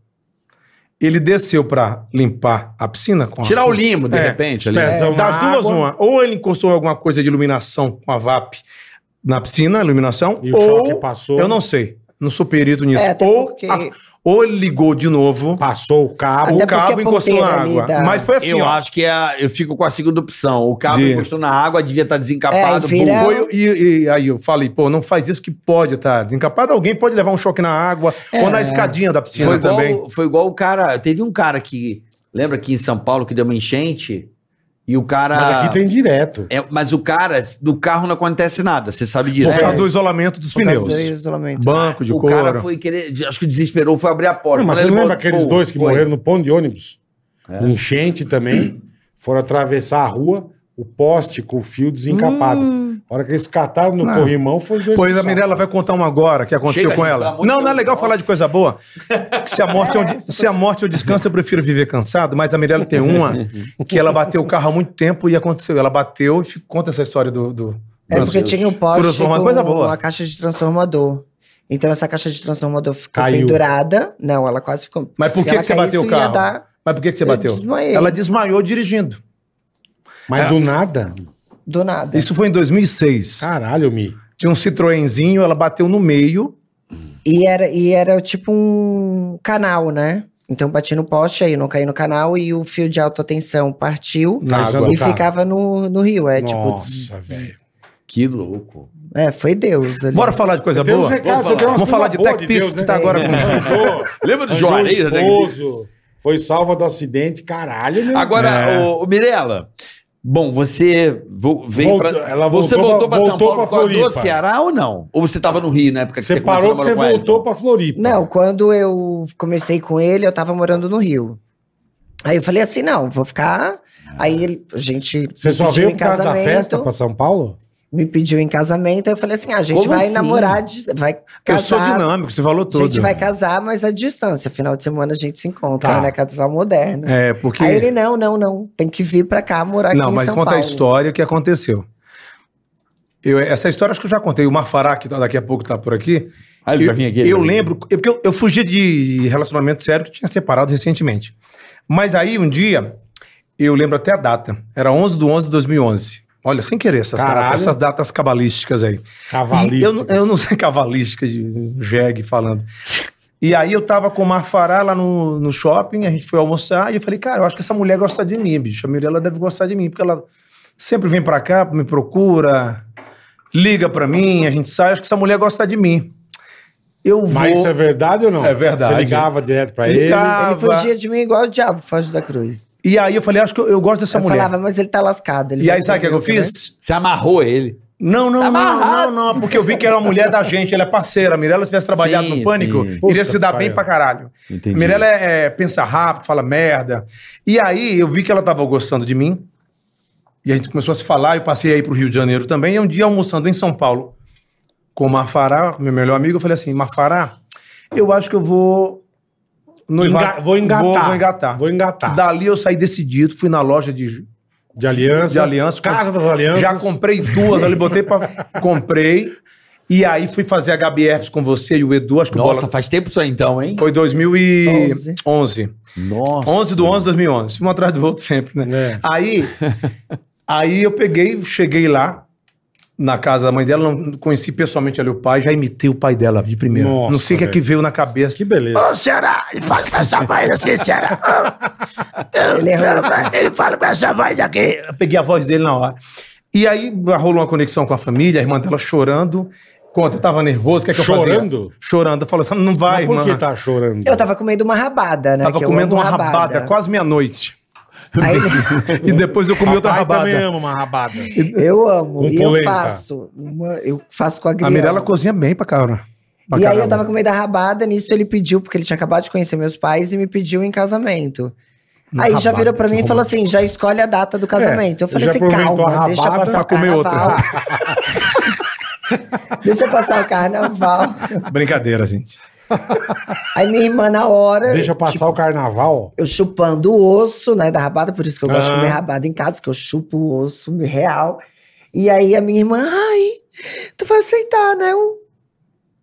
Ele desceu para limpar a piscina com a Tirar o limbo, de É, repente. Ali. espécie. É, Pezão na das duas, água. uma. Ou ele encostou em alguma coisa de iluminação com a VAP na piscina, iluminação, E o choque ou. passou. Eu não sei. Não sou perito nisso. É, até ou, porque- a- ou ele ligou de novo, Passou o o cabo. Até porque cabo a encostou na ponteira ali água. da- Mas foi assim, eu ó. acho que é a- eu fico com a segunda opção. O cabo De- encostou na água, devia estar desencapado. É, vira- burro. Foi, e, e aí eu falei, pô, não faz isso que pode estar desencapado. Alguém pode levar um choque na água É. ou na escadinha da piscina Foi também. igual, foi igual o cara. Teve um cara que. Lembra aqui em São Paulo que deu uma enchente? E o cara. Mas aqui tem direto. É, mas o cara, do carro não acontece nada, você sabe disso. Por causa É. do isolamento dos Por causa do pneus. isolamento. Banco de o couro. cara foi querer. Acho que desesperou, foi abrir a porta. Não, mas Quando você ele lembra botou- aqueles dois que foi. morreram no ponto de ônibus? É. Um Enchente também. Foram atravessar a rua, o poste com o fio desencapado. A hora que eles cataram no Hum. Ah. corrimão, foi os dois. Pois a passaram. Mirella vai contar uma agora que aconteceu Chega, com gente, pelo ela. amor de Não, não é Deus. legal falar de coisa boa. Que se a morte é, o, de- se a morte é o descanso, eu prefiro viver cansado. Mas a Mirella tem uma que ela bateu o carro há muito tempo e aconteceu. Ela bateu e fi- conta essa história do. do É porque tinha um poste com Transformador, coisa boa. uma caixa de transformador. Então essa caixa de transformador ficou Caiu. pendurada. Não, ela quase ficou. Mas por se que ela que você bateu o caísse, carro? ia dar- Mas por que, que você Eu bateu? desmaiei. Ela desmaiou dirigindo. Mas É. do nada. Do nada. Isso foi em 2006. Caralho, Mi. Tá Tinha um Citroenzinho, ela bateu no meio. E era, e era tipo um canal, né? Então bati no poste aí, não caí no canal e o fio de alta tensão partiu Na Mas água. e tá. ficava no, no rio. É tipo. Nossa, velho. Que louco. É, foi Deus. Ali. Bora falar de coisa Tem uns boa? recados, você tem umas Vamos falar de coisas boas Tech Pix, Deus, que né? tá agora com. Lembra do Anjou Juarez? né? esposo, Foi salva do acidente, caralho, meu. Agora, É. ô, ô, Mirella, bom, você vo- veio Voltou- pra- ela você voltou pra- voltou para voltou São Paulo pra por causa do Floripa. Ceará ou não? Ou você estava no Rio na época que Você parou que você voltou pra Floripa. Tá. Não, quando eu comecei com ele, eu tava morando no Rio. Aí eu falei assim: não, vou ficar. Ah. Aí ele- a gente Você só um veio por causa da festa pra São Paulo? me pediu em casamento. Aí eu falei assim: ah, a gente Como vai assim? namorar, de- vai Eu sou casar. dinâmico, você falou a tudo. gente vai casar, mas à distância. Final de semana a gente se encontra, Tá. né? Casal moderno. É, porque. Aí ele, não, não, não. Tem que vir pra cá morar Não, aqui em mas São conta Paulo. a história que aconteceu. Eu, essa história acho que eu já contei. O Marfará, que tá- daqui a pouco tá por aqui. Ah, ele eu, vai vir aqui, ele eu vai vir. lembro, eu- porque eu, eu fugi de relacionamento sério que tinha separado recentemente. Mas aí um dia, eu lembro até a data. Era 11 de 11 de 2011. Olha, sem querer essas, Caralho. datas, essas datas cabalísticas aí. E Cavalista. Eu, não- eu não sei cavalística de jegue falando. E aí eu tava com o Marfará lá no, no shopping, a gente foi almoçar, e eu falei, cara, eu acho que essa mulher gosta de mim, bicho. A Mirella deve gostar de mim, porque ela sempre vem pra cá, me procura, liga pra mim, a gente sai, acho que essa mulher gosta de mim. Eu vou... Mas isso é verdade ou não? É verdade. Você ligava direto pra ele. Ligava. Ele fugia de mim igual o diabo foge da cruz. E aí eu falei, acho que eu, eu gosto dessa eu mulher. falava, mas ele tá lascado. ele E vai aí sabe o que, eu sofrer, né? fiz? Você amarrou ele. Não, não, Tá não, amarrado. não, não, porque eu vi que era uma mulher da gente, ela é parceira. A Mirella, se tivesse trabalhado Sim, no Pânico, sim. iria se dar Puta bem que pra caralho. Entendi. A Mirella é, é, pensa rápido, fala merda. E aí eu vi que ela tava gostando de mim. E a gente começou a se falar, eu passei aí pro Rio de Janeiro também. E um dia almoçando em São Paulo com o Marfará, meu melhor amigo, eu falei assim: Marfará, eu acho que eu vou. noivar- Enga- vou engatar. Vou, vou engatar. Vou engatar. Dali eu saí decidido, fui na loja de De aliança. de aliança. Casa Com- das alianças. Já comprei duas ali, botei pra. comprei. E aí fui fazer a Gabi Herpes com você e o Edu, acho que o Nossa, bola. faz tempo só então, hein? Foi 2011. 11. Nossa. 11 do 11 de 2011. Um atrás do outro sempre, né? É. Aí, aí eu peguei, cheguei lá na casa da mãe dela, não conheci pessoalmente ali o pai, já imitei o pai dela de primeira. Nossa, não sei o que é que veio na cabeça. Que beleza. Ô, Ceará, ele fala com essa voz assim, Ceará. Ô, Ele errou. ele fala com essa voz aqui. Eu peguei a voz dele na hora. E aí ah, rolou uma conexão com a família, a irmã dela chorando. Conta, eu tava nervoso, o que é que eu fazia? Chorando? Chorando. Eu falei assim, não vai, Mas por irmã. que tá chorando? Eu tava comendo uma rabada, né? Tava que eu comendo amo uma rabada, quase meia-noite. Aí E depois eu comi outra Papai rabada. também ama uma rabada. eu amo. Com e eu polenta. faço. uma- eu faço com Um a é A Griana. Mirella cozinha bem pra cara. pra E aí eu caramba. tava com medo da rabada, nisso ele pediu, porque ele tinha acabado de conhecer meus pais e me pediu em casamento. Uma aí já rabada, virou pra mim que e falou romântico. É, assim: já escolhe a data do casamento. eu falei já assim, aproveitou calma, a deixa rabada passar pra o comer outra. carnaval. deixa passar o carnaval. Brincadeira, gente. Aí minha irmã, na É, hora, Deixa passar tipo, o carnaval. eu chupando o osso, né, da rabada, por isso que eu gosto Ah. de comer rabada em casa, que eu chupo o osso real. E aí a minha irmã, ai, tu vai aceitar, né? Eu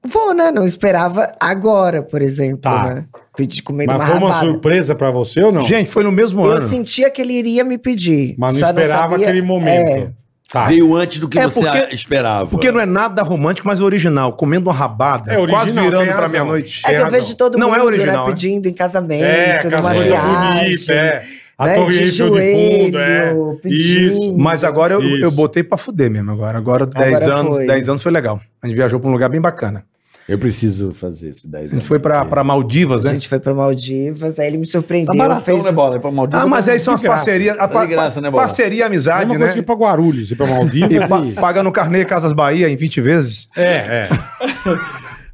vou, né? Não esperava agora, por exemplo, Tá. né? Pedir comer uma Mas foi uma rabada. surpresa pra você ou não? Gente, foi no mesmo Eu assim, ano. sentia que ele iria me pedir. Mas não só esperava sabia- aquele É. momento. Tá. Ah, Veio antes do que É você porque- esperava. Porque não é nada romântico, mas original. Comendo uma rabada, É original, quase tem virando pra razão. meia-noite. É que eu razão. vejo todo Não é mundo original, né, né? pedindo em casamento, com numa as É, coisas bonitas, viagem. é. A né, Torre de Eiffel de fundo, é. joelho, pedindo. Isso. Mas agora eu, Isso. eu botei pra fuder mesmo agora. Agora, 10 Agora anos, foi. 10 anos foi legal. A gente viajou pra um lugar bem bacana. Eu preciso fazer isso. 10 A gente foi pra, pra Maldivas, A né? gente foi pra Maldivas, aí ele me surpreendeu, Tá baratão, fez né, Bola? É pra Maldivas. Ah, mas aí são de as graça. parcerias. É A Tá pa- de graça, né, Bola? parceria e É amizade, uma né? coisa que ir pra Guarulhos, ir pra Maldivas. E pa- e- paga no carnê Casas Bahia em 20 vezes. É, é.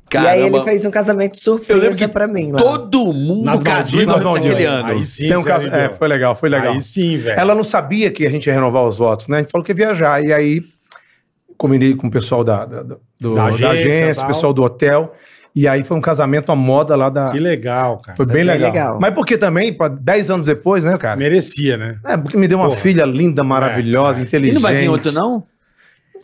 Caramba. E aí ele fez um casamento Eu lembro surpresa que pra mim lá. Todo Um mundo Nas casou em Maldivas, naquele não. ano. Aí sim, Tem um você caso- arrependeu. é, foi legal, foi legal. Aí sim, velho. Ela não sabia que a gente ia renovar os votos, né? A gente falou que ia viajar. E aí, combinei com o pessoal da, da, da- do- Da da agência, agência, tal. pessoal do hotel. E aí foi um casamento à moda lá da. Que legal, cara. Foi bem Bem legal. legal. Mas porque também, pá, 10 anos depois, né, cara? Merecia, né? É, porque me deu uma Porra. É, filha linda, maravilhosa, E inteligente. não vai vir outro, não?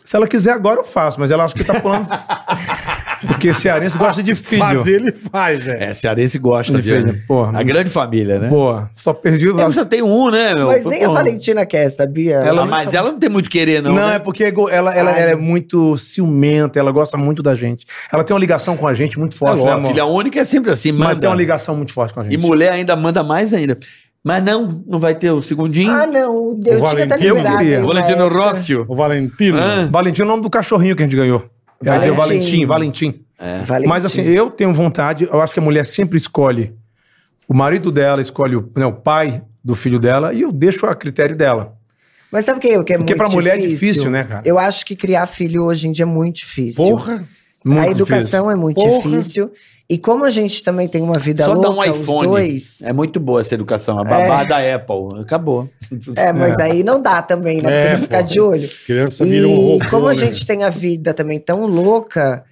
Se ela quiser agora, eu faço, mas ela acha que tá pulando. Porque cearense gosta de filho. Fazer ele faz, é. É, cearense gosta De de. filho, porra. A grande família, né? Porra, só É perdi o... Eu só tenho um, né, meu? Mas nem a Pô. Valentina quer, sabia? Ela- Ah, mas ela não tem muito querer, não. Não, né? é porque é go- ela, ela, Ai. ela é muito ciumenta, ela gosta muito da gente. Ela tem uma ligação com a gente muito forte, né, Lógico, amor? filha única é sempre assim, manda. Mas tem um uma ligação muito forte com a gente. E mulher ainda manda mais ainda. Mas não, não vai ter o segundinho. Ah, não. Eu O tinha até Valentino liberado. É, queria. aí uma Valentino época. Rócio. O Valentino. Ah, Valentim é o nome do cachorrinho que a gente ganhou. Valentim. Valentim, Valentim. Valentim. Valentim. Mas assim, eu tenho vontade, eu acho que a mulher sempre escolhe. O marido dela escolhe o, né, o pai do filho dela e eu deixo a critério dela. Mas sabe o que, é- o que é Porque muito pra mulher é difícil, né, cara? Eu acho que criar filho hoje em dia é muito difícil. Porra. Muito a educação é muito Porra. difícil. E como a gente também tem uma vida Só dá louca, um iPhone. os dois... é muito boa essa educação. A babá É. da Apple. Acabou. É, mas aí não dá também, né? Porque É, tem que ficar pô. de olho. Criança E vira um robô. como a né? gente tem a vida também tão louca,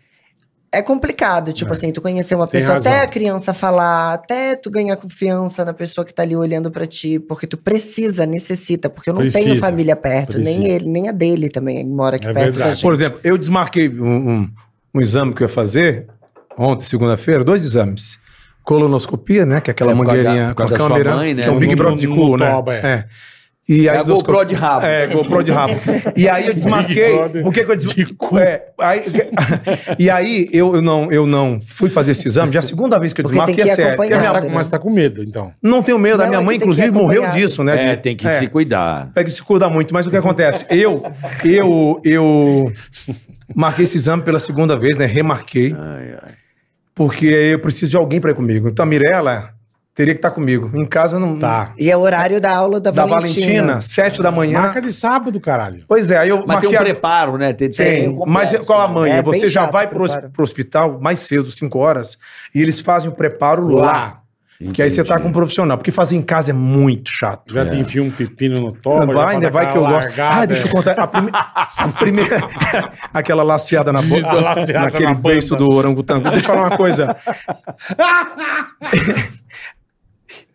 é complicado. Tipo assim, tu conhecer uma Tem pessoa, razão. até a criança falar, até tu ganhar confiança na pessoa que tá ali olhando pra ti, porque tu precisa, necessita, porque eu não tenho Precisa. família perto, nem Precisa. ele, nem a dele também mora aqui É perto da verdade. gente. Por exemplo, eu desmarquei um, um- um exame que eu ia fazer ontem, segunda-feira, dois exames. Colonoscopia, né? Que é aquela É, por causa mangueirinha da- com por a causa da sua câmera. mãe, né? Que é um No- Big Brother no- de no cu, né? toba, é. É. E É a endoscopia- GoPro de rabo. É, GoPro de rabo. E aí eu desmarquei. Big Brother O que, que eu desmarquei? É, aí- e aí eu, eu não, eu não fui fazer esse exame, já é a segunda vez que eu Porque tem desmarquei, que é sério. acompanhar. Porque a Mas minha- tá, né? mas tá com medo, então. Não tenho medo, a Não, minha é que mãe, tem que inclusive, morreu acompanhar. disso, né? É, de- tem que se cuidar. é que se cuidar muito, mas o que acontece? Eu, eu, eu marquei esse exame pela segunda vez, né? Remarquei. Porque eu preciso de alguém pra ir comigo. Então a Mirella teria que estar comigo. Em casa não. Tá. E é o horário da aula da, Da Valentina. Valentina, sete da Hum. manhã. Marca de sábado, caralho. Pois é, aí eu Mas tem um marquei. a- preparo, né? Tem, tem Tem, um complexo, mas qual a manha? É bem Você já chato vai o pro, hos- preparo. pro hospital mais cedo, 5 horas, e eles fazem o preparo lá. Que aí você tá com um profissional. Porque fazer em casa é muito chato. Já te enfia um pepino no toba. já É. vai, ainda pra dar vai que eu aquela gosto. largada, é. Ah, deixa eu contar. A, prime- a primeira. aquela laceada na boca. A laceada naquele na banda. beiço do orangotango. Deixa eu falar uma coisa.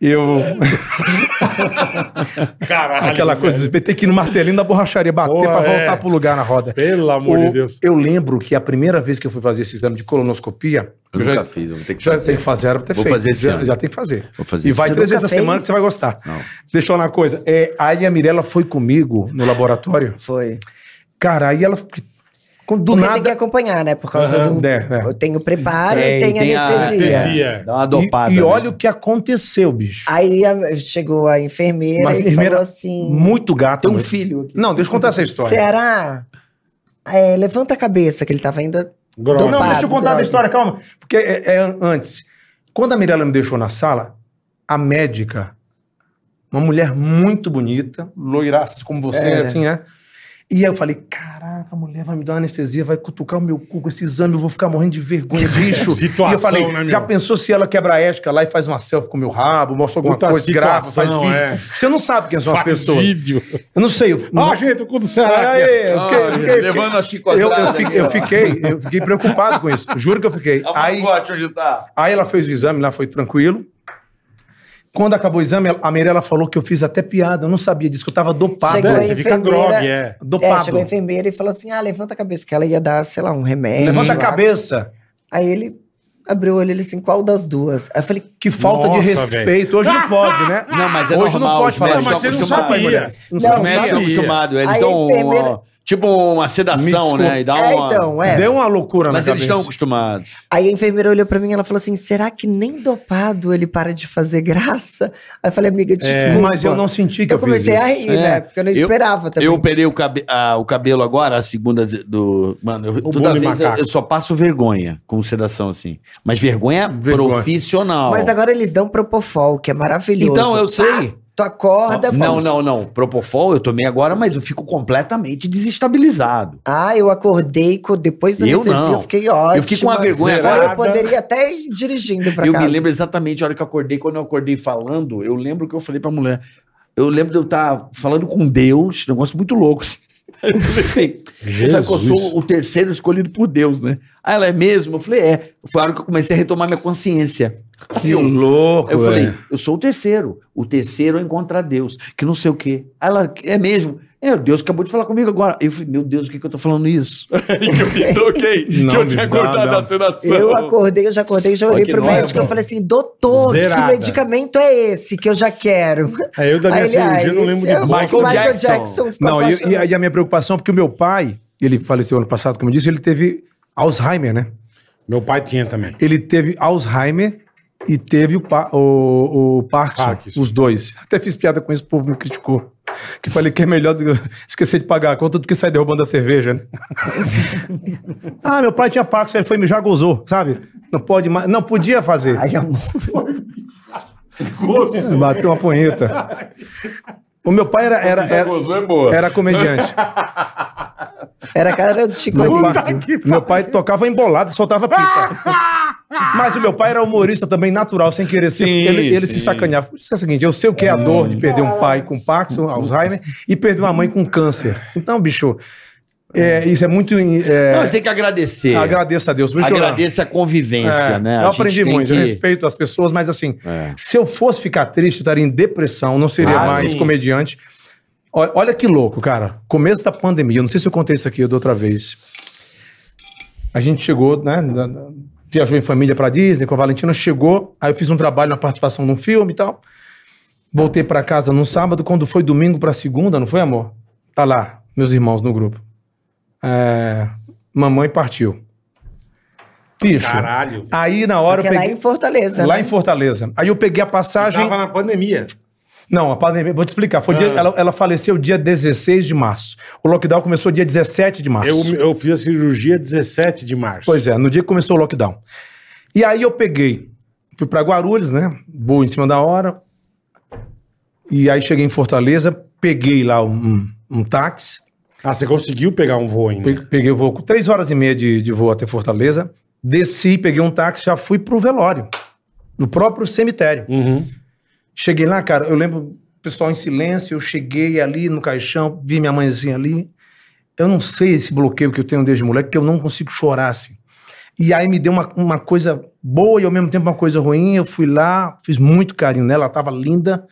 eu. é. Caralho, aquela coisa velho. de ter que ir no martelinho da borracharia bater Porra, pra voltar é. pro lugar na roda. Pelo amor O- de Deus. Eu lembro que a primeira vez que eu fui fazer esse exame de colonoscopia, eu, Eu já, nunca fiz, eu vou ter que já fazer. tem que fazer, era pra ter Vou feito. fazer esse já, ano. já tem que fazer. Vou fazer e esse vai ano. três Nunca vezes na fez? semana que você vai gostar. Não. Deixa eu falar uma coisa. É, aí a Mirella foi comigo no laboratório. Foi. Cara, aí ela. Quando, do Porque tem que nada. acompanhar, né? Por causa Aham, do. é, é. Eu tenho preparo É, e e tem, tem a anestesia. anestesia. Dia. Dá uma dopada. E, e né? olha o que aconteceu, bicho. Aí a- chegou a enfermeira Uma e enfermeira falou assim: Muito gato. Tem um filho aqui. Não, deixa eu contar essa história. Será? É, levanta a cabeça, que ele tava ainda. Grossa. Não, não, deixa eu Dopado, contar a droga. história, calma. Porque é, é an- antes. Quando a Mirella me deixou na sala, a médica, uma mulher muito bonita, loiraça como você, É. assim, né? E aí eu falei, caraca, a mulher vai me dar uma anestesia, vai cutucar o meu cu com esse exame, eu vou ficar morrendo de vergonha, bicho. e eu Situação, falei, né, meu? já pensou se ela quebra a ética lá e faz uma selfie com o meu rabo, mostra alguma Puta coisa, grava, faz situação, vídeo. é. Você não sabe quem são as Faz pessoas. vídeo. Eu não sei. Eu, Ah, gente, o cu do Será. Aí, eu fiquei- Ah, eu fiquei- levando a chicotada. eu, eu, fiquei, eu fiquei, eu fiquei preocupado com isso. Juro que eu fiquei. Então Aí, um onde tá. aí ela fez o exame lá, foi tranquilo. Quando acabou o exame, a Mirella falou que eu fiz até piada. Eu não sabia disso, que eu tava dopado. Chegou É, aí. você fica enfermeira- grog, é. É, Dopado. chegou a enfermeira e falou assim: ah, levanta a cabeça, que ela ia dar, sei lá, um remédio. Levanta a cabeça. Aí ele abriu o olho, ele assim: qual das duas? Aí eu falei: Que falta de Nossa, respeito. Hoje não pode, né? Não, mas é Hoje normal, não pode os falar médicos né? isso. Não estão sabe, acostumados. mulher. Não Não, Os médicos sabia. estão acostumados. Eles Aí dão a enfermeira- uma, tipo uma sedação, desculpa. né? E dá é, uma... então, é. Deu uma loucura Mas na eles cabeça. estão acostumados. Aí a enfermeira olhou pra mim e ela falou assim: será que nem dopado ele para de fazer graça? Aí eu falei: amiga, desculpa. É, Mas eu não senti que eu, Eu comecei fiz a isso. rir, né? É. Porque eu não Eu- esperava também. Eu operei o, cabe- ah, o cabelo agora, a segunda ze- do. Mano, eu, toda bolo e vez eu, macaco. eu só passo vergonha com sedação assim. Mas vergonha, Vergonha. profissional. Mas agora eles dão propofol, que é maravilhoso. então, eu Pá, sei. Tu acorda, é não, pô. não, não. Propofol eu tomei agora, mas eu fico completamente desestabilizado. Ah, eu acordei co- depois da Eu anestesia, não. eu fiquei ótimo. Eu fiquei com uma vergonha Agora eu zerada. poderia até ir dirigindo pra eu casa. me lembro exatamente a hora que eu acordei. Quando eu acordei falando, eu lembro que eu falei pra mulher. Eu lembro de eu estar falando com Deus, negócio muito louco. assim. Aí eu falei, Você sabe que eu Jesus. sou o terceiro escolhido por Deus, né? Ah, ela é mesmo? Eu falei, é. Foi a hora que eu comecei a retomar minha consciência. Que louco, Eu falei, velho. eu sou o terceiro. O terceiro é encontrar Deus, que não sei o quê. Aí ela, é mesmo? É, Deus acabou de falar comigo agora. Eu falei, meu Deus, o que, que eu tô falando isso? eu toquei, Não, que eu tinha não, cortado não. a sedação. Eu acordei, eu já acordei, já olhei que é pro nóia, médico e eu pô. falei assim, doutor, Zerada. que medicamento é esse que eu já quero? Aí eu da minha Aí ele, cirurgia ah, não lembro esse de é o bosta. Michael Jackson. ficou Não, e, apaixonado. e a- e a minha preocupação, porque o meu pai, ele faleceu ano passado, como eu disse, ele teve Alzheimer, né? Meu pai tinha também. Ele teve Alzheimer e teve o, pa- o- o Parkinson, Parkinson. os dois. Até fiz piada com isso, o povo me criticou. Que eu falei que é melhor do que- esquecer de pagar a conta do que sair derrubando a cerveja, né? ah, meu pai tinha Parkinson, ele foi me já gozou, sabe? Não pode mais, não podia fazer. Ai, amor. Bateu uma punheta. O meu pai era, era, era, Zagozou é boa. era comediante. Era a cara do Chico Meu Buarque. pai, Tipo assim, meu pai tocava embolado, soltava pipa. Mas o meu pai era humorista também, natural, sem querer ser. Sim, ele ele se sim. sacaneava. Por isso é o seguinte: eu sei o que é a dor de perder um pai com Parkinson, Alzheimer, e perder uma mãe com câncer. Então, bicho, é, isso é muito. é, Não, tem que agradecer. agradeço a Deus. Por isso que eu- Agradeça a convivência, é, né? A Eu gente aprendi tem muito, que- eu respeito as pessoas, mas assim, É. se eu fosse ficar triste, eu estaria em depressão, não seria Ah, mais sim. comediante. Ó- Olha que louco, cara. Começo da pandemia, eu não sei se eu contei isso aqui da outra vez. A gente chegou, né? na- na- Viajou em família pra Disney com a Valentina, chegou, aí eu fiz um trabalho na participação num filme e tal. Voltei pra casa no sábado, quando foi domingo pra segunda, não foi, amor? Tá lá, meus irmãos no grupo. É, mamãe partiu. Bicho, Caralho. velho. Aí na Só hora que eu é lá peguei. em Fortaleza, Lá né? em Fortaleza. Aí eu peguei a passagem. Tava Ah. na pandemia. Não, a pandemia. Vou te explicar. Foi dia- ela, ela faleceu dia 16 de março. O lockdown começou dia 17 de março. Eu, eu fiz a cirurgia 17 de março. Pois é, no dia que começou o lockdown. E aí eu peguei, fui pra Guarulhos, né? Vou em cima da hora. E aí cheguei em Fortaleza, peguei lá um, um táxi, Ah, você conseguiu pegar um voo ainda? pe- peguei o voo com três horas e meia de, de voo até Fortaleza. Desci, peguei um táxi, já fui pro velório, no próprio cemitério. Uhum. Cheguei lá, cara, eu lembro o pessoal em silêncio, eu cheguei ali no caixão, vi minha mãezinha ali. Eu não sei esse bloqueio que eu tenho desde moleque, que eu não consigo chorar assim. E aí me deu uma, uma coisa boa e ao mesmo tempo uma coisa ruim. Eu fui lá, fiz muito carinho nela, ela tava linda,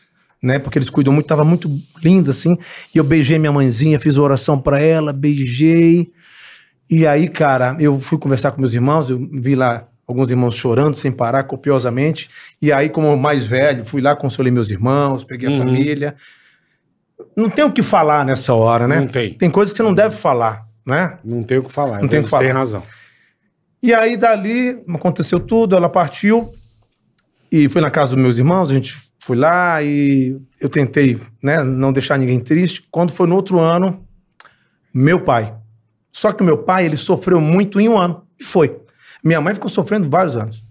né? Porque eles cuidam muito, tava muito linda assim. E eu beijei minha mãezinha, fiz oração pra ela, beijei. E aí, cara, eu fui conversar com meus irmãos, eu vi lá alguns irmãos chorando sem parar, copiosamente. E aí, como mais velho, fui lá, consolei meus irmãos, peguei a Uhum. família. Não tem o que falar nessa hora, né? Não tem. Tem coisas que você não deve falar, né? Não tem o que falar. Não tem o que falar. Tem razão. E aí, dali, aconteceu tudo, ela partiu e fui na casa dos meus irmãos, a gente foi lá e eu tentei né, não deixar ninguém triste. Quando foi no outro ano, meu pai. Só que o meu pai, ele sofreu muito em um ano. E foi. Minha mãe ficou sofrendo vários anos.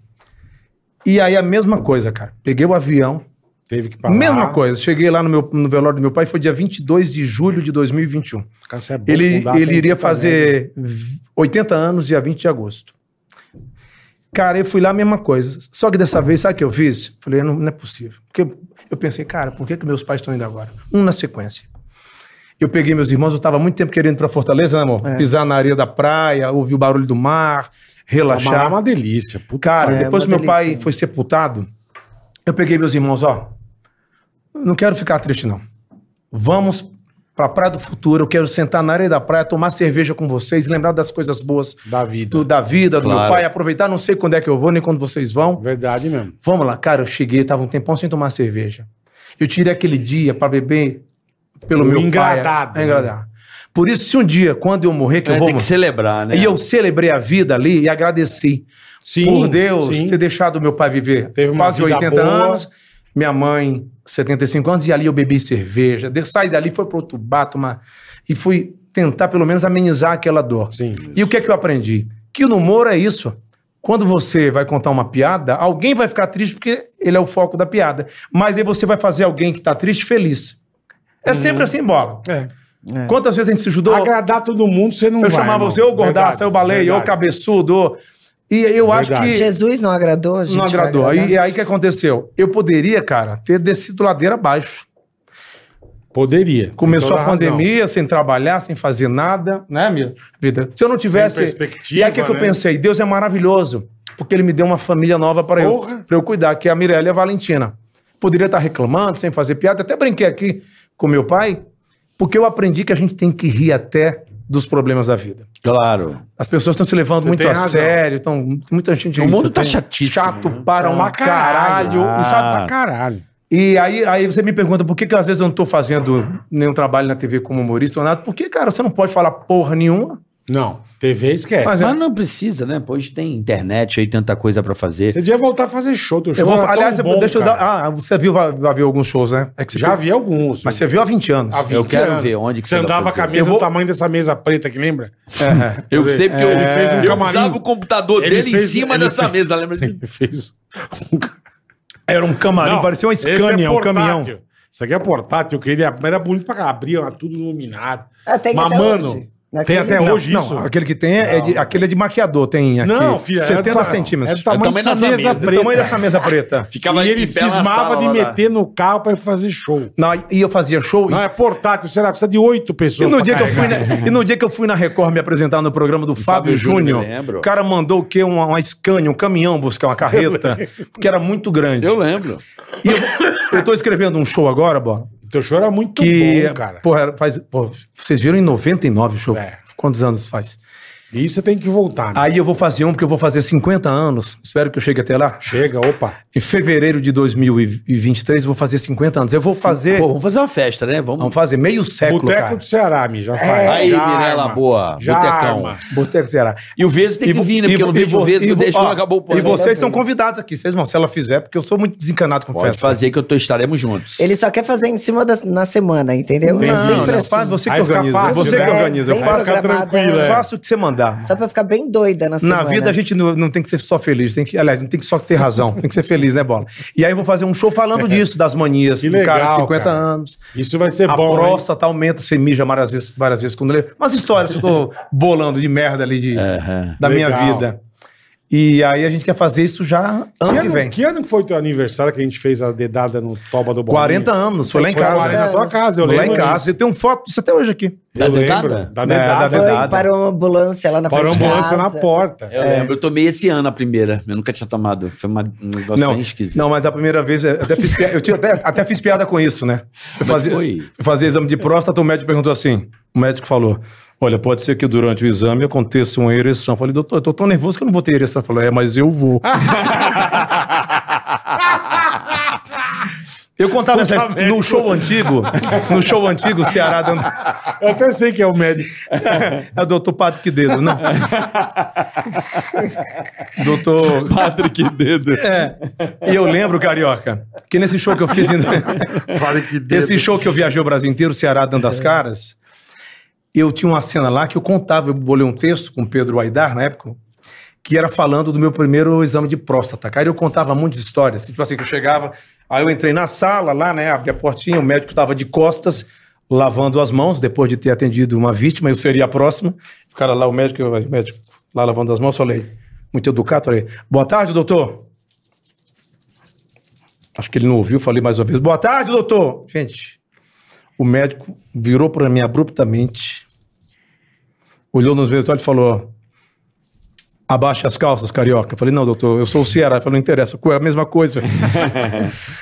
E aí, a mesma coisa, cara. Peguei o avião, Teve que parar. mesma coisa. Cheguei lá no, meu, no velório do meu pai, foi dia 22 de julho de 2021. Cacá, é bom, não Ele, dá ele tempo iria também. fazer 80 anos, dia 20 de agosto. Cara, eu fui lá, mesma coisa. Só que dessa vez, sabe o que eu fiz? Falei, não, não é possível. Porque eu pensei, cara, por que, que meus pais estão indo agora? Um na sequência. Eu peguei meus irmãos, eu tava muito tempo querendo ir pra Fortaleza, né, É. amor? Pisar na areia da praia, ouvir o barulho do mar, Amar relaxar. é uma delícia. Puta Cara, É, depois que uma meu pai delícia. foi sepultado, eu peguei meus irmãos, ó. Não quero ficar triste, não. Vamos pra Praia do Futuro, eu quero sentar na areia da praia, tomar cerveja com vocês, lembrar das coisas boas da vida. do, da vida, do meu Claro. pai, aproveitar, não sei quando é que eu vou, nem quando vocês vão. Verdade mesmo. Vamos lá, cara, eu cheguei, tava um tempão sem tomar cerveja. Eu tirei aquele dia pra beber pelo O meu engradado, pai. é, né? Engradado. Por isso, se um dia, quando eu morrer, que eu É, vou tem que morrer, celebrar, né? e eu celebrei a vida ali e agradeci Sim, por Deus sim. ter deixado meu pai viver Teve uma quase vida 80 boa. anos, minha mãe 75 anos, e ali eu bebi cerveja. De- Saí dali, foi pro outro bar tomar, e fui tentar pelo menos amenizar aquela dor. Sim. E o que é que eu aprendi? Que no humor é isso. Quando você vai contar uma piada, alguém vai ficar triste porque ele é o foco da piada. Mas aí você vai fazer alguém que tá triste feliz. Uhum. É sempre assim, bola. É. Quantas vezes a gente se ajudou? Agradar todo mundo, você não Eu vai, chamava irmão. você, ô gordaço, Verdade, ô baleia, ô verdade. cabeçudo. ô- E eu acho Verdade. que Jesus não agradou, a gente né? não vai agradou. Aí, é agradar? aí que aconteceu? Eu poderia, cara, ter descido ladeira abaixo. Poderia. Começou Tem toda a razão. pandemia, sem trabalhar, sem fazer nada, né, minha vida? Se eu não Sem tivesse. perspectiva, E aí o que, que eu né? pensei? Deus é maravilhoso, porque ele me deu uma família nova para eu, Porra. pra eu cuidar, que é a Mirella e a Valentina. Poderia estar reclamando, sem fazer piada, até brinquei aqui com meu pai, porque eu aprendi que a gente tem que rir até dos problemas da vida. Claro. As pessoas estão se levando muito tem a razão. sério, tão, muita gente. é O mundo tá tem- chatíssimo, Chato para uma caralho. Ah. E sabe, Pra né? Tá caralho. e aí, aí você me pergunta por que, que às vezes eu não tô fazendo nenhum trabalho na TV como humorista ou nada. Porque, cara, você não pode falar porra nenhuma. Não, TV esquece. Mas é- Mas, não precisa, né? Pois tem internet aí, tanta coisa pra fazer. Você devia voltar a fazer show. Teu show Eu vou, era aliás, tão eu- bom, deixa eu cara. dar. Ah, você viu, vai, vai ver alguns shows, né? É que você Já viu, vi alguns. Mas você viu há 20 anos. Há 20 Eu quero anos. ver onde que você você vai andava fazer. com a Eu mesa vou- do tamanho dessa mesa preta que lembra? É. Eu sei porque eu, Ele fez um eu camarim. usava o computador Ele dele fez- um- em cima ele dessa fez- mesa, lembra Hum. disso? Ele fez. Era um camarim, Não, parecia uma esse é Scania, um portátil. caminhão. Isso aqui é portátil, que ele era bonito pra cá. Abria era tudo iluminado. Ah, tem Mas, até mano, hoje. tem Naquele- até Não, hoje não, isso. aquele que tem é, é de, aquele é de maquiador, tem aqui Não, filho, 70 é do ta- centímetros. É do tamanho, tamanho dessa dessa mesa, mesa. do preta. tamanho dessa mesa preta. Ficava e ele em bela cismava sala de lá. meter no carro pra fazer show. Não, e eu fazia show. e- Não, é portátil, será? Precisa de oito E pessoas. no, pra dia que eu fui carregar. na, e no dia que eu fui na Record me apresentar no programa do Fábio, Fábio Júnior, Júnior, eu lembro. o cara mandou o quê? Uma, uma Scania, um caminhão buscar uma carreta, porque era muito grande. Eu lembro. E eu, eu tô escrevendo um show agora, Bola, Teu show era muito que, bom, cara. porra, era- faz, pô, vocês viram em 99 o show. É. Quantos anos faz? E isso tem que voltar, né? Aí eu vou fazer um, porque eu vou fazer 50 anos, espero que eu chegue até lá. Chega, opa. Em fevereiro de 2023 eu vou fazer 50 anos. Eu vou fazer, Pô, vamos fazer uma festa, né? Vamos. vamos fazer meio século, Boteco cara. do Ceará, Mi, já faz. É, Aí, É. já Mirella, arma. boa. Já Botecão. arma. Boteco Ceará. E o Vezes tem que vo- vir, né? Porque eu vo- não vejo o e Vezes vo- desde quando ó, acabou o E programa. vocês estão convidados aqui, vocês vão, se ela fizer, porque eu sou muito desencanado com Pode festa. fazer que eu tô, estaremos juntos. Ele só quer fazer em cima da na semana, entendeu? Não, não, Sempre não, assim. faz, é você que Aí fica organiza, fácil, você né? que É, organiza, eu Bem faço, Fica programado, tranquilo, né? é. faço o que você mandar. Só pra ficar bem doida na semana. Na vida a gente não, não tem que ser só feliz, tem que, aliás, não tem que só ter razão, tem que ser feliz, né, Bola? E aí eu vou fazer um show É. falando disso, das manias Que do cara de legal, 50 cara. anos. Isso vai ser a É bom. hein? próstata aumenta, você mija várias vezes, várias vezes quando lê. Umas histórias que eu tô bolando de merda ali de, da minha Legal. vida. E aí a gente quer fazer isso já ano Que que ano, vem. que ano que foi teu aniversário que a gente fez a dedada no Toba do Bolinho? 40 anos, foi lá em Foi casa. 40 na tua casa, eu lá lembro. em casa. Eu tenho foto disso até hoje aqui. disso. Eu Da dedada? lembro. Da É, dedada. da foi, dedada. parou uma ambulância lá na Parou a frente de ambulância na casa. porta. Eu É. lembro, eu tomei esse ano a primeira. Eu nunca tinha tomado. Foi uma- um negócio Não, bem esquisito. não, mas a primeira vez eu até fiz piada, eu tinha até, até fiz piada com isso, né? Eu fazia, foi? eu fazia exame de próstata, o médico perguntou assim: o médico falou: Olha, pode ser que durante o exame aconteça uma ereção. Eu falei, doutor, eu tô tão nervoso que eu não vou ter ereção. Ele falou, é, mas eu vou. eu contava essa histó- no show antigo, no show antigo, o Ceará dando. Eu até sei que é o médico. É o doutor Patrick Dedo, não. doutor. Patrick Dedo. É. E eu lembro, Carioca, que nesse show que eu fiz. em- Esse show que eu viajei o Brasil inteiro, Ceará dando as caras, eu tinha uma cena lá que eu contava, eu bolei um texto com o Pedro Aidar na época, que era falando do meu primeiro exame de próstata. Cara, eu contava muitas histórias. Tipo assim, que eu chegava, aí eu entrei na sala lá, né? Abri a portinha, o médico estava de costas, lavando as mãos, depois de ter atendido uma vítima, eu seria a próxima. O cara lá, o médico, o médico lá lavando as mãos, falei, muito educado, falei, boa tarde, doutor. Acho que ele não ouviu, falei mais uma vez, boa tarde, doutor. Gente, o médico virou para mim abruptamente, olhou nos meus olhos e falou, Abaixa as calças, carioca. Eu falei, não, doutor, eu sou o Ceará. Ele falou, não interessa, é a mesma coisa.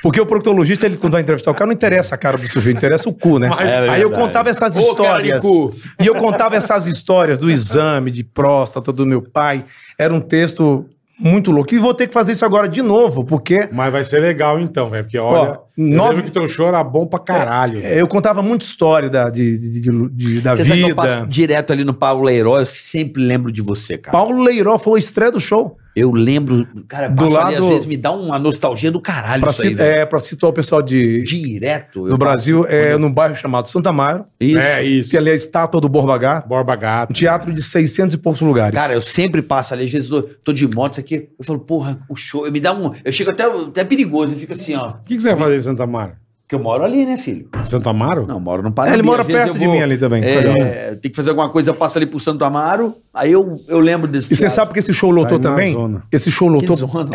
Porque o proctologista, ele quando vai entrevistar o cara, não interessa a cara do sujeito, interessa o cu, né? é Aí eu verdade. contava essas Ô, cara de histórias. cu. E eu contava essas histórias do exame de próstata do meu pai. Era um texto muito louco. E vou ter que fazer isso agora de novo, porque Mas vai ser legal então, velho. Porque olha, eu nove- É, lembro que teu show era bom pra caralho. eu contava muita história da, de- de- de- de- da Você sabe que eu passo vida. direto ali no Paulo Herói, eu sempre lembro de você, cara. Paulo Leiró foi a estreia do show. Eu lembro, cara, Do do lado... lado- às vezes me dá uma nostalgia do caralho Pra, isso aí, ci- velho. é, pra situar o pessoal de, Direto. eu do passo- Brasil, é num bairro chamado Santa Mário. Isso. É isso. que ali é a estátua do Borba Gato, Borba um Gato. teatro de 600 e poucos lugares. Cara, eu sempre passo ali, às vezes eu tô, tô de moto, isso aqui, eu falo, porra, o show, eu me dá um, eu chego até, até perigoso, eu fico assim, ó, O que, que você vai fazer em Santa Amaro? porque eu moro ali, né, filho? Santo Amaro? Não, eu moro no Paraná. É, ele mora perto de mim ali também, É, tem que fazer alguma coisa, eu passo ali pro Santo Amaro, aí eu, eu lembro desse e você sabe porque esse show lotou Tá indo na também? zona. Esse show que lotou. Hum, zona,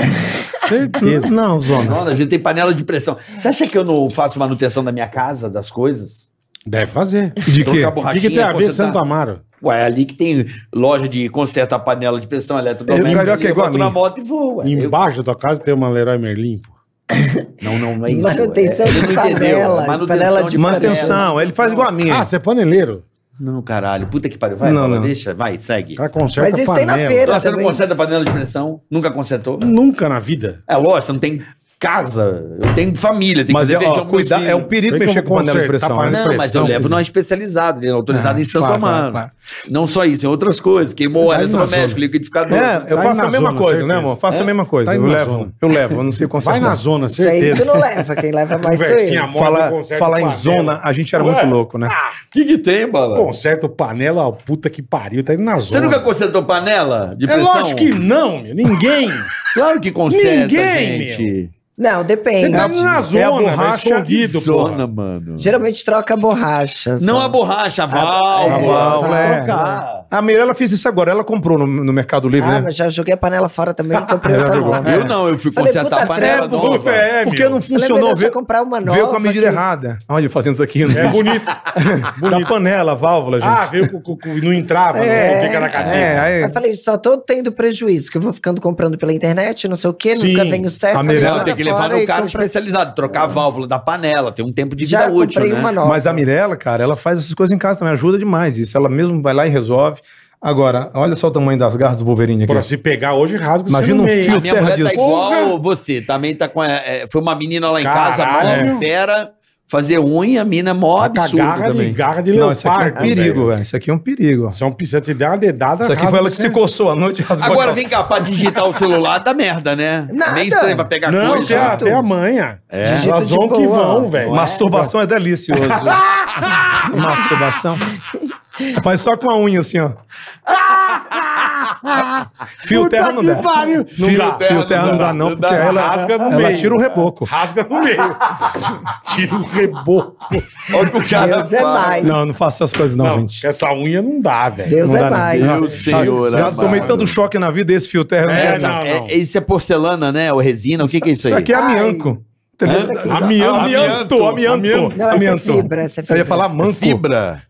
Certeza. Não, Zona. zona, a gente tem panela de pressão. Você acha que eu não faço manutenção da minha casa, das coisas? Deve fazer. De quê? Trocar O que, borrachinha, que tem a ver consertar- Santo Amaro? Ué, é ali que tem loja de conserta panela de pressão elétrica. Eu- o carioca é igual a na mim. moto e voa. Embaixo da tua casa tem uma Leroy Merlin. pô. Não, não, não é isso. Manutenção é- de ele não entendeu, panela, é manutenção panela de panela. Manutenção, ele faz igual a minha. Ah, você é paneleiro? Não, caralho. Puta que pariu. Vai, Não, Paula, não. deixa. Vai, O segue. cara conserta Mas isso tem na panela. feira Ah, Você não também. conserta panela de pressão? Nunca consertou? Nunca na vida. É lógico, você não tem casa. Eu tenho família, tem Mas que é, fazer ó, feijão com os cuidar, filhos. é um perigo Vem que eu mexer vou com panela de consertar pressão. panela. né? Não, mas eu pressão, levo quer numa especializada, né, Ah, autorizada É, em Santo claro, Amaro. claro, Não só isso, em outras coisas. Queimou o Tá indo na eletrodoméstico, zona. liquidificador. É, eu Tá faço indo a na mesma zona, coisa, certeza. né, amor? Faço a mesma coisa. Tá indo eu na levo, zona. eu levo, eu não sei Vai consertar. na zona, Isso aí tu certeza. não leva, quem leva mais sou Conversinha eu. mole, Falar, não conserta falar em panela. zona, a gente era Ué? Ah, muito louco, né? O que, que tem, Bala? Conserta o panela, ó, puta que pariu, tá indo na Você zona. nunca consertou panela de É pressão? lógico que não, meu. Ninguém. Claro que conserta, Ninguém, gente. Não, Você depende. tá indo na zona, velho, borracha escondido, pô. Zona, mano. Geralmente troca a borracha. Não só. a borracha, a a válvula. tá válvula, é. Trocar. A Mirella fez isso agora, ela comprou no, no Mercado Livre, Ah, né? mas já joguei a panela fora também, comprei outra Já jogou. nova. Eu não, eu fui É. Falei, consertar a puta, panela é, nova. É, Porque meu. não Falei, melhor funcionou, você veio, comprar uma nova. veio com a medida que- errada. Olha, eu fazendo isso aqui. né? É bonito. Da panela, a válvula, gente. Ah, veio com o cu e não entrava, né? É, não fica na é, cadeia. aí- Aí eu falei, só tô tendo prejuízo, que eu vou ficando comprando pela internet, não sei o quê, Sim. nunca venho certo. A falei, Mirella Não, joga tem que levar fora no e cara compra- especializado, trocar a válvula da panela, tem um tempo de vida Já útil, comprei né? é uma nova. Mas a Mirella, cara, ela faz essas coisas em casa também, ajuda demais isso. Ela mesmo vai lá e resolve. Agora, olha só o tamanho das garras do Wolverine aqui. Pra se pegar hoje, rasga Imagina um A fio. minha Terra mulher tá de igual você, também tá com. é, é, foi uma menina lá em casa, Caralho. mó fera, fazer unha, Tá a mina é mó Tá Absurdo absurda garra de, também. garra de Não, isso aqui é um leopardo. Tá perigo, velho. Isso aqui é um perigo. São pisando, se der uma dedada, Isso aqui rasga foi ela que você. se coçou à noite e rasgou a Agora calça. vem cá, pra digitar o celular dá merda, né? Nada. Meio estranho pra pegar Não, coisa. tem até a manha. Digita Elas de vão que boa. vão, velho. Masturbação é delicioso. Masturbação. Faz só com a unha assim, ó. Fio terra não dá. pariu. Fio, Não dá. fio terra não dá, não, Não dá. porque ela, Rasga no ela meio. tira o reboco. Rasga no meio. Tira o reboco. Olha o que o cara Deus é fala. mais. Não, não faço essas coisas, não, Não, gente. essa unha não dá, velho. Deus não é dá, não. mais. Meu senhor, Já amado. tomei tanto choque na vida, esse fio terra não É, dá, Essa- não. não, é- não. é- isso é porcelana, né? Ou resina? O que, que é isso aí? Isso aqui é Ai. amianco. Essa aqui- é Amianto, amianto. Não, essa é amianto. fibra, essa é Eu ia fibra. falar manco. Fibra.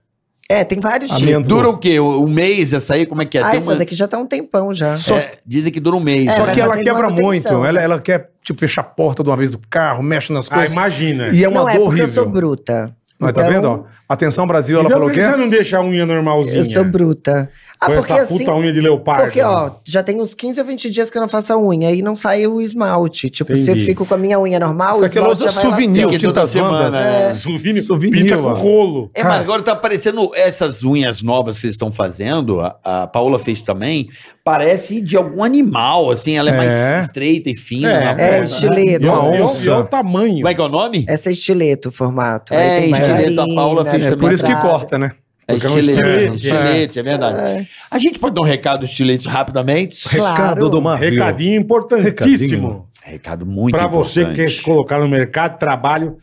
É, tem vários tipos. Amianto. Dura o quê? Um mês essa aí? Como é que é? Ah, Tem essa uma- daqui já tá um tempão já. Só É, dizem que dura um mês. É, Só vai que ela fazendo quebra manutenção, muito. né? Ela, ela quer, tipo, fechar a porta de uma vez do carro, mexe nas Ah, coisas. imagina. e é uma não é dor porque horrível. eu sou bruta. Mas tá Então, vendo? ó? Atenção, Brasil, ela então falou é por o que quê? você não deixa a unha normalzinha? Eu sou bruta. Ah, Com porque essa assim. puta um unha de leopardo. Porque, ó, já tem uns 15 ou 20 dias que eu não faço a unha e não sai o esmalte. Tipo, se eu Entendi. fico com a minha unha normal, Isso Ah, o é aqui ela esmalte usa já vai souvenir, lascando. quintas Toda bandas. É. semana, né? Souvenir, Souvenir, pinta com ó. rolo. É, mas agora tá parecendo essas unhas novas que vocês estão fazendo, a, a Paola fez também, parece de algum animal, assim, ela é, É. mais estreita e fina. É, na lascar. É, ponta, né? estileto. E olha- Uma e olha- onça. e olha o tamanho. Como é que é o nome? Essa é estileto o formato. É, Aí tem estileto, a Paula fez margarina, É também. por isso que dobrada. corta, né? É Porque é um estilete, é um estilete, estilete, é verdade. A gente pode dar um recado do estilete rapidamente? Claro. Recado do Marvio. Recadinho importantíssimo. Recadinho. Um Recado muito Pra você que quer se colocar no mercado de trabalho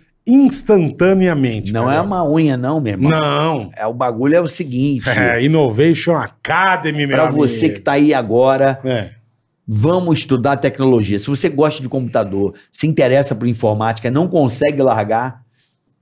instantaneamente. Não é cara. uma unha não, meu irmão. Não. É, o bagulho é o seguinte, É, Innovation Academy, meu pra amigo. você que tá aí agora, É. Vamos estudar tecnologia. Se você gosta de computador, se interessa por informática, não consegue largar,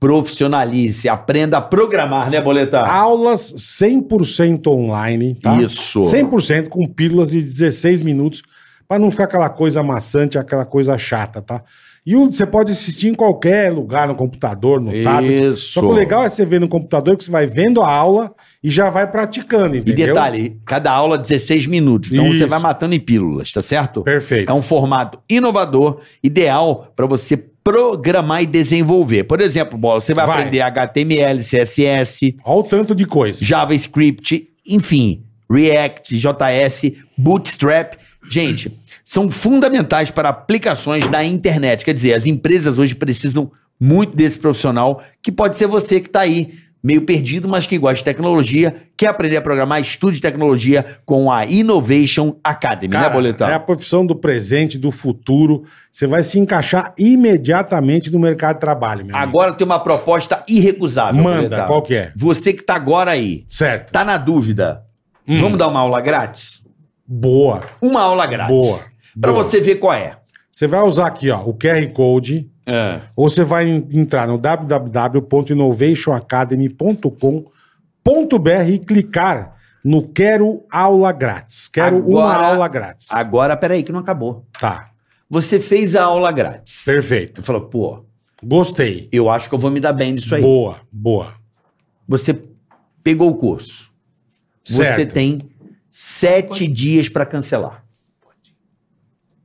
profissionalize, aprenda a programar, né, Boletar? Aulas 100% online, Ah, tá? Isso. 100% com pílulas de 16 minutos, para não ficar aquela coisa amassante, aquela coisa chata, tá? E o- você pode assistir em qualquer lugar, no computador, no tablet. Só Isso. que o legal é você ver no computador que você vai vendo a aula e já vai praticando, E entendeu? detalhe, cada aula 16 minutos. Então você Isso. vai matando em pílulas, tá certo? Perfeito. É um formato inovador, ideal para você programar e desenvolver. Por exemplo, Bola, você vai, Vai. aprender HTML, CSS, Olha o tanto de coisa. JavaScript, enfim, React, JS, Bootstrap. Gente, são fundamentais para aplicações da internet. Quer dizer, as empresas hoje precisam muito desse profissional, que pode ser você que está aí, meio perdido, mas que gosta de tecnologia, quer aprender a programar, estude tecnologia com a Innovation Academy, né, Cara, Boletão? É a profissão do presente, do futuro. Você vai se encaixar imediatamente no mercado de trabalho, meu amigo. Agora tem uma proposta irrecusável. Manda, Boletar. qual que é? Você que está agora aí, Certo. tá na dúvida, Hum. vamos dar uma aula grátis? Boa. Uma aula grátis. Boa. Pra Boa. você ver qual é. Você vai usar aqui, ó, o QR Code. É. Ou você vai en- entrar no www.innovationacademy.com.br e clicar no Quero Aula Grátis. Quero uma Agora- aula grátis. Agora, peraí, que não acabou. Tá, Você fez a aula grátis. perfeito. Você falou, pô, Gostei. eu acho que eu vou me dar bem nisso aí. Boa, boa. Você pegou o curso. Você Certo. tem sete dias pra cancelar.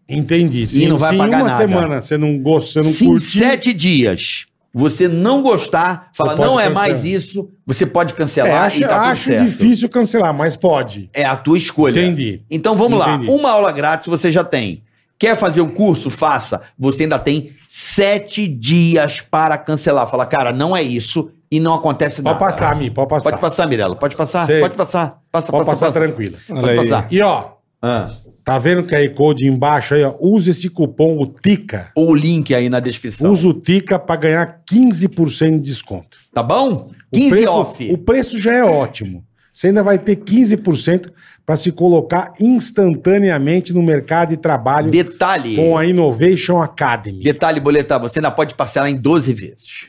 Entendi. E não vai se em pagar uma nada. semana você não gosta, você não Se em curtiu. sete dias você não gostar, falar, pode não é cancelar. mais isso, você pode É, cancelar acho e tá tudo acho certo. difícil cancelar, mas pode. É a tua escolha. Entendi. Então vamos Entendi. lá. Uma aula grátis você já tem. Quer fazer o curso? Faça. Você ainda tem sete dias para cancelar. Fala, cara, não é isso e não acontece nada. Pode passar, Mi, pode passar. Pode passar, Mirella. Pode passar. Sei. Pode passar. Passa, Pode passa, passar passa. tranquilo. Pode Olha aí. passar. E ó, Ah, tá vendo o QR Code embaixo aí, ó? Usa esse cupom, o TICA. ou o link aí na descrição. Usa o TICA pra ganhar 15% de desconto. Tá bom? O 15 preço, off. O preço já é ótimo. Você ainda vai ter 15% para se colocar instantaneamente no mercado de trabalho Detalhe. com a Innovation Academy. Detalhe, boletar, você ainda pode parcelar em 12 vezes.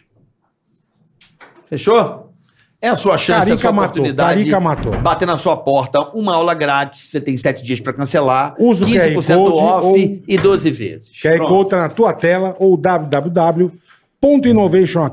Fechou? É a sua chance, a Carica sua matou, oportunidade. Carica matou. Bater na sua porta, uma aula grátis, você tem 7 dias para cancelar, Usa o QR 15% Code off ou- e 12 vezes. QR Pronto. Code tá na tua tela ou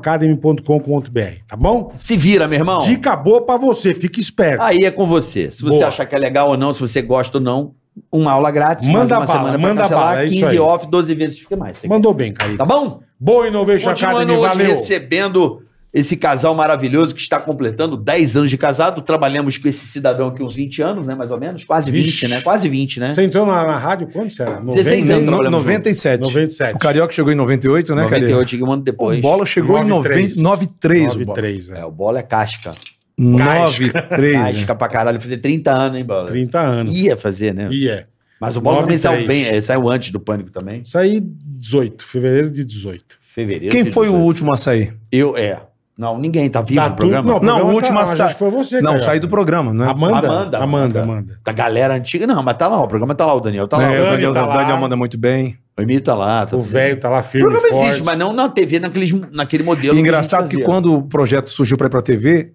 www.innovationacademy.com.br, tá bom? Se vira, meu irmão. Dica boa pra você, fica esperto. Aí é com você. Se você Boa. achar que é legal ou não, se você gosta ou não, uma aula grátis, mais Manda uma bala, semana pra manda cancelar, bala, é isso 15 aí. off, 12 vezes, fica mais. Você Mandou bem, quer. Carica. Tá bom? Boa Innovation Continuando Academy, hoje valeu. recebendo esse casal maravilhoso que está completando 10 anos de casado. Trabalhamos com esse cidadão aqui uns 20 anos, né? Mais ou menos. Quase 20, Vixe. né? Quase 20, né? Você entrou na, na rádio quando você era? 16 90? anos. No- trabalhamos 97. 97. O Carioca chegou em 98, né, Carioca? 98, que um ano depois. O Bola chegou em 93. 93. 93, É, é. o Bola é casca. 93. Casca pra caralho. Fazer 30 anos, hein, Bola? 30 anos. Ia fazer, né? E é. Mas o Bola 93. também saiu bem. é, saiu antes do Pânico também. Saí 18, fevereiro de 18. Fevereiro. Quem de foi o 18. último a sair? Eu, é. Não, ninguém tá vivo Tá no tudo- programa. Não, programa o último tá, a mas sa- acho que foi você, Não, Carioca. saí do programa, né? Amanda? Amanda, Amanda, Amanda. Da galera antiga. Não, mas tá lá. O programa tá lá. O Daniel tá lá. É, Dani o Daniel, tá lá. Daniel manda muito bem. O Emílio tá lá. tá O tudo velho tá lá O firme. programa forte. existe, mas não na TV, naqueles, naquele modelo. E engraçado que quando o projeto surgiu para ir pra TV,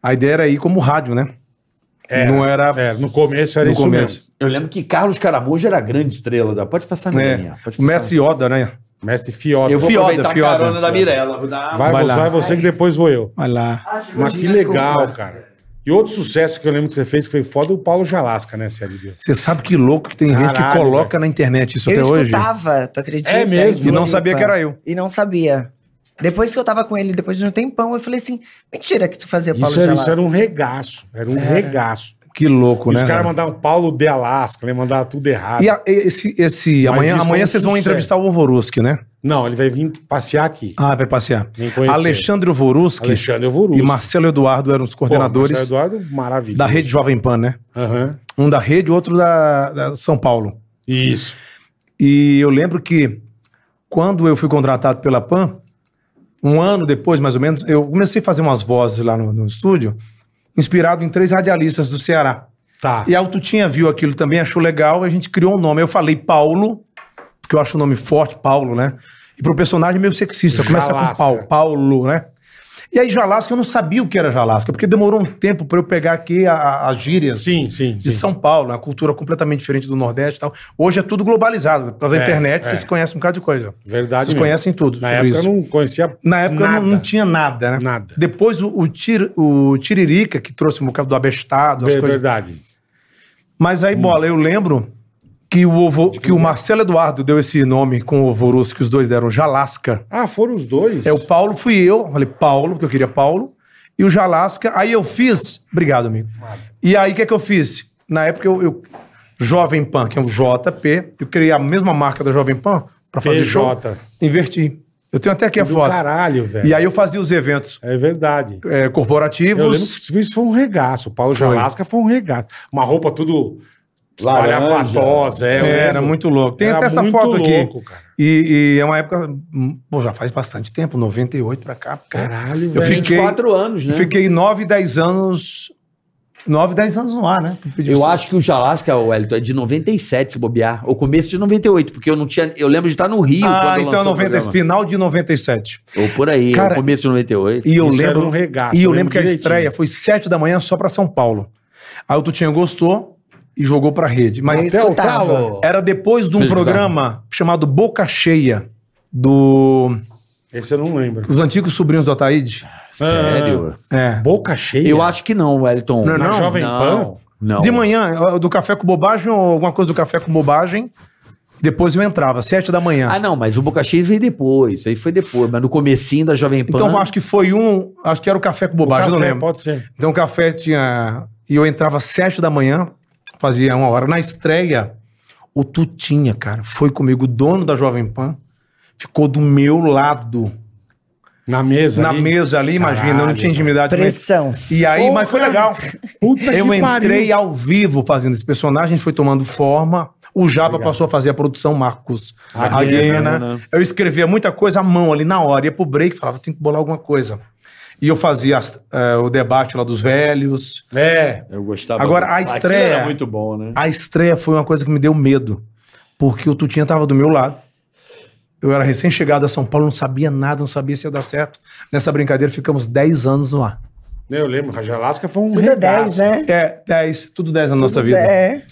a ideia era ir como rádio, né? Era, Não era É, no começo era no isso começo. mesmo. Eu lembro que Carlos Caramujo era a grande estrela. Da... Pode passar, É. Mirinha, pode O mestre Yoda, né? Mestre Fiota. Eu vou Fioda, aproveitar a Fioda. carona da Mirella. Vou dar... Vai, Vai você- lá. vai você que depois vou eu. Olha lá. Mas que legal, cara. E outro sucesso que eu lembro que você fez que foi foda o Paulo Jalasca, né, CLD? Você sabe que louco que tem gente que Caralho, coloca na internet isso eu até hoje. escutava, tu acredita? É mesmo? Em E não Floripa. sabia que era eu. E não sabia. Depois que eu tava com ele, depois de um tempão, eu falei assim, mentira que tu É, fazia Paulo Isso era, Gelasco. isso era um regaço. Era um regaço. Que louco, E né? os caras velho? mandavam Paulo de Alasca, né? Mandavam tudo errado. E a- esse, esse Mas amanhã, isso amanhã é um vocês vão sucesso. entrevistar o Ovoruski, né? Não, ele vai vir passear aqui. Ah, vai passear. Vem conhecer. Alexandre Ovoruski Alexandre Vurus. e Marcelo Eduardo eram os coordenadores Eduardo, maravilhoso. da rede Jovem Pan, né? Aham. Um da rede, outro da, da São Paulo. Isso. E eu lembro que quando eu fui contratado pela Pan, um ano depois, mais ou menos, eu comecei a fazer umas vozes lá no, no estúdio, inspirado em três radialistas do Ceará. Tá. E a Altutinha viu aquilo também, achou legal, e a gente criou um nome. Eu falei Paulo, porque eu acho o nome forte, Paulo, né? E pro personagem meio sexista, começa com Jalasca. Paulo, Paulo, né? E aí Jalasca, eu não sabia o que era Jalasca, porque demorou um tempo para eu pegar aqui a- a- as gírias Sim, sim. de sim. São Paulo, é uma cultura completamente diferente do Nordeste e tal. Hoje é tudo globalizado, por causa da É, internet, é. vocês conhecem um bocado de coisa. Verdade. vocês mesmo. conhecem tudo Na sobre época isso. eu não conhecia. Na época nada. não, não tinha nada, né? Nada. Depois o, o, tir, o Tiririca, que trouxe um bocado do abestado, as Ver- coisas. Verdade. Hum. Mas aí, bola, eu lembro que o, ovo, que o Marcelo Eduardo deu esse nome com o Ovorus, que os dois deram Jalasca. Ah, foram os dois? É o Paulo, fui eu. Falei, Paulo, porque eu queria Paulo. E o Jalasca. Aí eu fiz. Obrigado, amigo. E aí, o que é que eu fiz? Na época, eu. eu- Jovem Pan, que é o JP, eu criei a mesma marca da Jovem Pan pra fazer É show. PJ. Inverti. Eu tenho até aqui a Do foto. caralho, velho. E aí eu fazia os eventos É verdade. eh, Eu lembro corporativos. que isso foi um regaço. O Paulo Foi. Jalasca foi um regaço. Uma roupa tudo espalhafatosa. É, eu Era lembro. muito louco. Tem Era até essa muito foto aqui. louco, cara. E, e é uma época. hum, Pô, já faz bastante tempo 98 pra cá. pô. Caralho, Eu velho. fiquei, 24 anos, né? fiquei 9, 10 anos 9, 10 anos no ar, né? Pedir Eu pra você. acho que o Jalasca, o Wellington, é de 97, se bobear. O começo de 98, porque eu não tinha. Eu lembro de estar no Rio. Ah, quando então lançou o 90, programa. final de 97. Ou por aí, é Cara, o começo de 98. E eu Isso era lembro. um regaço, e eu eu lembro que a lembro estreia foi 7 da manhã só pra São Paulo. Aí o Tutinho gostou e jogou pra rede. Mas Eu até o escutava. tal era depois de um Vocês programa chamado Boca Cheia do Esse eu não lembro. os antigos sobrinhos do Ataíde. Sério? É. Boca cheia. Eu acho que não, Wellington. Não, Na não. Jovem Pan? Não. De manhã, do café com bobagem ou alguma coisa do café com bobagem. Depois eu entrava, 7 da manhã. Ah, não, mas o Boca Cheia veio depois. Isso aí foi depois, mas no comecinho da Jovem Pan. então eu acho que foi um. Acho que era o café com bobagem, eu não Café, lembro. Pode ser. Então o café tinha. E eu entrava às sete da manhã, fazia uma hora. Na estreia, o Tutinha, cara, foi comigo, o dono da Jovem Pan, ficou do meu lado, Na mesa. na ali. mesa ali, imagina, eu não Caralho, tinha intimidade. com ele. Pressão. E aí, mas foi legal. Puta Eu que entrei pariu. ao vivo fazendo esse personagem, a gente foi tomando forma. O Japa passou a fazer a produção Marcos Aguena, né? Aguena. Eu escrevia muita coisa à mão ali na hora, ia pro break, falava, tem que bolar alguma coisa. E eu fazia as- eh, o debate lá dos velhos. É. Eu gostava. Agora, a Aquilo estreia- Era muito bom, né? A estreia foi uma coisa que me deu medo, porque o Tutinha tava do meu lado. Eu era recém-chegado a São Paulo, não sabia nada, não sabia se ia dar certo. Nessa brincadeira ficamos 10 anos no ar. Eu lembro. Rajalasca foi um Tudo é 10, regaço. né? É, 10, tudo 10 na nossa Tudo vida. É.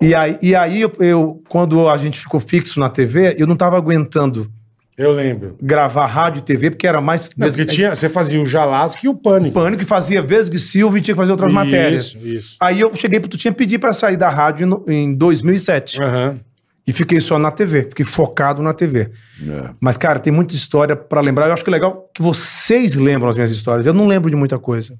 E aí, e aí eu, eu- quando a gente ficou fixo na TV, eu não tava aguentando Eu lembro. gravar rádio e TV, porque era mais Não, porque tinha, você fazia o Jalasca e o Pânico. pânico, e fazia Vesgo e Silva e tinha que fazer outras matérias. Isso, isso. Aí eu cheguei pro Tutinha pedir para sair da rádio no- em 2007. Aham. E fiquei só na TV, fiquei focado na TV. Mas, cara, tem muita história pra lembrar. Eu acho que é legal que vocês lembram as minhas histórias. Eu não lembro de muita coisa.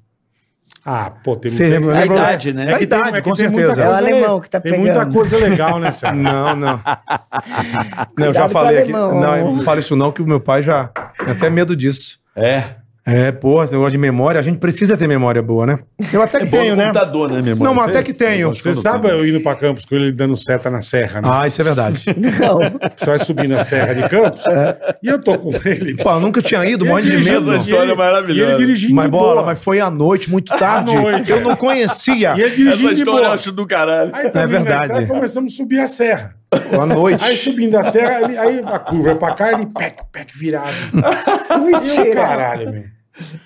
Ah, pô, tem Você lembra? tem- eu lembro- A idade, né? A É que tem- idade, é que com tem muita certeza. É o coisa le- alemão que tá Tem muita pegando. coisa legal nessa. Não, não. não, eu Cuidado já com falei o aqui. alemão. Não, eu não falo isso não, que o meu pai já tem até medo disso. É. É, porra, esse negócio de memória, a gente precisa ter memória boa, né? Eu até É que tenho, né? Computador, né, minha irmã? Não, mas até que tenho. Você sabe eu indo pra Campos com ele dando seta na serra, né? Ah, isso é verdade. Não. Você vai subindo a serra de Campos É. e eu tô com ele. Pô, eu nunca tinha ido, E morrendo ele de dirigindo, medo. essa história e ele- maravilhosa. E ele dirigindo Mas de bola, boa. mas foi à noite, muito tarde. noite, eu não conhecia. E ele Essa dirigindo de história eu boa. acho do caralho. Aí também, É verdade. né, começamos a subir a serra. À noite. Aí subindo a serra, ele- aí a curva é pra cá, ele pec, pec, virado. Ih, Mentira. Caralho, meu.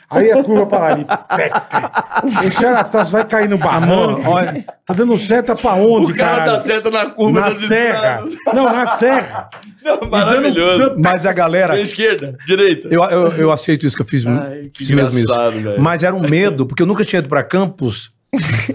Aí a curva pra lá, ele pec, pec. O Ceará Stas vai cair no barranco. olha. Tá dando seta pra onde, O cara caralho? dá seta na curva Na das serra. né? estradas. Não, na serra. Não, tá Maravilhoso. Mas a galera. Pra Esquerda, direita. Eu, eu, eu aceito isso que eu fiz, Ai, que fiz mesmo isso. engraçado, velho. Mas era um medo, porque eu nunca tinha ido pra campus.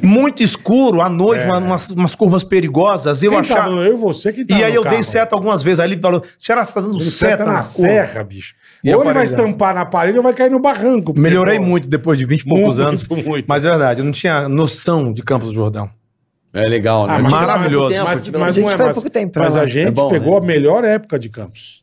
Muito escuro, à noite, uma- umas, umas curvas perigosas. Eu É. Quem achava. tava no- eu e você que tava e aí no eu dei carro. seta algumas vezes. Aí ele falou: será que você tá dando Ele seta, na, serra? serra, bicho. E ou ele vai aparelhado. estampar na parede ou vai cair no barranco. porque, Melhorei pô, muito depois de 20 e poucos muito, anos. muito. Mas é verdade, eu não tinha noção de Campos do Jordão. É legal, né? Ah, mas Tinha maravilhoso. pouco Mas, tempo, mas A gente não é, foi há mas- pouco tempo pra Mas lá. a gente É bom, pegou né? a melhor época de Campos.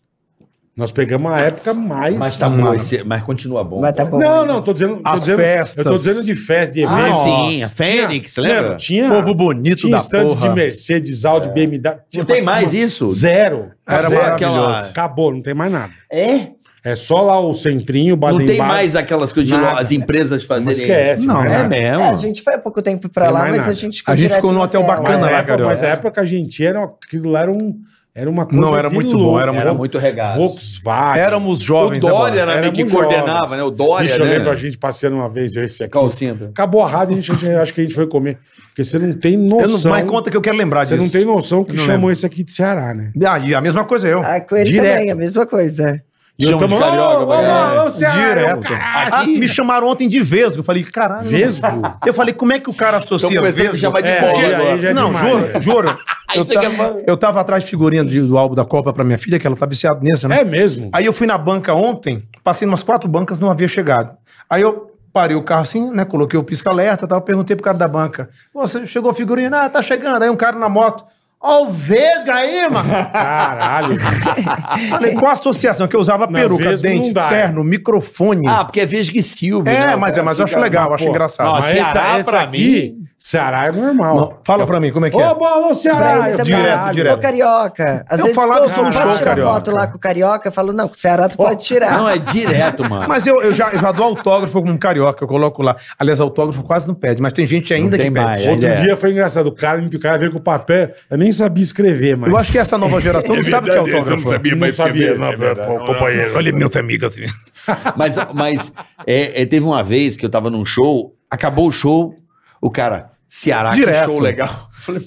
Nós pegamos a época mais. Mas tá bom, esse- mas continua bom. Mas tá bom. Não, não, tô dizendo. tô As dizendo- festas. Eu tô dizendo de festa, de Ah, evento. sim, a Fênix, lembra? Tinha. Povo bonito É. tinha da stand porra. É. de Mercedes, Audi, BMW. Tinha- Não tem mais isso? Zero. Era Zero. maravilhoso. Acabou, não tem mais nada. É? É só lá o centrinho, Não tem Baden-Baden. mais aquelas coisas de Nada. as empresas fazerem. Não esquece. né? Não, mais É nada. mesmo. É, a gente foi há pouco tempo pra Tem lá, mais mas a nada. gente A gente ficou direto num no hotel bacana, Mas, né, a lá, época, Carioca. mas a época que a gente era, aquilo lá era, um, era uma coisa. Não, era de muito louco. um bom, era muito Era muito regado. Volkswagen. Éramos O jovens, né, Dória Bola? era meio que Éramos coordenava, jovens. né? O Dória, Bicho, eu né? lembro a gente passeando uma vez, eu e esse aqui. Calcinha. Acabou a rádio, a gente, acho que a gente foi comer. Porque você não tem Eu não, noção. mas conta que eu quero lembrar você disso. não tem noção que Não chamou lembro. esse aqui de Ceará, né? Ah, e a mesma coisa eu. Ah, com ele Direto. também, a mesma coisa. E eu Chama de tamo, carioca, é "Ô, vai ô, ô, ô, Direto. Ah, me chamaram ontem de Vesgo. Eu falei, caralho. Vesgo? Eu falei, como é que o cara associa Tô começando a me chamar de É, bola aí- agora. aí já é não, demais, juro, velho. juro. Eu, tem ta- que- eu tava atrás de figurinha de- do álbum da Copa pra minha filha, que ela tá viciada nessa, né? É mesmo. Aí eu fui na banca ontem, passei umas quatro bancas, não havia chegado. Aí eu parei o carro assim, né? Coloquei o pisca-alerta, tal, perguntei pro cara da banca. "Pô, Você chegou a figurinha? Ah, tá chegando. Aí um cara na moto. Ó o Vesga aí, mano. Caralho. Falei, qual a associação? Que eu usava Na peruca, Vesgo não dente, dá. é. terno, microfone. Ah, porque é Vesga e Silva. é, né? mas, é, mas eu acho Fica- legal, eu acho Pô, engraçado. nossa, Mas essa, Ceará, essa pra aqui, Ceará é normal. Não, fala pra mim, como é que Ô, é? bola, ô, Ceará! Pra ele Ah, é eu- também. direto, direto. Ô, carioca. Às Eu vezes, falava pô, que sou um posso show, tirar carioca. foto lá com o carioca? Eu falo, não, com o Ceará tu pode tirar. Não, é direto, mano. Mas eu, eu já, eu já dou autógrafo como um carioca, eu coloco lá. Aliás, autógrafo quase não pede, mas tem gente ainda tem que pede. mais. Outro É. dia foi engraçado. O cara, o cara veio com o papel. Eu nem sabia escrever, mas. Eu acho que essa nova geração não sabe o que é autógrafo. Não sabia, é não, pô, companheiro. Olha, meus amigos. Mas, mas é, é, teve uma vez que eu tava num show, acabou o show, o cara, Ceará, Direto. que show legal.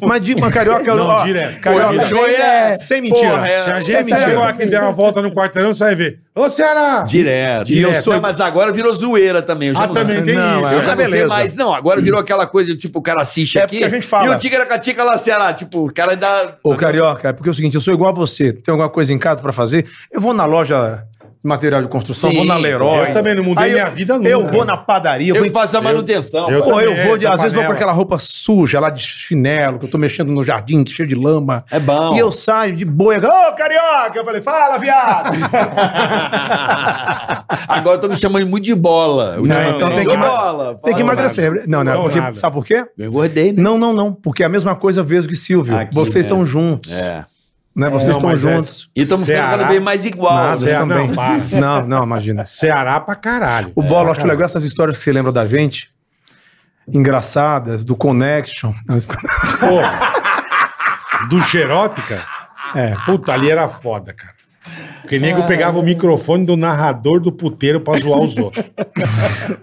Mas de uma carioca, eu Não, ó, direto. Carioca, Pô, show é sem mentira. Porra, é- Se sem a gente sair mentira. agora que der uma volta no quarteirão, você vai ver. Ô, Ceará! Direto. "Ah, E eu sou- Não, mas agora virou zoeira também. Eu já Ah, não também tem Não, isso. Eu é. já não sei beleza. mais. Não, agora virou aquela coisa, tipo, o cara assiste É aqui. porque a gente fala. E o Ticaracatica lá, Ceará. Tipo, o cara dá. Ô, carioca, é porque é o seguinte, eu sou igual a você. Tem alguma coisa em casa pra fazer? Eu vou na loja de material de construção, Sim, vou na Leroy. eu também não mudei Aí minha eu- vida nunca. Eu vou na padaria, eu, Eu vou que em faço a manutenção. eu pô. Pô, eu também, vou, de, da às vezes vou com panela. aquela roupa suja lá de chinelo, que eu tô mexendo no jardim, cheio de lama. É bom. E eu saio de boia, ô carioca! Eu falei, fala, viado! Agora eu tô me chamando muito de bola. Não, então não, tem não que, dá. bola. tem que Fala, emagrecer. Não, não, Não, porque, nada. sabe por quê? Eu engordei, né? Não, não, não. Porque é a mesma coisa Vesgo e Silvio. Aqui, Vocês né? estão juntos. É. Né? Vocês Não, estão mas é juntos. E estamos ficando Ceará- cada vez mais igual. Nada, né? vocês Ceará- também. não, para. Não, não, imagina. Ceará pra caralho. O Bola, eu acho legal essas histórias que você lembra da gente. Engraçadas, do Connection. Pô. Do Xerótica? É. Puta, ali era foda, cara. Porque nego pegava o microfone do narrador do puteiro pra zoar os outros.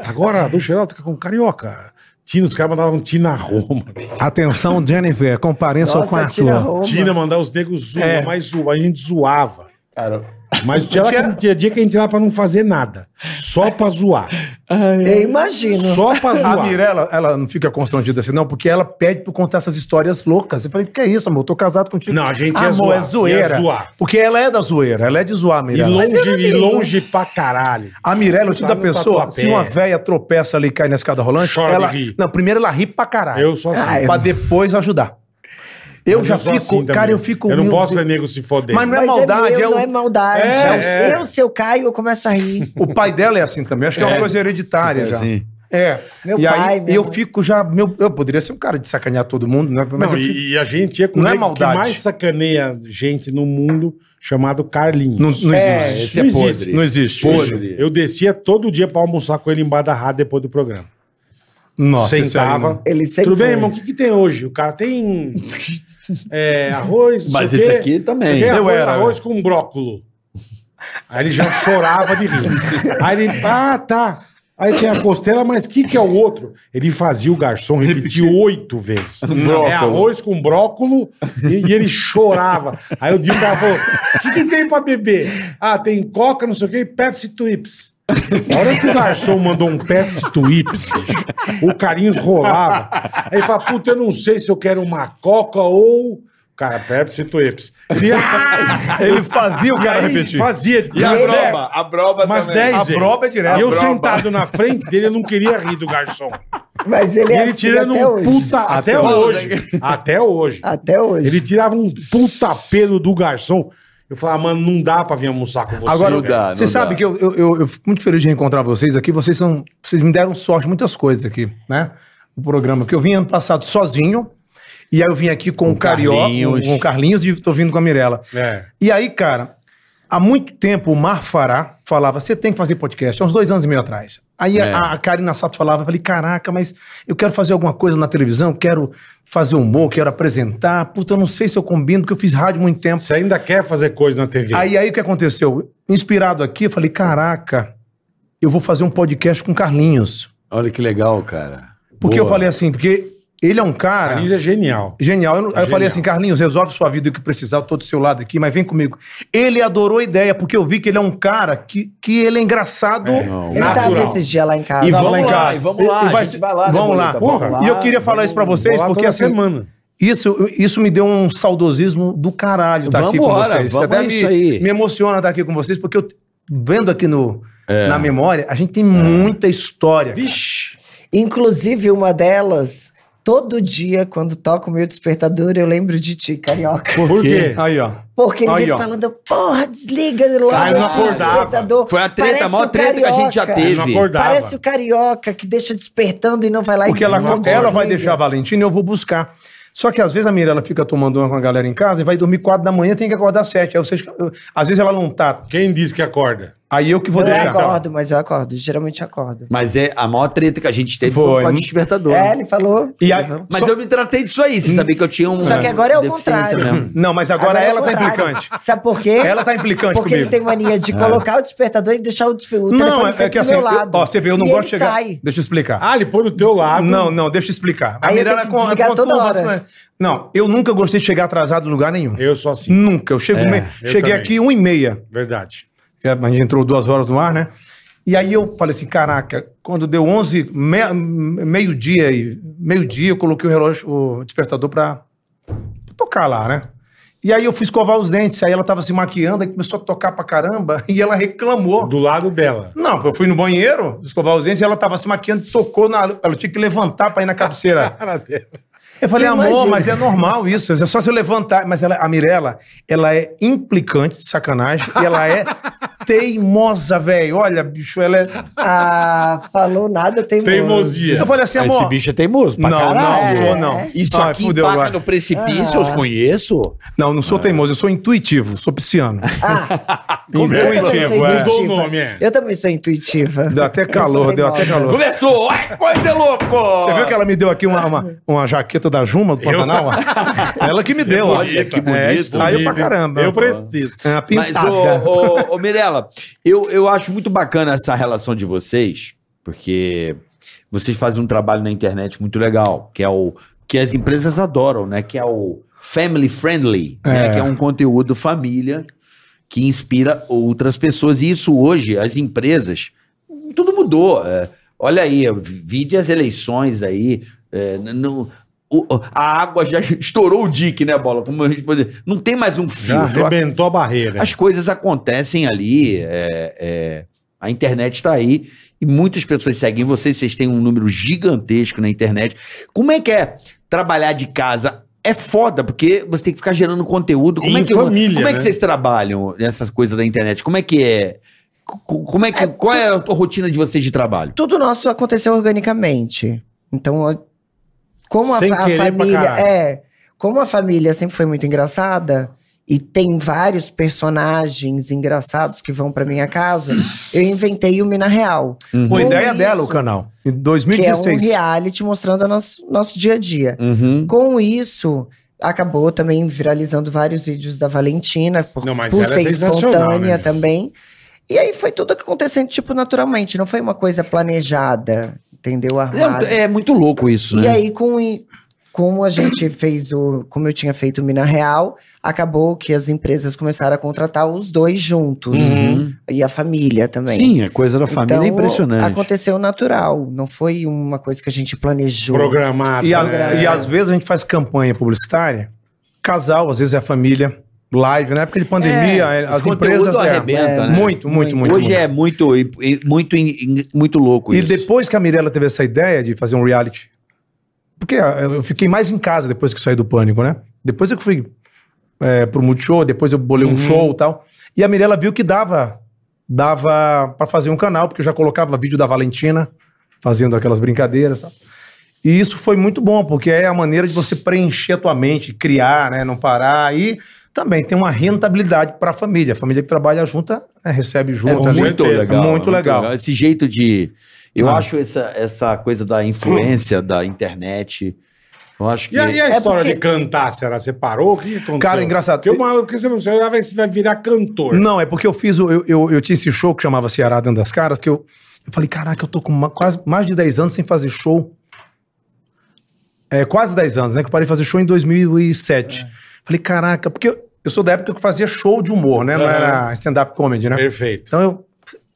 Agora, do Xerótica com carioca. Tina, os caras mandavam Tina Roma. Atenção, Jennifer, compareça Nossa, ao quarto. tira a roupa. Tina mandava os negros zoar, É. mas zoar, a gente zoava. Cara, Mas tinha, lá que, tinha dia que a gente ia lá pra não fazer nada. Só pra zoar. Eu imagino. Só pra A zoar. Mirella, ela não fica constrangida assim, não, porque ela pede pra eu contar essas histórias loucas. Eu falei, que é isso, amor? Eu tô casado contigo. Não, a gente ia amor, zoar, é zoeira. ia zoar. Porque ela é da zoeira, ela é de zoar, E Mirella. longe, e longe pra caralho. A Mirella, o tipo Tá da no pessoa, Tatuapé. se uma véia tropeça ali e cai na escada rolante, Chora de ela. rir. Não, primeiro ela ri pra caralho. Eu sou assim. Ah, Pra depois ajudar. Eu Mas já sou fico. assim também. cara, eu fico. Eu não meu posso ver Deus. nego se foder. Mas não é Mas maldade, é, meu, o, não é maldade. É, Eu, se eu caio, eu começo a rir. o pai dela é assim também. Acho que é uma coisa hereditária já. É. Meu e pai, aí minha eu mãe. fico já. Meu, eu poderia ser um cara de sacanear todo mundo, né? Mas Não, eu fico- e, e a gente ia com Não é o nego maldade. que mais sacaneia gente no mundo, chamado Carlinhos. Não, não É, existe. esse é Não existe. podre. Não existe. Podre. Eu descia todo dia pra almoçar com ele em Badarrá depois do programa. Nossa, isso aí Sentava. não- Ele sempre Tudo bem, foi. irmão? O que, que tem hoje? O cara tem é, arroz, não Mas sei o esse quê, aqui também. né? não sei o quê, Eu arroz, era, Arroz com brócolo. Aí ele já chorava de rir. Aí ele, ah, tá. Aí tinha a costela, mas o que, que é o outro? Ele fazia o garçom repetir oito vezes. É arroz com brócolo e, e ele chorava. Aí o Dinho cara falou: o que, que tem pra beber? Ah, tem coca, não sei o quê, e Pepsi Twips. A hora que o garçom mandou um Pepsi Twips, bicho, o Carinhos rolava. Aí ele fala, puta, eu não sei se eu quero uma coca ou... Cara, Pepsi Twips. Ele, ah! Ele fazia o cara Aí repetir. fazia E a umas dez- broba? A broba umas também. 10 A vezes. broba é direto. E eu A broba. sentado na frente dele, eu não queria rir do garçom. Mas ele E é ele assim tirando até um hoje. puta... Até, Até hoje. Até hoje. Até hoje. Ele tirava um puta pelo do garçom. Eu falava, mano, não dá pra vir almoçar com você. Agora, não velho." dá, não você sabe dá. que eu, eu, eu- eu fico muito feliz de reencontrar vocês aqui. Vocês são. Vocês me deram sorte, muitas coisas aqui, né? O programa. Porque eu vim ano passado sozinho. E aí eu vim aqui com, o Carioca, Carlinhos. com o Carlinhos e tô vindo com a Mirella. É. E aí, cara, há muito tempo o Mar Fará falava, você tem que fazer podcast, há uns dois anos e meio atrás. Aí a- É. a, a Karina Sato falava, eu falei, caraca, mas eu quero fazer alguma coisa na televisão, quero fazer humor, quero apresentar, puta, eu não sei se eu combino, porque eu fiz rádio há muito tempo. Você ainda quer fazer coisa na TV? Aí, aí o que aconteceu? Inspirado aqui, eu falei, caraca, eu vou fazer um podcast com Carlinhos. Olha que legal, cara. Porque eu Boa. falei assim, porque ele é um cara... Carlinhos é genial. Genial. Eu, não- aí eu Genial. falei assim, Carlinhos, resolve sua vida o que precisar, eu tô do seu lado aqui, mas vem comigo. Ele adorou a ideia, porque eu vi que ele é um cara que, que ele é engraçado. Ele tava Natural. esses dias lá em casa. E Tava vamos Tá, lá em lá, casa. e vamos lá, a vai, gente vai lá, né, vamos lá. Boleta? Porra, Vamos lá, e eu queria falar isso pra vocês, Vou lá porque toda assim, semana. isso, isso me deu um saudosismo do caralho estar aqui com Vambora, vocês. vamos Até a me, isso aí. me emociona estar aqui com vocês, porque eu vendo aqui no, É. na memória, a gente tem muita história. Vixe! Inclusive, uma delas, Todo dia, quando toca o meu despertador, eu lembro de ti, carioca. Por quê? Aí, ó. Porque ele Aí, vem ó. falando, porra, desliga logo Cara, eu não esse acordava. despertador. Foi a treta, a Parece maior o treta que a gente já carioca. Eu não teve. acordava. Parece o carioca que deixa despertando e não vai lá Porque e ela, não ela vai desliga. deixar a Valentina e eu vou buscar. Só que às vezes a Mirella fica tomando uma com a galera em casa e vai dormir quatro da manhã, tem que acordar sete. Aí vocês, eu- às vezes ela não tá. Quem diz que acorda? Aí eu que vou Eu deixar. acordo, mas eu acordo. Geralmente eu acordo. Mas é a maior treta que a gente teve foi, Foi. com a despertador. É, ele falou. E aí- Ele falou. Mas eu me tratei disso aí, você sabia que eu tinha um. Só que agora é o deficiência contrário. mesmo. Não, mas agora, é o ela tá contrário. implicante. Sabe por quê? Ela tá implicante Porque comigo. É. ele tem mania de colocar o despertador e deixar o, despe... o Não, telefone é, sempre é que do assim, meu eu- lado. ó, você vê, eu não E gosto ele de chegar. sai. hum. Deixa eu explicar. Ah, ele põe do teu lado. Não, não, deixa eu explicar. Aí eu Mirella tenho que desligar toda turma, hora. assim, Não, eu nunca gostei de chegar atrasado em lugar nenhum. Eu sou assim. Nunca. Eu chego me- eu cheguei também. aqui um e meia. Verdade. É, A gente entrou duas horas no ar, né? E aí eu falei assim, caraca, quando deu 11, me- meio-dia e meio-dia, eu coloquei o relógio, o despertador pra tocar lá, né? E aí eu fui escovar os dentes, aí ela tava se maquiando, aí começou a tocar pra caramba, e ela reclamou. Do lado dela. Não, eu fui no banheiro escovar os dentes e ela tava se maquiando, tocou na. Ela tinha que levantar pra ir na cabeceira. Cara dela. Eu falei, Tu amor, imagina. mas é normal isso. É só se levantar. Mas ela, a Mirella, ela é implicante, de sacanagem, e ela é teimosa, velho. Olha, bicho, ela é. Ah, falou nada, tem Teimosia. Eu falei assim, amor. Esse bicho é teimoso pra não, não, caralho. É. sou, não. Isso Ai, aqui fudeu empaca agora. no precipício, eu conheço. Não, não sou Ah. teimoso, eu sou intuitivo, sou pisciano. Ah. é? intuitivo, é. Mudou o nome, é. Eu também sou intuitiva. Deu até calor, sou deu até é teimosa. calor. Começou! Ué, coisa de louco! Você viu que ela me deu aqui uma, uma, uma jaqueta da Juma do Pantanal? Ela que me deu. ó. bonito, que É, bonito. estaiu pra caramba. Eu preciso. É uma Mas, pintada. ô, ô, ô, Mirella, eu, eu acho muito bacana essa relação de vocês, porque vocês fazem um trabalho na internet muito legal, que é o que as empresas adoram, né? Que é o family friendly, né? É. Que é um conteúdo família que inspira outras pessoas. E isso hoje, as empresas, tudo mudou. é. olha aí, vide as eleições aí. é, n- não- o- o- a água já estourou o dique, né, Bola? Como a gente pode... Não tem mais um Já filtro. a arrebentou a barreira. as coisas acontecem ali, é, é, a internet está aí e muitas pessoas seguem vocês, vocês têm um número gigantesco na internet. Como é que é trabalhar de casa? É foda, porque você tem que ficar gerando conteúdo. Como Em é que, família, como é né? que vocês trabalham essas coisas da internet? Como é que é? Co- Como é que, qual é a rotina de vocês de trabalho? tudo nosso aconteceu organicamente. Então, ó, como a, Sem fa- a querer pra família. caralho. É, como a família sempre foi muito engraçada, e tem vários personagens engraçados que vão pra minha casa, eu inventei o Mina Real. Pô, Com ideia Uhum. isso, dela, o canal. Em Que é um 2016. reality mostrando o nosso, nosso dia a dia. Uhum. Com isso, acabou também viralizando vários vídeos da Valentina, por, Não, mas por era ser sensacional, né? espontânea também. E aí foi tudo acontecendo, tipo, naturalmente. Não foi uma coisa planejada, entendeu? Armada. É, é muito louco isso, E né? aí, com, i- como a gente fez o. Como eu tinha feito o Mina Real, acabou que as empresas começaram a contratar os dois juntos. Uhum. E a família também. Sim, a coisa da família é Então, impressionante. Aconteceu natural. Não foi uma coisa que a gente planejou. Programada. E, a- né? é. e às vezes a gente faz campanha publicitária, casal, às vezes é a família, live. Na época de pandemia, É, as esse conteúdo empresas. é, arrebenta, né? Muito, muito, muito. Hoje muito. é muito, e- e- muito, em- em- muito louco E isso. depois que a Mirella teve essa ideia de fazer um reality. Porque ah, eu fiquei mais em casa depois que eu saí do pânico, né? Depois eu fui é, pro Multishow, depois eu bolei Uhum. um show e tal. E a Mirella viu que dava. Dava pra fazer um canal, porque eu já colocava vídeo da Valentina fazendo aquelas brincadeiras e tal. E isso foi muito bom, porque é a maneira de você preencher a tua mente, criar, né? Não parar. E também tem uma rentabilidade pra família. A família que trabalha junta né, recebe É junto. muito, né? legal, Muito legal. Esse jeito de. Eu Ah. acho essa, essa coisa da influência da internet. Eu acho que. E a, e a É história porque- de cantar, será? Você parou? O que aconteceu? Cara, engraçado. Porque, uma, porque você não sei, vai, vai virar cantor. Não, é porque eu fiz. o- Eu, eu, eu tinha esse show que chamava Ceará Dentro das Caras, que eu, eu falei, caraca, eu tô com ma- quase mais de 10 anos sem fazer show. É, quase 10 anos, né? Que eu parei de fazer show em 2007. É. Falei, caraca, porque eu, eu sou da época que fazia show de humor, né? Não Aham. era stand-up comedy, né? Perfeito. Então eu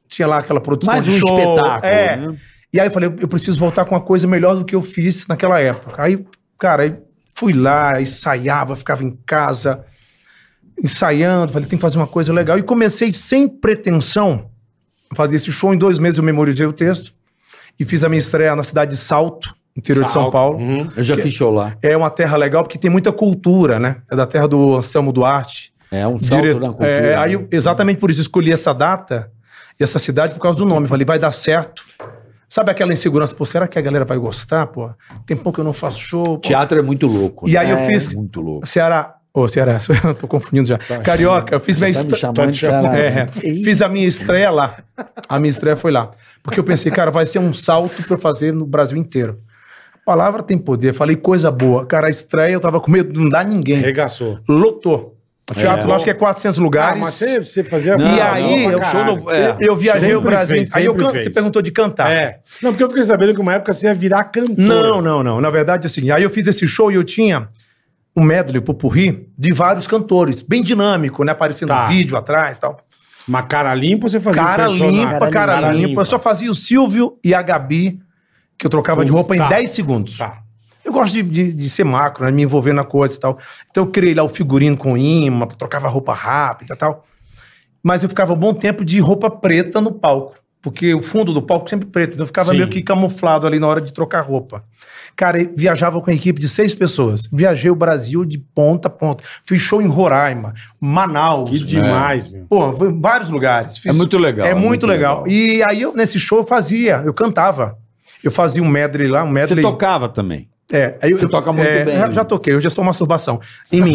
tinha lá aquela produção mais de um show. espetáculo. É. né? E aí eu falei, eu preciso voltar com uma coisa melhor do que eu fiz naquela época. Aí, cara, aí fui lá, ensaiava, ficava em casa, ensaiando, falei, tem que fazer uma coisa legal. E comecei sem pretensão a fazer esse show. Em dois meses eu memorizei o texto e fiz a minha estreia na cidade de Salto, interior de São Salto. Paulo. Uhum. Eu já Que- fiz show lá. É uma terra legal porque tem muita cultura, né? É da terra do Anselmo Duarte. É um salto Direto- na cultura. é, aí, né? eu- exatamente por isso, eu escolhi essa data e essa cidade por causa do nome. Falei, vai dar certo. Sabe aquela insegurança? Pô, será que a galera vai gostar? Pô, tem pouco que eu não faço show. pô. Teatro é muito louco. E aí eu É fiz- Muito louco. Ceará. Ô, Ceará, eu tô confundindo já. Carioca, eu fiz minha Tá me estra- chamando né? de Ceará. é, fiz a minha estreia lá. A minha estreia foi lá. Porque eu pensei, cara, vai ser um salto pra eu fazer no Brasil inteiro. A palavra tem poder. Falei coisa boa. Cara, a estreia eu tava com medo de não dar ninguém. Arregaçou. Lotou. O teatro lá acho que é 400 Ah, lugares. mas você, você fazia. e aí, pra eu, caralho. show no- é, eu viajei Sempre o Brasil. fez, aí eu sempre can- fez. você perguntou de cantar. É. Não, porque eu fiquei sabendo que uma época você ia virar cantor. Não, não, não. Na verdade, assim, aí eu fiz esse show e eu tinha um medley, pupurri, de vários cantores. Bem dinâmico, né? Aparecendo Tá. vídeo atrás e tal. Mas cara limpa você fazia um cara personagem? limpa, cara, Cara limpa. limpa. Eu só fazia o Silvio e a Gabi, que eu trocava de roupa em Tá. 10 segundos. Tá. Eu gosto de, de- de ser macro, né? Me envolver na coisa e tal. Então eu criei lá o figurino com imã, trocava roupa rápida e tal. Mas eu ficava um bom tempo de roupa preta no palco. Porque o fundo do palco sempre preto. Então eu ficava Sim. meio que camuflado ali na hora de trocar roupa. Cara, eu viajava com a equipe de seis pessoas. Viajei o Brasil de ponta a ponta. Fiz show em Roraima, Manaus. né? Que demais, meu. Pô, foi em vários lugares. Fiz- É muito legal, É é muito, muito legal. legal. E aí, eu, nesse show, eu fazia, eu cantava. Eu fazia um medley lá, um Você medley. tocava também. é, aí eu- você toca muito bem. Já, já toquei, hoje é só masturbação. Em mim.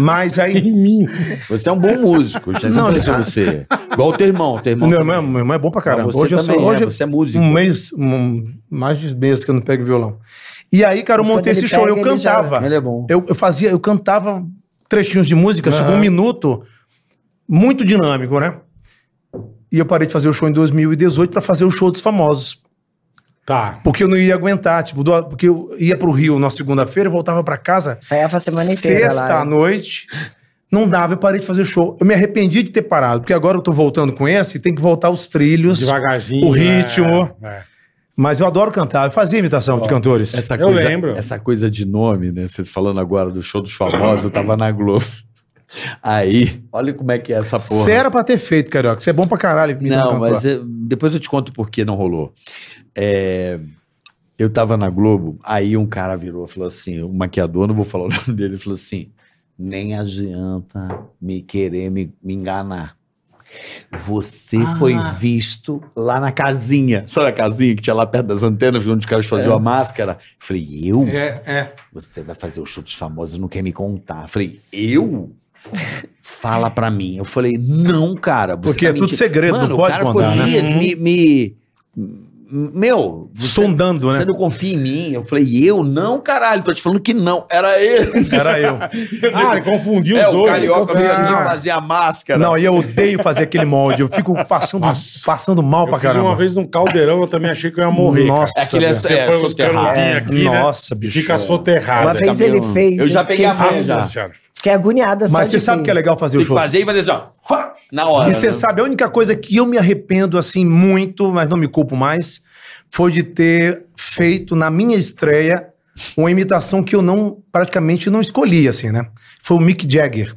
Mas aí. Em mim. Você é um bom músico. Já Não, não, é você. Igual o teu irmão. Teu irmão Meu também. irmão, meu irmão é bom pra caramba. Mas você hoje eu sou. também Hoje é, você é músico. Um mês, um- mais de mês que eu não pego violão. E aí, cara, eu Mas montei quando esse ele show, pega, eu ele já- cantava. Ele é bom. Eu, eu fazia, eu cantava trechinhos de música, chegou um minuto muito dinâmico, né? E eu parei de fazer o show em 2018 pra fazer o show dos famosos. Tá. Porque eu não ia aguentar, tipo, do- porque eu ia pro Rio na segunda-feira, eu voltava pra casa Saiava a semana inteira sexta à lá. né? noite. Não dava, eu parei de fazer show. Eu me arrependi de ter parado, porque agora eu tô voltando com esse e tem que voltar os trilhos. Devagarzinho. O ritmo. é, é. Mas eu adoro cantar, eu fazia imitação de cantores. Essa Eu coisa, lembro. Essa coisa de nome, né? Vocês falando agora do show dos famosos, eu tava na Globo. Aí, olha como é que é essa porra. Você era pra ter feito, Carioca. Você é bom pra caralho. me Não, cantar. mas eu- depois eu te conto por que não rolou. É, eu tava na Globo, aí um cara virou e falou assim: o maquiador, não vou falar o nome dele, falou assim: nem adianta me querer me, me enganar. Você foi visto lá na casinha. Sabe a casinha que tinha lá perto das antenas, onde os caras faziam a máscara? Eu falei, eu? É, é. Você vai fazer o show dos famosos e não quer me contar. Eu falei, eu? Fala pra mim. Eu falei, não, cara. você tá Porque é tudo mentindo. segredo, não Mano, pode o cara contar, ficou né? dias me, me- Meu, você, Sondando, você né? não confia em mim? Eu falei, eu? Não, caralho. Tô te falando que não. Era ele. Era eu. Ah, ele confundiu É, os o dois. carioca veio Ah, aqui fazer a máscara. Não, e eu odeio fazer aquele molde. Eu fico passando, passando mal Eu pra fiz caramba. uma vez num caldeirão, eu também achei que eu ia morrer. Nossa, É aquele é, velho. Você é, põe os soterrado. canudos aqui, né? Nossa, E bicho. fica soterrado. Uma vez ele fez. Eu já eu fiquei- peguei a Nossa mesa. senhora. Fiquei agoniada só Mas você de sabe ver. que é legal fazer Tem o que show. fazer e fazer assim, ó. Na hora. E você né? sabe, a única coisa que eu me arrependo, assim, muito, mas não me culpo mais, foi de ter feito na minha estreia uma imitação que eu não, praticamente, não escolhi, assim, né? Foi o Mick Jagger.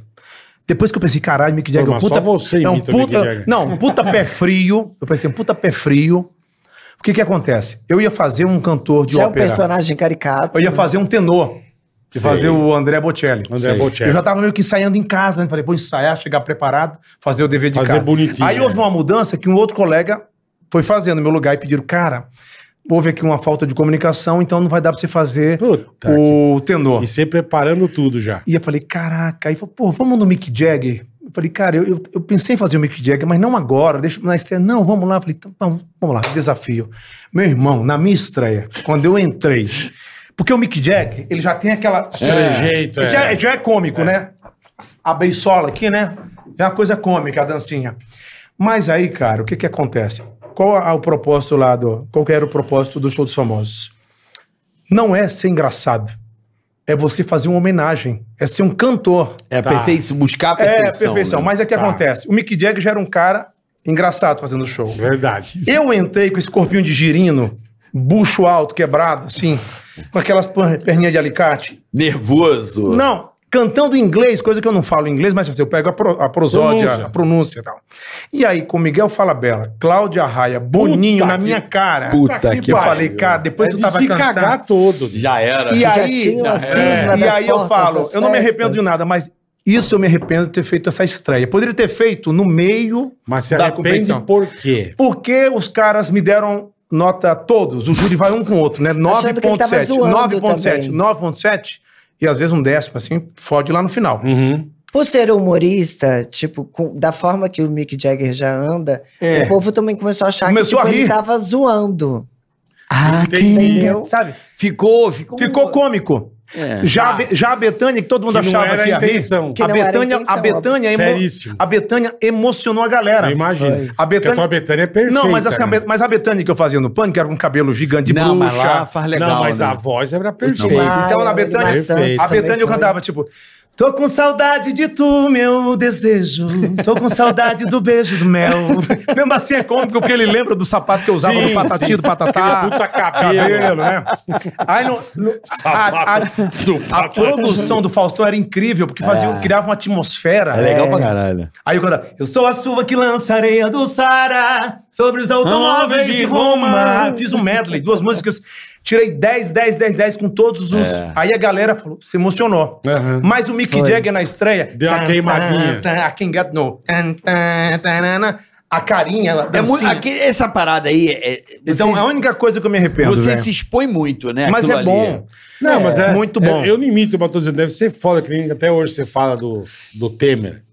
Depois que eu pensei, caralho, Mick Jagger é um mas só puta... você é um imita o Mick puta- Jagger. Não, um puta pé frio. Eu pensei, um puta pé frio. O que que acontece? Eu ia fazer um cantor de Já é um ópera. personagem caricato. Eu ia fazer um tenor. De fazer o André Bocelli. André Sim. Bocelli. Eu já tava meio que ensaiando em casa, né? Falei, pô, ensaiar, chegar preparado, fazer o dever de Fazer casa. bonitinho, Aí né? houve uma mudança que um outro colega foi fazendo no meu lugar e pediram, cara, houve aqui uma falta de comunicação, então não vai dar pra você fazer Puta o tenor. Tá E você preparando tudo já. E eu falei, caraca. Aí falou, pô, vamos no Mick Jagger. Eu falei, cara, eu, eu, eu pensei em fazer o Mick Jagger, mas não agora, deixa na estreia. Não, vamos lá. Eu falei, então, vamos, vamos lá, desafio. Meu irmão, na minha estreia, quando eu entrei, porque o Mick Jagger, ele já tem aquela... Trejeito, Ele já, já é cômico, né? A beisola aqui, né? É uma coisa cômica, a dancinha. Mas aí, cara, o que que acontece? Qual é o propósito lá do... Qual que era o propósito do Show dos Famosos? Não é ser engraçado. É você fazer uma homenagem. É ser um cantor. É Tá. perfeição, buscar a perfeição. é, perfeição. né? Mas é que Tá. acontece. O Mick Jagger já era um cara engraçado fazendo show. Verdade. Eu entrei com esse corpinho de girino, bucho alto, quebrado, assim, com aquelas per- perninhas de alicate. Nervoso. Não, cantando em inglês, coisa que eu não falo em inglês, mas assim, eu pego a, pro- a prosódia, Pronúncia. a pronúncia e tal. E aí, com Miguel Falabella, Cláudia Raia, Boninho na que- minha cara. Puta que, que eu pariu. falei, cara, depois Tá é tu de tava se cantando. cagar todo. Já era. E Já aí, é, tinha uma cisma e das aí eu portas falo, das eu não me arrependo festas. de nada, mas isso eu me arrependo de ter feito essa estreia. Poderia ter feito no meio, Mas se Da arrepende competição. por quê? porque os caras me deram nota todos, o júri vai um com o outro, né? Achando que ele tava 9.7, zoando 9.7, também. 9.7, e às vezes um décimo assim, fode lá no final. Uhum. Por ser humorista, tipo, com- da forma que o Mick Jagger já anda, É. o povo também começou a achar Começou que a tipo, ele rir. tava zoando. Ah, né? Entendeu? Sabe? Ficou, ficou. Ficou cômico. É. Já, a Be- já a Betânia, que todo mundo Que não achava era que ia a rir, intenção. Ah. Que a não era a Betânia, a intenção, Betânia, emo- Seríssimo. a Betânia emocionou a Eu galera. imagino. A Porque a tua Betânia Betânia é perfeita. Não, mas assim, a né? Be- mas a Betânia que eu fazia no pânico era com cabelo gigante de Não, mas bruxa. lá faz legal. Não, mas né? a voz era perfeita. Timar, Então, na o Lima Betânia- Santos A também Betânia eu foi. cantava, tipo. Tô com saudade de tu, meu desejo. Tô com saudade do beijo do mel. Mesmo assim é cômico, porque ele lembra do sapato que eu usava Sim, no patati, sim. do patatá. Aquele puta cabelo. né? Aí no, no- a, a- a produção do Faustão era incrível, porque fazia, criava uma atmosfera. É legal pra caralho. Aí eu cantava, eu sou a chuva que lança areia do Sara sobre os automóveis de Roma. Fiz um medley, duas músicas, tirei 10, 10, 10, 10 com todos os... Aí a galera falou, se emocionou. Aham. Mas o Mick Jagger na estreia... Deu uma tan, queimadinha. tan, tan, A King Got No. Tan, tan, tanana, A carinha, ela É muito, dancinha. aquele- essa parada aí é. é- Então, é a você, única coisa que eu me arrependo, você velho. se expõe muito, né? Mas Aquilo é ali. bom. Não, mas é. Muito é- bom. eu não imito o Batozinho. Deve ser foda, que nem até hoje você fala do, do Temer.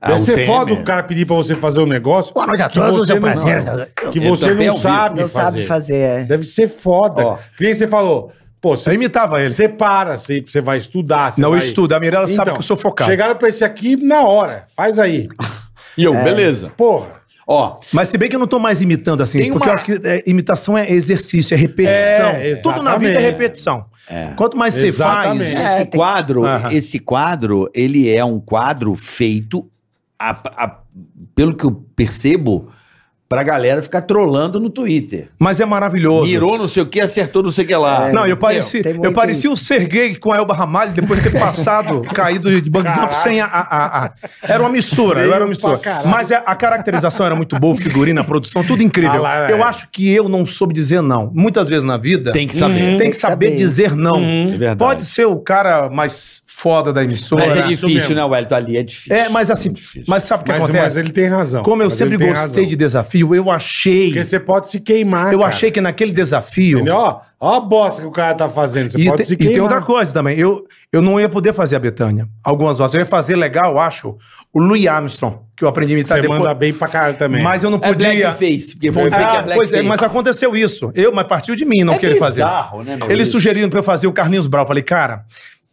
Deve Ah, o ser Temer. foda o cara pedir pra você fazer um negócio. Boa noite a que todos, você é um não- prazer. Que Eu você também não ao vivo. sabe Não fazer. sabe fazer, é. Deve ser foda. Ó. Que nem você falou. Pô, Eu você, imitava ele. você para, você, você vai estudar. Você Não, eu vai... estudo. A Mirella sabe que eu sou focado. Chegaram pra esse aqui na hora. Faz aí. E É. eu, beleza. Porra. Ó, Mas se bem que eu não tô mais imitando assim, Tem porque uma- eu acho que é, imitação é exercício, é repetição. É, Tudo na vida é exatamente. repetição. Quanto mais você Exatamente. faz. É, esse tem que- quadro, Aham. esse quadro, ele é um quadro feito, a- a- pelo que eu percebo, pra galera ficar trolando no Twitter. Mas é maravilhoso. Mirou não sei o que, acertou não sei o que lá. Não, eu pareci, tem muito eu pareci isso. o Serguei com a Elba Ramalho depois de ter passado, caído de banco sem a, a- a- a- Era uma mistura, eu era uma mistura. Mas é, a, a caracterização era muito boa, o figurino, a produção, tudo incrível. Ah lá, é. eu acho que eu não soube dizer não. Muitas vezes na vida. Tem que saber. É tem que saber, saber. dizer não. Uhum. verdade. Pode ser o cara mais foda da emissora. Mas é isso difícil, mesmo. né, Wellington? Ali é difícil. É, mas assim, mas sabe o que Mas, mas acontece? ele tem razão. Como eu Mas sempre ele tem gostei razão. de desafio, eu achei. Porque você pode se queimar. eu cara. achei que naquele desafio. Entendeu? Ó, ó a bosta que o cara tá fazendo. Você E, pode te- se e queimar. tem outra coisa também. Eu, eu não ia poder fazer a Betânia. Algumas horas. Eu ia fazer legal, eu acho, o Louis Armstrong, que eu aprendi a imitar Você Tá, depois. manda bem pra caralho também. Mas eu não É podia. blackface, porque vão Ah, dizer que é blackface. pois é, mas aconteceu isso. Eu, mas partiu de mim, não É querer fazer. bizarro, né, meu Eles Deus? sugeriram pra eu fazer o Carlinhos Brau. Eu falei, cara,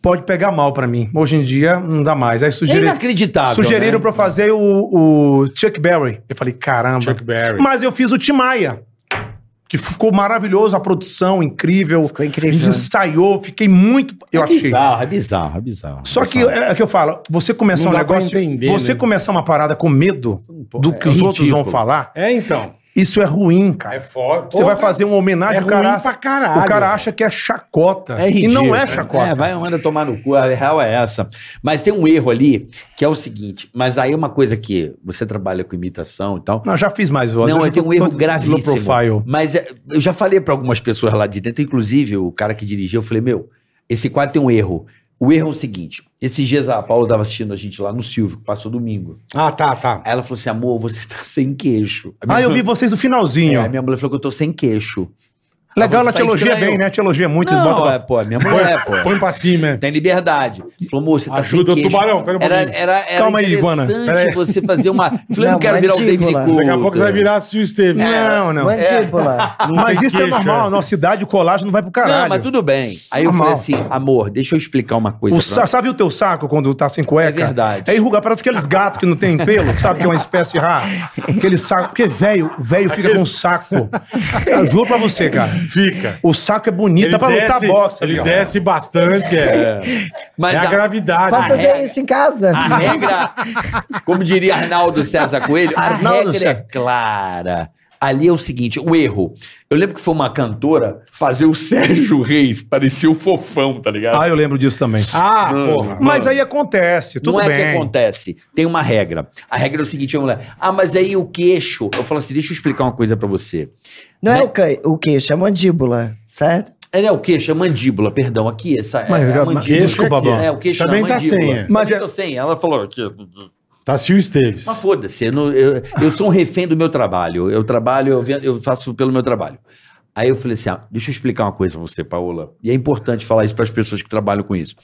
pode pegar mal pra mim. Hoje em dia não dá mais. Aí É sugeriram. inacreditável, Sugeriram né? pra eu fazer o, o Chuck Berry. Eu falei, caramba. Chuck Berry. Mas eu fiz o Tim Maia. Que ficou maravilhoso, a produção incrível. Ficou incrível, né? Ensaiou, fiquei muito. Eu é achei. bizarro, é bizarro, é bizarro. Só que Bizarro. é, é que eu falo, você começar Não um dá pra negócio. entender, você né? começar uma parada com medo do que os outros É, ridículo. vão falar, É, então. isso é ruim, cara. foda. Você vai fazer um uma homenagem, É o cara, ruim acha- pra caralho. o cara acha que é chacota. É e ridículo. não é chacota. É, vai, anda tomar no cu, a real é essa. Mas tem um erro ali, que é o seguinte, mas aí é uma coisa que você trabalha com imitação e tal. Não, já fiz mais vozes. Não, eu eu já tenho um tô- erro tô- gravíssimo. Low profile. Mas é, eu já falei pra algumas pessoas lá de dentro, inclusive o cara que dirigiu, eu falei, meu, esse quadro tem um erro. O erro é o seguinte, esses dias a Paula tava assistindo a gente lá no Silvio, que passou domingo. Ah, tá, tá. Aí ela falou assim, amor, você tá sem queixo. A minha Ah, eu mãe- vi vocês no É, finalzinho. a minha mulher falou que eu tô sem queixo. Legal, ela Tá te elogia estranho. bem, né? Te elogia muito, eles botam Não, pra é, pô, a minha mulher, pô. Põe pra cima, é. Tem liberdade. Falou, moço, você tá Ajuda o sem queixo. tubarão, pera um era, pouquinho. era, era Calma aí, Iguana. interessante Pera aí. você fazer uma... Falei, não, Não, quero virar o David mandíbula. Coulter. Daqui a pouco você vai virar Sil Esteves. Não, não. Mandíbula. Não É, Mas tem isso é queixo, normal, a é. nossa idade, o colágeno vai pro caralho. Não, mas tudo bem. Aí eu Normal. falei assim, amor, deixa eu explicar uma coisa. O pra sa- sabe o teu saco quando tá sem cueca? É verdade. É enrugar, parece aqueles gatos que não tem pelo, sabe? Que é uma espécie rara. Aquele saco. Porque velho, velho fica com um saco. Eu juro pra você, cara. Fica. O saco é bonito, dá pra lutar boxe. Ele amigão. desce bastante, é. É Mas a a, É. gravidade. né? Ah, Posso fazer isso em casa? a regra, como diria Arnaldo César Coelho, a Arnaldo regra é César. clara. Ali é o seguinte, o erro. Eu lembro que foi uma cantora fazer o Sérgio Reis parecer o fofão, tá ligado? Ah, eu lembro disso também. Ah, porra. Mas aí acontece, tudo não é que bem. acontece. Tem uma regra. A regra é o seguinte, vamos lá. Ah, mas aí o queixo. Eu falo assim, deixa eu explicar uma coisa pra você. Não é o, ca... o queixo, é a mandíbula, certo? É, né, o queixo, é mandíbula, perdão, aqui, essa Mas, é, a mas, mandíbula. desculpa, Queixo é Bob. É, o queixo Também não, tá mandíbula. sem, é. Mas Também é- tô sem, ela falou aqui. Tassil Esteves. Mas foda-se, eu, não- eu- eu sou um refém do meu trabalho. Eu trabalho, eu, vendo- eu faço pelo meu trabalho. Aí eu falei assim: ah, deixa eu explicar uma coisa pra você, Paola. E é importante falar isso para as pessoas que trabalham com isso.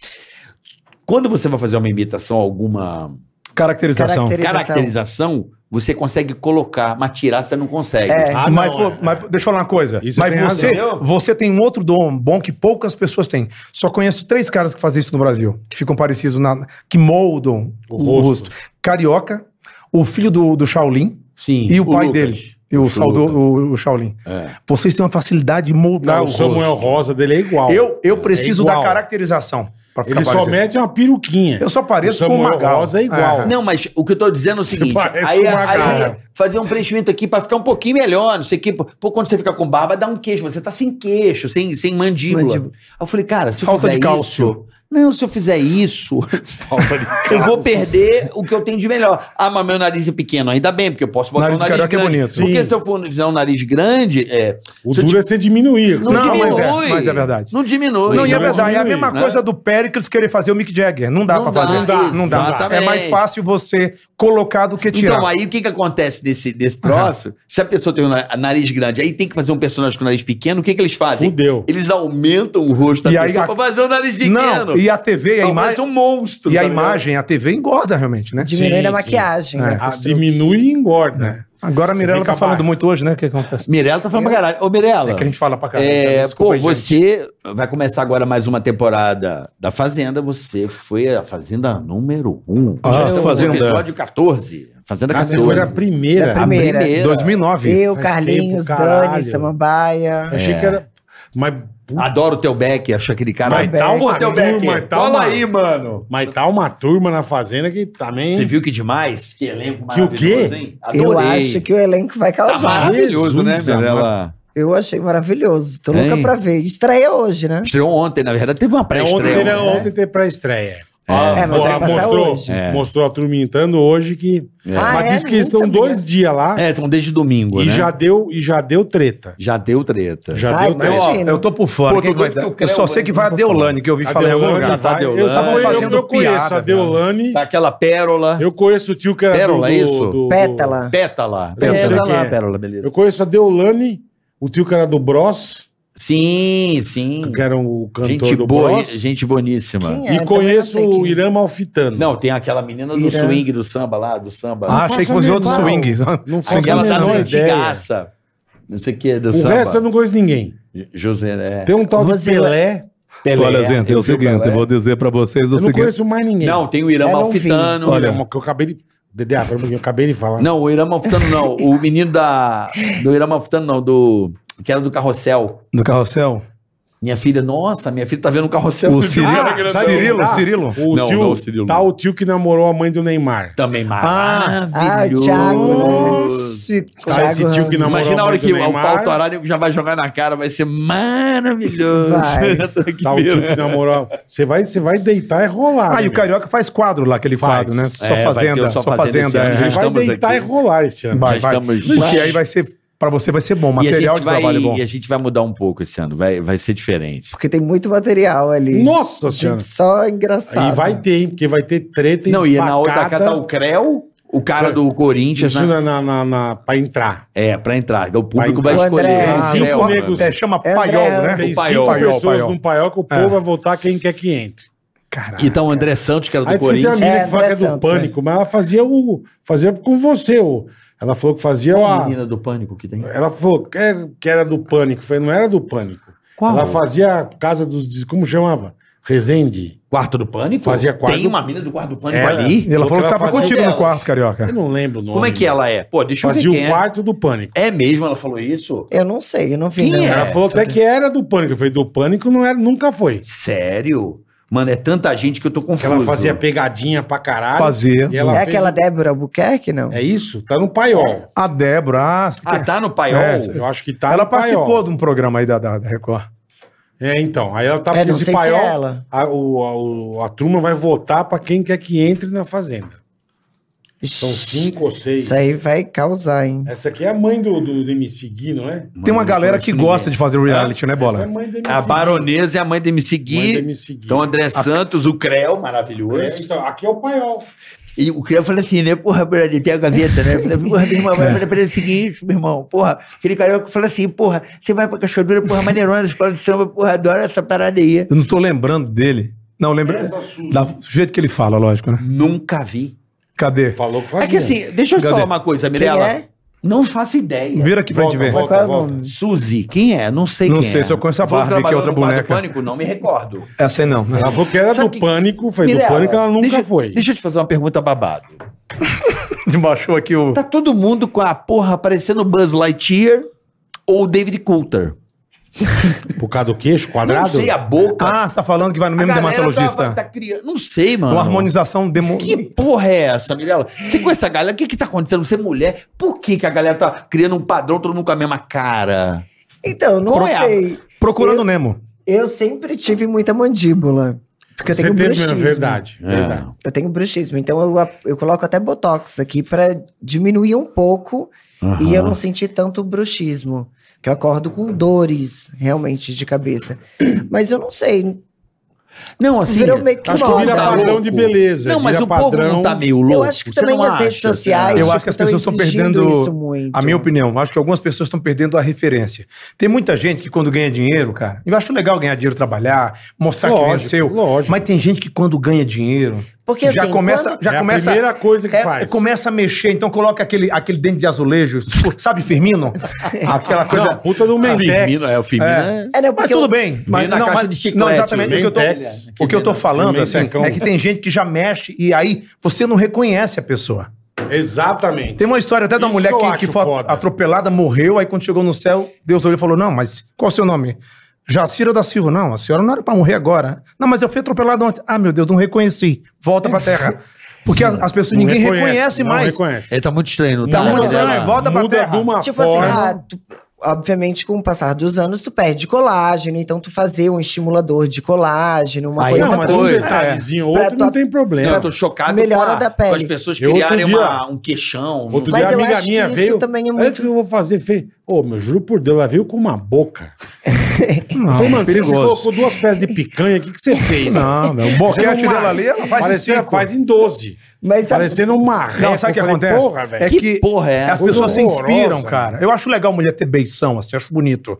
Quando você vai fazer uma imitação, alguma Caracterização. Caracterização. caracterização, você consegue colocar, mas tirar você não consegue. É. Ah, não, mas, é. pô, mas deixa eu falar uma coisa. Isso mas tem você, razão. você tem um outro dom bom que poucas pessoas têm. Só conheço três caras que fazem isso no Brasil, que ficam parecidos na. que moldam O o, rosto. rosto. Carioca, o filho do, do Shaolin Sim. e o, pai Lucas. dele. E o, Lucas. saldo, o, o Shaolin. É. Vocês têm uma facilidade de moldar Não, o o Samuel rosto. Rosa dele é igual. Eu, eu preciso igual. da caracterização. Pra ficar Ele só parecendo. mete uma peruquinha. Eu só pareço o com o Samuel Magal. Rosa é igual. É. Não, mas o que eu tô dizendo é o seguinte: parece aí, com uma aí cara. fazer um preenchimento aqui pra ficar um pouquinho melhor, não sei o que. Pô, quando você fica com barba, dá um queixo. mas Você tá sem queixo, sem, sem mandíbula. Mandíbula. Aí eu falei, cara, se eu Falta fizer de cálcio. isso. Não, se eu fizer isso, eu vou perder o que eu tenho de melhor. Ah, mas meu nariz é pequeno, ainda bem, porque eu posso botar Nariz um de nariz carioca é grande. bonito. Sim. Porque se eu for fizer um nariz grande, é, O Se eu duro é você diminuir. não, Não, diminui. mas é- mas é verdade. Não diminui. Não, e é Não verdade. É a diminui, mesma né? coisa do Pericles querer fazer o Mick Jagger. Não dá pra Não dá, fazer. não dá, Não dá. É exatamente. mais fácil você colocar do que tirar. Então, aí o que, que acontece desse, desse troço? Se a pessoa tem um na- nariz grande, aí tem que fazer um personagem com nariz pequeno, o que, que eles fazem? assim. Fudeu. Eles aumentam o rosto da E aí pessoa a- pra fazer um nariz pequeno. Não, e a TV, a Então, imagem. parece um monstro. E a tá ligado? imagem, a TV engorda realmente, né? É. Diminui Sim, a sim. maquiagem, É. né? Ah, com os diminui e engorda. Agora a Você Mirella fica tá falando baixo. muito hoje, né? O que acontece? Mirella tá falando pra caralho. Ô, Mirella. É que a gente fala pra caralho. É, cara. Desculpa pô, aí, gente. você vai começar agora mais uma temporada da Fazenda. Você foi a Fazenda número 1. Um. Ah, estamos no Fazenda. Episódio 14. Fazenda Ah, você 14. foi a primeira. Da primeira. A primeira. 2009. Eu, Faz Carlinhos, tempo, caralho. Dani, Samambaia. É. Achei que era. Mas, um. puta, Adoro o teu Beck, acho aquele cara. mas tá Beck. uma Teu Beck, turma, tá cola uma- aí, mano. mas tá uma turma na fazenda que também. Você viu que demais? Que elenco Que o quê? maravilhoso, hein? Eu acho que o elenco vai tá causar. maravilhoso, Jesus né, amado. Mirella? Eu achei maravilhoso. Tô Hein? louca pra ver. Estreia hoje, né? Estreou ontem, na verdade. Teve uma É, ontem, pré-estreia. teve, né? ontem teve pré-estreia. É, mas Porra, vai passar mostrou, hoje. É. mostrou a turma entrando hoje que. Ah, mas é? diz que Nem eles estão sabia. dois dias lá É, então desde domingo, e, né? já deu, e já deu treta. Já deu treta. Já Ai, Né? Eu, deu treta. ó, Imagina. eu tô por fora. Pô, Quem é tô vai doido dar? que o Eu Creu só vai- sei que vai a Deolane, que eu ouvi A falar em algum Deolane lugar. vai- Deolane. Eu, tava Tava fazendo fazendo eu conheço piada, a Deolane. Tá aquela pérola. Eu conheço o tio que era Pérola, é do, do, isso? do- Pétala. Pétala. Eu não sei Pétala, quem é. pérola, beleza. Eu conheço a Deolane, o tio que era do Bros, Sim, sim. que era o cantor Gente do boa, Bros. gente boníssima. Quem é? E também conheço não sei o quem. Irã Malfitano. Não, tem aquela menina do Irã. swing, do samba lá, do samba. Ah, Não achei que faço fosse a outro menor- swing. não faço Swing a ela Aquela é das menor sabe. ideia. antigaça. Não sei o que, é do O samba. resto eu não conheço ninguém. José, é. Tem um tal de Roseli- Pelé. Pelé, Olha, gente, é tem o seguinte, Pelé. eu vou dizer pra vocês o Eu não seguinte. conheço mais ninguém. é. Não, tem o Irã É, não Malfitano. olha, uma que eu acabei de. Dedé, ah, pera um pouquinho, eu acabei de falar. Não, o Irã Malfitano não. O menino da. Do Irã Malfitano não, do. Que era do carrossel. Do carrossel? Minha filha, nossa, minha filha tá vendo o carrossel. O Cirilo. é Ah, sabe Cirilo, quem tá? Cirilo. O Não, tio, não, o Cirilo tá não. o tio que namorou a mãe do Neymar. Também maravilhoso. Ah, o Tá Thiago esse tio que Ramos. namorou Imagina a a hora mãe do que o Neymar. pau torário já vai jogar na cara, vai ser maravilhoso. Vai. Que Tá o tio beleza. que namorou. Você vai, você vai deitar e rolar. né, Ah, e o amigo. Carioca faz quadro lá, aquele Faz. quadro, né? É, Só vai ter Fazenda, o só Só Fazenda Fazenda. esse ano, é. já vai estamos deitar aqui. e rolar esse ano. Vai, vai. estamos- E aí vai ser, pra você vai ser bom, E a material gente de vai- trabalho é bom. E a gente vai mudar um pouco esse ano, vai, vai ser diferente. Porque tem muito material ali. Nossa senhora. Gente, só engraçado. Aí vai ter, hein? Porque vai ter treta Não, e na outra facada. casa tá o Creu, o cara do Corinthians, Isso na, né? na, na, na- pra entrar. É, pra entrar. O público Vai vai, entrar. escolher. O André- Ah, Cinco Creu, negros. É, chama É, paiol, André, né? Tem cinco paiol, pessoas paiol. num paiol que o povo É. vai votar quem quer que entre. Caraca. Então, o André Santos, que era do Aí disse que tem uma Corinthians. menina É, que fala que é André do Santos, pânico, mas ela fazia o. Fazia com você. O, ela falou que fazia ah, Qual a. menina do pânico que tem. Ela falou que é- que era do pânico. Falei, não era do pânico. Ela fazia a casa dos. des- Como chamava? Resende. Quarto do pânico? Fazia quarto- Tem uma menina do quarto do pânico É. ali? E ela falou que ela tava fazia contigo dela. no quarto, Eu Carioca. não lembro o nome. Como é que ela é? Pô, deixa eu ver Fazia quem o é. quarto do pânico. É mesmo? Ela falou isso? Eu não sei, eu não vi. Quem não. é? Ela falou até que era do pânico. Eu falei, do pânico não era, nunca foi. Sério? Mano, é tanta gente que eu tô Que confuso. Ah, ela fazia pegadinha pra caralho. Fazer. E ela é fez- aquela Débora Albuquerque, não? É isso? Tá no paiol. A Débora. Ah, você Ah, quer- tá no paiol? É, Eu acho que tá ela no paiol. participou de um programa aí da, da, da Record. É, então. Aí ela tá É, porque não esse sei se paiol. é ela. A, o- a, o- a turma vai votar pra quem quer que entre na fazenda. São cinco ou seis. Isso aí vai causar, hein? Essa aqui é a mãe do, do, do MC Gui, não é? Tem uma galera que gosta de fazer reality, né, Essa é a Bola? mãe do MC A Gui. baronesa é a mãe do MC Mãe do Gui. MC Gui. Então, André Santos, o Creu, maravilhoso. É, então, aqui é o paiol. E o Creu falou assim, né? Porra, brother, tem a gaveta, né? Eu Falei, porra, meu irmão, vai fazer o seguinte, meu irmão. Porra, aquele carioca falou assim, porra, você vai pra Cachodura, porra, maneirona, escola de samba, porra, adora essa parada aí. Eu não tô lembrando dele. Não, lembra. Essa Suzy. Da- do jeito que ele fala, lógico, né? Nunca vi. Cadê? Falou que É fazia. que assim, deixa eu te Cadê? falar uma coisa, Quem Mirella. é? Não faço ideia. Vira aqui pra volta, gente ver. volta, Qual é o volta. nome? Suzy, quem é? Não sei Não quem sei, é. se eu conheço a Vou Barbie, que é trabalhar outra no Bar do boneca. Pânico, não me recordo. Essa aí É assim não. né? essa- Ela falou que era Sabe do que- pânico, foi do Mirella, pânico, ela nunca deixa- foi. Deixa eu te fazer uma pergunta babado. Desembaixou aqui o. Tá todo mundo com a porra parecendo Buzz Lightyear ou David Coulter? Por causa do queixo quadrado? Não sei, a boca. Ah, você tá falando que vai no a mesmo galera dermatologista. tá- tá criando- Não sei, mano. Uma harmonização demo... Que porra é essa, Mirella? Você com essa galera, o que que tá acontecendo? Você é mulher, por que que a galera tá criando um padrão, todo mundo com a mesma cara? Então, não Qual é a- sei. Procurando Eu- Nemo. Eu sempre tive muita mandíbula. Porque eu Você tenho um teve mesmo, bruxismo. verdade. É. Tá verdade. Eu tenho bruxismo. Então eu, a- eu coloco até botox aqui pra diminuir um pouco e eu não sentir tanto bruxismo. Que eu acordo com dores, realmente, de cabeça. Mas eu não sei. Não, assim... virou meio que Acho que moda. vira tá padrão louco. de beleza. não, mas vira o povo não tá meio louco. Eu acho que Você também não as redes acha, assim, sociais. Eu acho tipo, que as pessoas tão estão exigindo perdendo Isso muito. A minha opinião, acho que algumas pessoas estão perdendo a referência. Tem muita gente que quando ganha dinheiro, cara, eu acho legal ganhar dinheiro, trabalhar, mostrar que Lógico, venceu. lógico. Mas tem gente que quando ganha dinheiro, Porque já assim, começa, quando- já É a começa, primeira coisa que é, faz. começa a mexer, então coloca aquele aquele dente de azulejo, tipo, sabe Firmino? Aquela coisa Não, puta do Mentex. Firmino, é, o Firmino é... É, não, Mas porque tudo eu- bem. Mas, na não, caixa mas- de chiclete, não, exatamente. O que eu tô, Mentex. o que eu tô falando assim, Mentecão. é que tem gente que já mexe e aí você não reconhece a pessoa. Exatamente. Tem uma história até da Isso mulher que eu que, acho que foi foda. atropelada, morreu, aí quando chegou no céu, Deus olhou e falou: Não, mas qual é o seu nome? Jacira da Silva. Não, a senhora não era pra morrer agora. Não, mas eu fui atropelada ontem. Ah, meu Deus, não reconheci. Volta pra terra. Porque a- as pessoas, Não ninguém reconhece, não mais. reconhece. Ele tá muito estranho, não Tá tá? muito Mirella? estranho, volta pra Muda terra. de uma Tipo assim, forma. ah, tu- obviamente, com o passar dos anos, tu perde colágeno, então tu fazer um estimulador de colágeno, uma Aí coisa não, mas um coisa. detalhezinho ou Pra outro tua- não tem Não, problema. eu tô chocado Melhora com, a- da pele. com as pessoas Eu criarem outro uma- um queixão. Outro Mas dia, a eu amiga acho que minha isso veio. também é Olha o muito- que eu vou fazer. Fez, ô, meu, juro por Deus, ela veio com uma boca. Ah, Eu Hum, falei, mano, você colocou duas peças de picanha, o que, que você fez? Não, meu. O Você não boquete mar- dela ali, ela faz Parecia- em cinco. faz em 12. Mas sabe- Parecendo um marreco. Não, sabe o que Eu falei, acontece? Porra, velho. é Que que, porra é essa? as pessoas se Coisa inspiram, horrorosa. né? cara. Eu acho legal mulher ter beição, assim, acho bonito.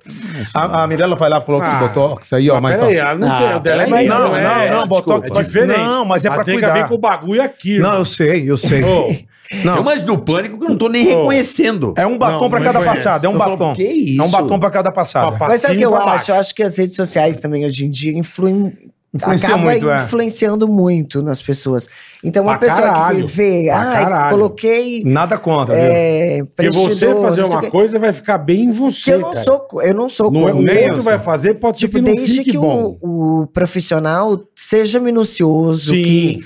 A, a Mirella vai lá, coloca esse Ah, botox aí, ó, Mas mas... ó. peraí, ela não Ah, tem. o dela é peraí, meio- não, é- não, não, é botox- diferente. não, mas é pra tem cuidar. que ver com o bagulho aqui. Não, irmão. eu sei, eu sei. Ô, Não, Não, mas do pânico que eu não tô nem Oh. reconhecendo. é um batom Não, pra não cada conheço. passada, é um Eu falo, batom. que isso? É um batom pra cada passada. Papai. Mas sabe o que eu Passinho pra acho? Eu acho que as redes sociais também hoje em dia influem. Influencia Acaba muito, é. influenciando muito nas pessoas. Então, uma Pra pessoa caralho. que vê, Pra ah, caralho." coloquei. Nada contra, viu? É, Porque você preenchidor, fazer não sei o uma quê. coisa vai ficar bem em Que você. eu não cara. sou, co- eu não sou Não é- contra. o Nelson. outro vai fazer, pode ser Tipo, que não desde fique que bom. o, o profissional seja minucioso, Sim. que.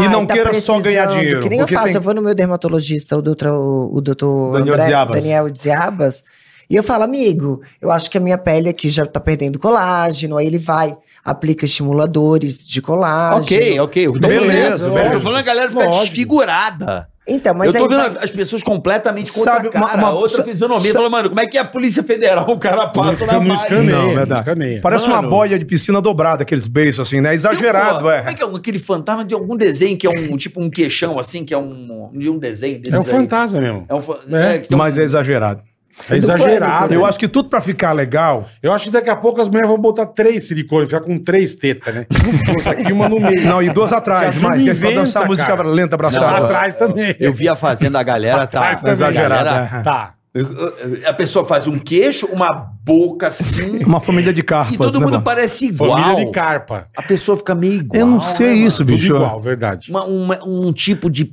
E não queira só ganhar tá precisando, dinheiro, Que nem eu porque faço, tem- eu vou no meu dermatologista, o doutor, o doutor Daniel Diabas. Daniel Diabas, e eu falo, amigo, eu acho que a minha pele aqui já tá perdendo colágeno, aí ele vai, aplica estimuladores de colágeno. Ok, ok. Eu tô Beleza, falando, beleza. Eu tô falando a galera fica Lógico. desfigurada. Então, mas eu tô aí vendo vai- as pessoas completamente com outra Sabe, uma- cara, uma- outra sa- fisionomia. sa- Tá Fala, mano, como é que é a Polícia Federal? O cara passa na Não margem. escaneia, Não, é não verdade. escaneia. Parece uma Mano. boia de piscina dobrada, aqueles beijos assim, né? Exagerado, Pô, Como é é. que é um- aquele fantasma de algum desenho que é um tipo um queixão assim, que é um, de um desenho desses É um aí? fantasma mesmo. É um fa- É, é, que tem um- Mas é exagerado. É exagerado. Eu acho que tudo pra ficar legal. Eu acho que daqui a pouco as mulheres vão botar três silicone, ficar com três tetas, né? Força aqui uma no meio. Não, e duas atrás, Já mais. tudo que é pra dançar inventa, música cara. lenta Lá abraçada. atrás também. Eu vi a fazenda, a galera tá. Atrás também, exagerada. a galera. Tá. galera- A pessoa faz um queixo, uma boca assim. Uma família de E carpas. todo né, mundo mano? parece Família igual. de carpa. A pessoa fica meio igual. Eu não sei né, isso, Tudo bicho. igual, verdade. mano? Uma- uma- um tipo de.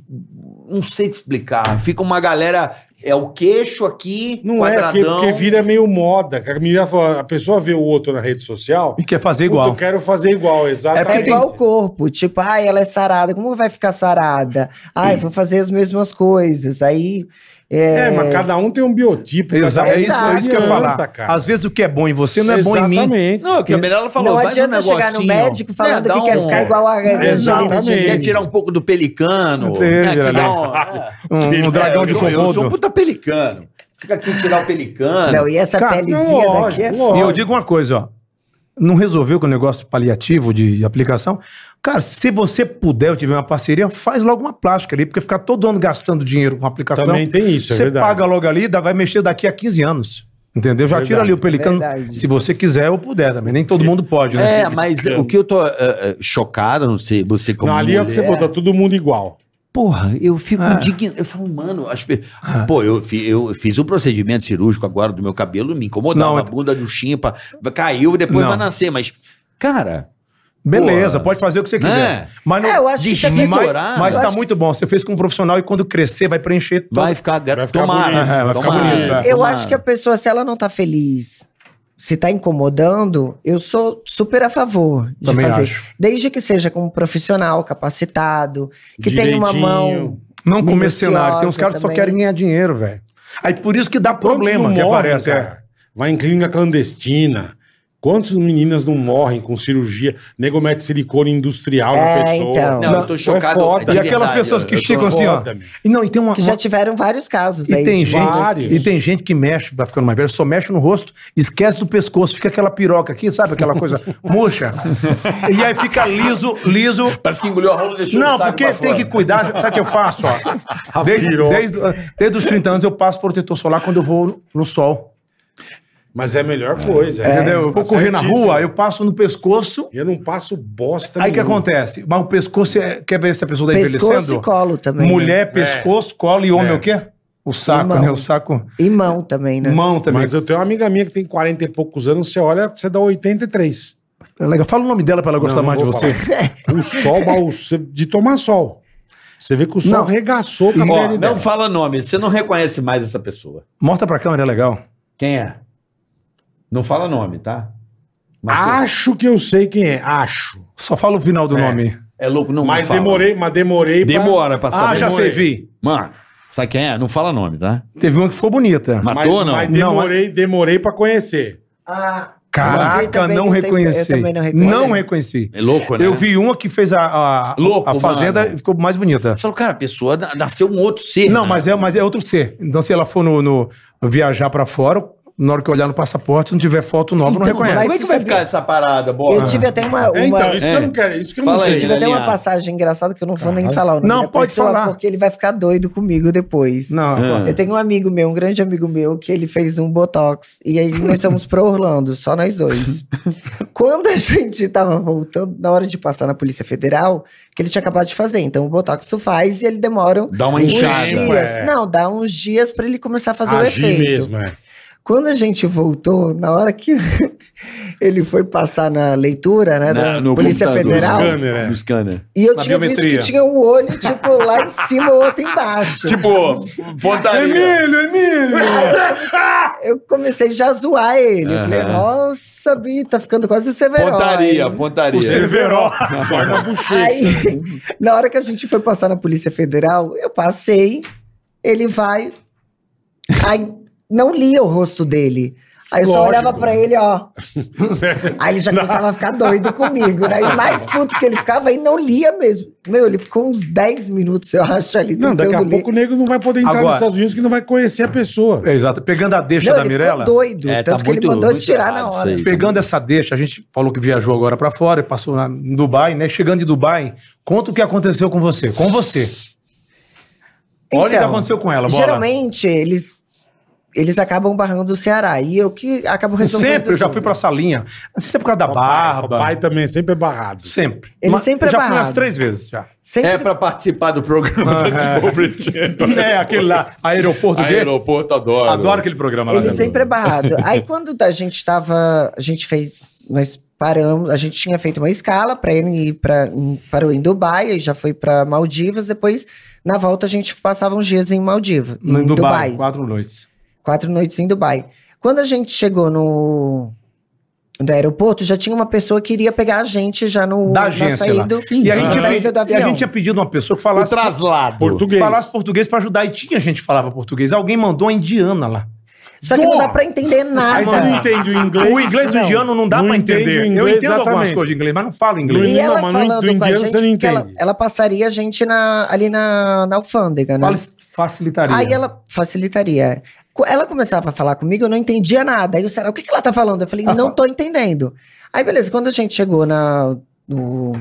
Não sei te explicar. Fica uma galera é o queixo aqui, Não é, porque, quadradão. porque vira meio moda. cara. A, menina fala- a pessoa vê o outro na rede social. E quer fazer Puta, igual. eu quero fazer igual, exatamente. É igual o corpo, tipo, ai, ela é sarada, como vai ficar sarada? Ai, vou fazer as mesmas coisas. Aí. É, É, mas cada um tem um biotipo. Exa- cada um é, isso, é isso que eu ia adianta, falar. cara. Às vezes o que é bom em você não é bom em mim. Exatamente. Não, que a Mirella falou, não vai adianta no chegar no negocinho. médico falando É, dá que quer um- ficar igual a Angelina Exatamente. Jolie. Quer tirar um pouco do pelicano. É, né, que Mirella. dá um- é. Um, um dragão de Eu- Eu sou um Komodo. puta pelicano. Fica aqui tirar o pelicano. Não, e essa Cara, pelezinha não, daqui é lógico, foda. E eu digo uma coisa, ó. Não resolveu com o negócio paliativo de aplicação? Cara, se você puder ou tiver uma parceria, faz logo uma plástica ali, porque ficar todo ano gastando dinheiro com aplicação. Também tem isso, é Você verdade. É paga logo ali, dá- vai mexer daqui a 15 anos. Entendeu? Já tira ali o pelicano. Verdade. Se você quiser ou puder também. Nem todo mundo pode, né? É, mas o que eu tô eh, eh, chocado, não sei, você como Não, ali é o que você mulher- botou, todo mundo igual. Porra, eu fico Ah. indignado. Eu falo, mano, as pe- pô, eu, fi- eu fiz um procedimento cirúrgico agora do meu cabelo, me incomodava Não, a ent- bunda do chimpa, caiu, depois Não. vai nascer, mas, cara, Beleza, Pô. pode fazer o que você Né? quiser. Mas não. É, eu acho que isso é mas, misturar, mas eu tá acho muito que- bom. Você fez com um profissional e quando crescer vai preencher todo. vai ficar, gar... Vai ficar tomara, bonito, vai ficar tomara, bonito, é. tomara. Eu acho que a pessoa, se ela não tá feliz, se tá incomodando, eu sou super a favor de Também fazer. acho. Desde que seja com um profissional capacitado, que tenha uma Direitinho. mão. Não com Minuciosa mercenário. Tem uns caras que só também. querem ganhar dinheiro, velho. Aí por isso que dá Quantos problema não que morrem, aparece. é. cara? Vai em clínica clandestina. Quantas meninas não morrem com cirurgia? Nego mete silicone industrial na É, pessoa. então. Não, eu tô chocado. É foda. de E aquelas verdade, pessoas eu- que eu tô- chegam assim, ó. Foda, meu. E não, e tem uma. Que já uma- tiveram vários casos E aí. tem, de vários. gente, vários. e tem gente que mexe, vai ficando mais velho, só mexe no rosto, esquece do pescoço, fica aquela piroca aqui, sabe? Aquela coisa murcha. e aí fica liso, liso. Parece que engoliu a rola e deixou o Não, saco porque pra tem fora. que cuidar. Sabe o que eu faço? Ó? Desde, piroca. desde, desde os 30 anos eu passo protetor solar quando eu vou no- no sol. Mas é a melhor coisa. entendeu? Eu É. vou Tá correr na certíssimo. rua, eu passo no pescoço. Eu não passo bosta Aí o que nenhuma. acontece? Mas o pescoço, é- quer ver se a pessoa tá Tá Pescoço envelhecendo? e colo também. né? Mulher, pescoço, colo e homem É. o quê? O saco, Mão. né? O saco. E mão também, né? Mão também. Mas eu tenho uma amiga minha que tem 40 e poucos anos, você olha, você dá 83. É legal. Fala o nome dela pra ela gostar Não, não mais de vou você. O sol, mas o- você- de tomar sol. Você vê que o sol Não. regaçou com a Ó, pele dela. não fala nome, você não reconhece mais essa pessoa. Mostra pra câmera, é legal. Quem é? Não fala nome, tá? Mas Acho que eu sei quem é, acho. Só fala o final do É. nome. é louco, não mas fala. demorei, mas demorei pra- Demora pra Ah, saber. já sei, vi. Mano, sabe quem é? Não fala nome, tá? Teve uma que foi bonita. Mas, Matou, não? mas Não, é. demorei, demorei pra conhecer. Ah, eu Caraca, também não não tenho- reconheci. eu também não reconheci. Não reconheci. É louco, né? Eu vi uma que fez a, a, Louco, a Fazenda mano. e ficou mais bonita. Eu falo, cara, a pessoa na- nasceu um outro ser. Não, né? mas é, mas é outro ser. Então, se ela for no, no- viajar pra fora, na hora que olhar no passaporte, se não tiver foto nova, não Então, reconhece. Como é que vai ficar essa parada, bola? eu tive até uma. É, uma... então, isso é é. que eu não quero, isso que eu Fala não aí, Eu sei. tive até uma Aliás. passagem engraçada que eu não vou nem falar o nome né? Não, da pode pessoa, falar. porque ele vai ficar doido comigo depois. Não, Ah. Eu tenho um amigo meu, um grande amigo meu, que ele fez um Botox. E aí nós fomos pra Orlando, só nós dois. Quando a gente tava voltando, na hora de passar na Polícia Federal, que ele tinha acabado de fazer. Então o Botox tu faz e ele demora Dá uma uns inchada. né, dias. é. Não, dá uns dias pra ele começar a fazer Agir o efeito. mesmo, é. Quando a gente voltou, na hora que ele foi passar na leitura, Na- né, da no Polícia computador. Federal, No scanner, é. No scanner. e eu Na tinha biometria. visto que tinha um olho, tipo, lá em cima, o outro embaixo. Tipo, pontaria. Emílio, Emílio! Eu comecei já a zoar ele. Eu falei, nossa, Bi, tá ficando quase o Severo. Pontaria, pontaria. O Severo. Só na bochecha. Aí, na hora que a gente foi passar na Polícia Federal, eu passei, ele vai. Aí não lia o rosto dele. Aí eu só Lógico. olhava pra ele, ó. Aí ele já começava a ficar doido comigo, né? E mais puto que ele ficava, aí não lia mesmo. Meu, ele ficou uns 10 minutos, eu acho, ali Não, daqui a tentando ler. pouco o nego não vai poder entrar Agora- nos Estados Unidos que não vai conhecer a pessoa. É, exato. Pegando a deixa Não, da ele Mirella. ficou doido. É, tanto tá que ele muito- mandou muito tirar na errado isso hora. aí. tá Pegando essa deixa, a gente falou que viajou agora pra fora e passou na, em Dubai, né? Chegando de Dubai, conta o que aconteceu com você. Com você. Olha o que Então, aconteceu com ela, bola. Geralmente, eles, eles acabam barrando o Ceará. E eu que acabo resolvendo. Sempre, eu já tudo. fui pra salinha. Não sei se é por causa da barba. Papai também sempre é barrado. Sempre. Ele sempre eu é já fui barrado. umas três vezes já. Sempre É pra participar do É. programa da Discovery Channel. É, aquele lá, aeroporto dele. Aeroporto adoro. Adoro aquele programa lá. Ele né? sempre é barrado. Aí quando a gente tava. A gente fez. Nós Paramos, a gente tinha feito uma escala para ele ir para parou em Dubai, aí já foi para Maldivas, depois na volta a gente passava uns dias em Maldivas, é em Em Dubai, Dubai. quatro noites. Quatro noites em Dubai. Quando a gente chegou no do aeroporto, já tinha uma pessoa que iria pegar a gente já no Da na agência saída, E a, gente na ia pedi- saída do e a avião. gente tinha pedido uma pessoa que O é falasse, traslado. Português. falasse português pra ajudar. E tinha gente que falava português. Alguém mandou a indiana lá. Só que não dá pra entender nada. Aí você não entende o inglês. o inglês do não. indiano não dá Não pra entendo entender. inglês, Eu entendo algumas exatamente. coisas de inglês, mas não falo Não, inglês. E ela mas não- do falando com a indiano você gente, não porque ela, entende. ela passaria a gente na- ali na, na alfândega, né? Fala- facilitaria. Aí ela facilitaria. Co- Ela começava a falar comigo, eu não entendia nada. Aí eu Sarah, o que, que ela tá falando? Eu falei, não tô entendendo. Aí beleza, quando a gente chegou na. no-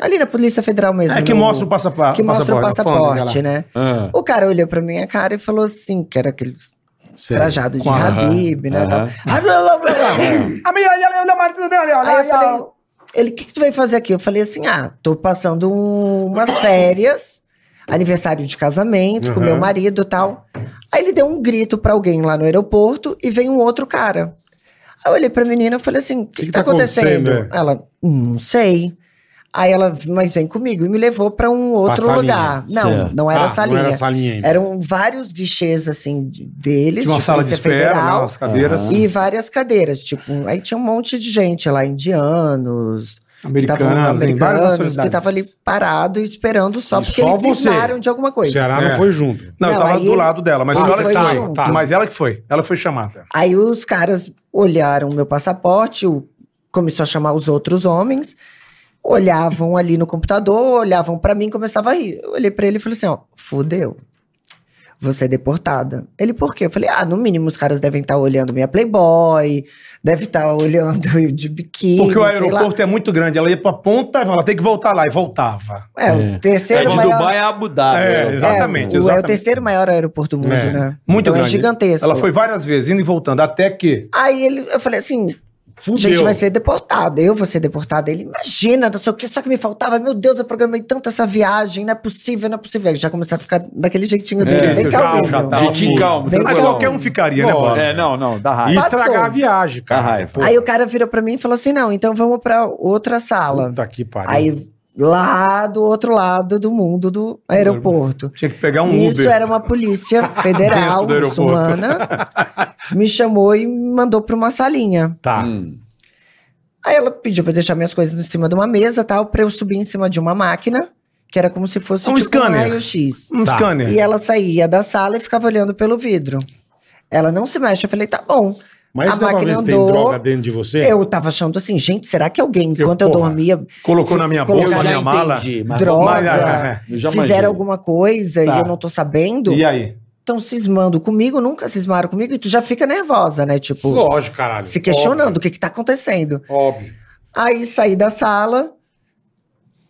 ali na Polícia Federal mesmo. É que no- mostra o passapla- passaporte. Tá que mostra o passaporte, alfândega né? Ah, O cara olhou pra minha cara e falou assim, que era aquele trajado de Com a- Habib, É, né? tá. tal. Ah, blá, blá, blá, blá. lá. Aí eu falei, "Ah, ele, o que, que tu veio fazer aqui? Eu falei assim, ah, tô passando um- umas férias, aniversário de casamento com meu marido e tal. Aí ele deu um grito pra alguém lá no aeroporto e veio um outro cara. Aí eu olhei pra menina e falei assim, o que, que tá acontecendo? acontecendo, Ela, "Hum, não sei. Aí ela, mas vem comigo e me levou pra um outro salinha, lugar. Não, certo. Ah, não era Ah, salinha. É, Não era salinha ainda. Eram vários guichês, assim, de- deles, Tinha uma de sala de Polícia espera, né, as cadeiras. e várias cadeiras, tipo, aí tinha um monte de gente lá, Americanas, em indianos, que tavam- várias americanos, que nacionalidades. estavam ali parado esperando só, E porque só eles você. cismaram de alguma O coisa. Ceará É. não foi junto. Não, eu Não, tava aí do ele- lado dela, mas Ah, foi ela que foi foi. junto. Tá. Mas ela que foi. Ela foi chamada. Aí os caras olharam o meu passaporte, o- começou a chamar os outros homens, olhavam ali no computador, olhavam pra mim, começava a rir. Eu olhei pra ele e falei assim, ó, fudeu. Você é deportada. Ele, por quê? Eu falei, ah, no mínimo os caras devem estar olhando minha Playboy, deve estar olhando eu de biquíni, Porque o sei lá. aeroporto é muito grande. Ela ia pra ponta, ela tem que voltar lá. E voltava. É, o É terceiro de maior... Dubai a Abu Dhabi. É, né? exato. Exatamente, Ah, é, o- É o exatamente. terceiro maior aeroporto do mundo, É, né? Muito então grande. é gigantesco. Ela foi várias vezes, indo e voltando, até que. Aí ele, eu falei assim, Fudeu. gente vai ser deportada, eu vou ser deportada. Ele, imagina, não sei o que, só que me faltava, meu Deus, eu programei tanto essa viagem, não é possível, não é possível. Ele já começou a ficar daquele jeitinho dele, bem já- calminho. já tava- Jeitinho calmo. Vem Mas Tranquilão. qualquer um ficaria, né, Bola? É, não, não, dá E raiva. Passou. estragar a viagem, cara. Dá raiva. Pô, Aí o cara virou pra mim e falou assim, não, então vamos pra outra sala. puta que pariu. Aí lá do outro lado do mundo do aeroporto. Tinha que pegar um Isso Uber. era uma polícia federal Dentro do aeroporto. muçulmana. me chamou e me mandou pra uma salinha. tá. Hum. Aí ela pediu pra eu deixar minhas coisas em cima de uma mesa tal, pra eu subir em cima de uma máquina, que era como se fosse tipo Um scanner. raio-x. Um Tá. scanner. E ela saía da sala e ficava olhando pelo vidro. Ela não se mexe. Eu falei, tá bom. Mas A você vai ver máquina se tem andou. droga dentro de É. você? Eu tava achando assim, gente, será que alguém, Que enquanto eu porra. dormia, Colocou na minha Colocou- bolsa, na Eu já minha mala. mas- Droga. mas- é, eu já imaginei. fizeram alguma coisa Tá. e eu não tô sabendo? E aí? Estão cismando comigo, nunca cismaram comigo, e tu já fica nervosa, né? Tipo, Lógico, caralho. se questionando o que que tá acontecendo. Óbvio. óbvio. Aí saí da sala,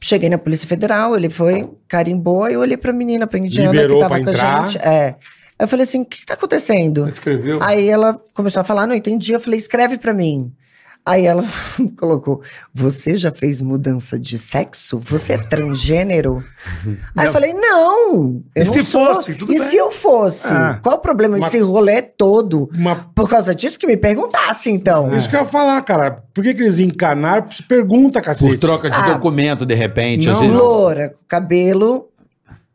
cheguei na Polícia Federal, ele foi, carimbou, eu olhei pra menina, pra indiana Liberou que tava pra com entrar. a gente. É. Eu falei assim, o que, que tá acontecendo? Escreveu? Aí ela começou a falar, não entendi, eu falei, escreve pra mim. Aí ela colocou, você já fez mudança de sexo? Você é transgênero? Aí eu falei, não! Eu E não se sou. fosse? Tudo e bem. se eu fosse? Ah. Qual o problema? Mas- Esse rolê todo? Uma... Por causa disso que me perguntasse, então. Isso que eu ia falar, cara. Por que, que eles encanaram? Se Pergunta, cacete. Por troca de Ah. documento, de repente. às Não, vezes- loura, com cabelo,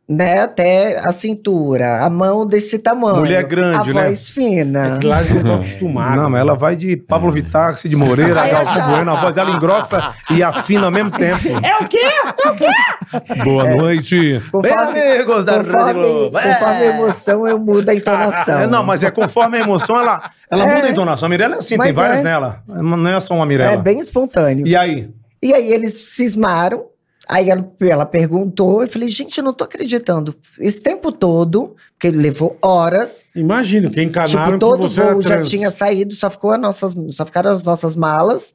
né, até a cintura, a mão desse tamanho. Mulher grande, a né? voz fina. É que lá eles não estão acostumados. Não, mas ela vai de Pablo Vittar, Cid Moreira, Aí Galvão ela- Bueno, a voz dela engrossa e afina ao mesmo tempo. É o quê? É o quê? Boa noite. Conforme- Bem, amigos da Rede Conforme, Globo. É. conforme a emoção, eu mudo a entonação. É, não, mas é conforme a emoção, ela, ela É. muda a entonação. A Mirella é assim, tem Mas várias é. nela. Não é só uma Mirella. É bem espontâneo. E aí? E, aí eles cismaram. Aí ela, ela perguntou, eu falei, gente, eu não tô acreditando. Esse tempo todo, porque ele levou horas, Imagina, que encanaram tipo, que todo você era voo já trans. Ah, tinha saído, só, ficou as nossas, só ficaram as nossas malas,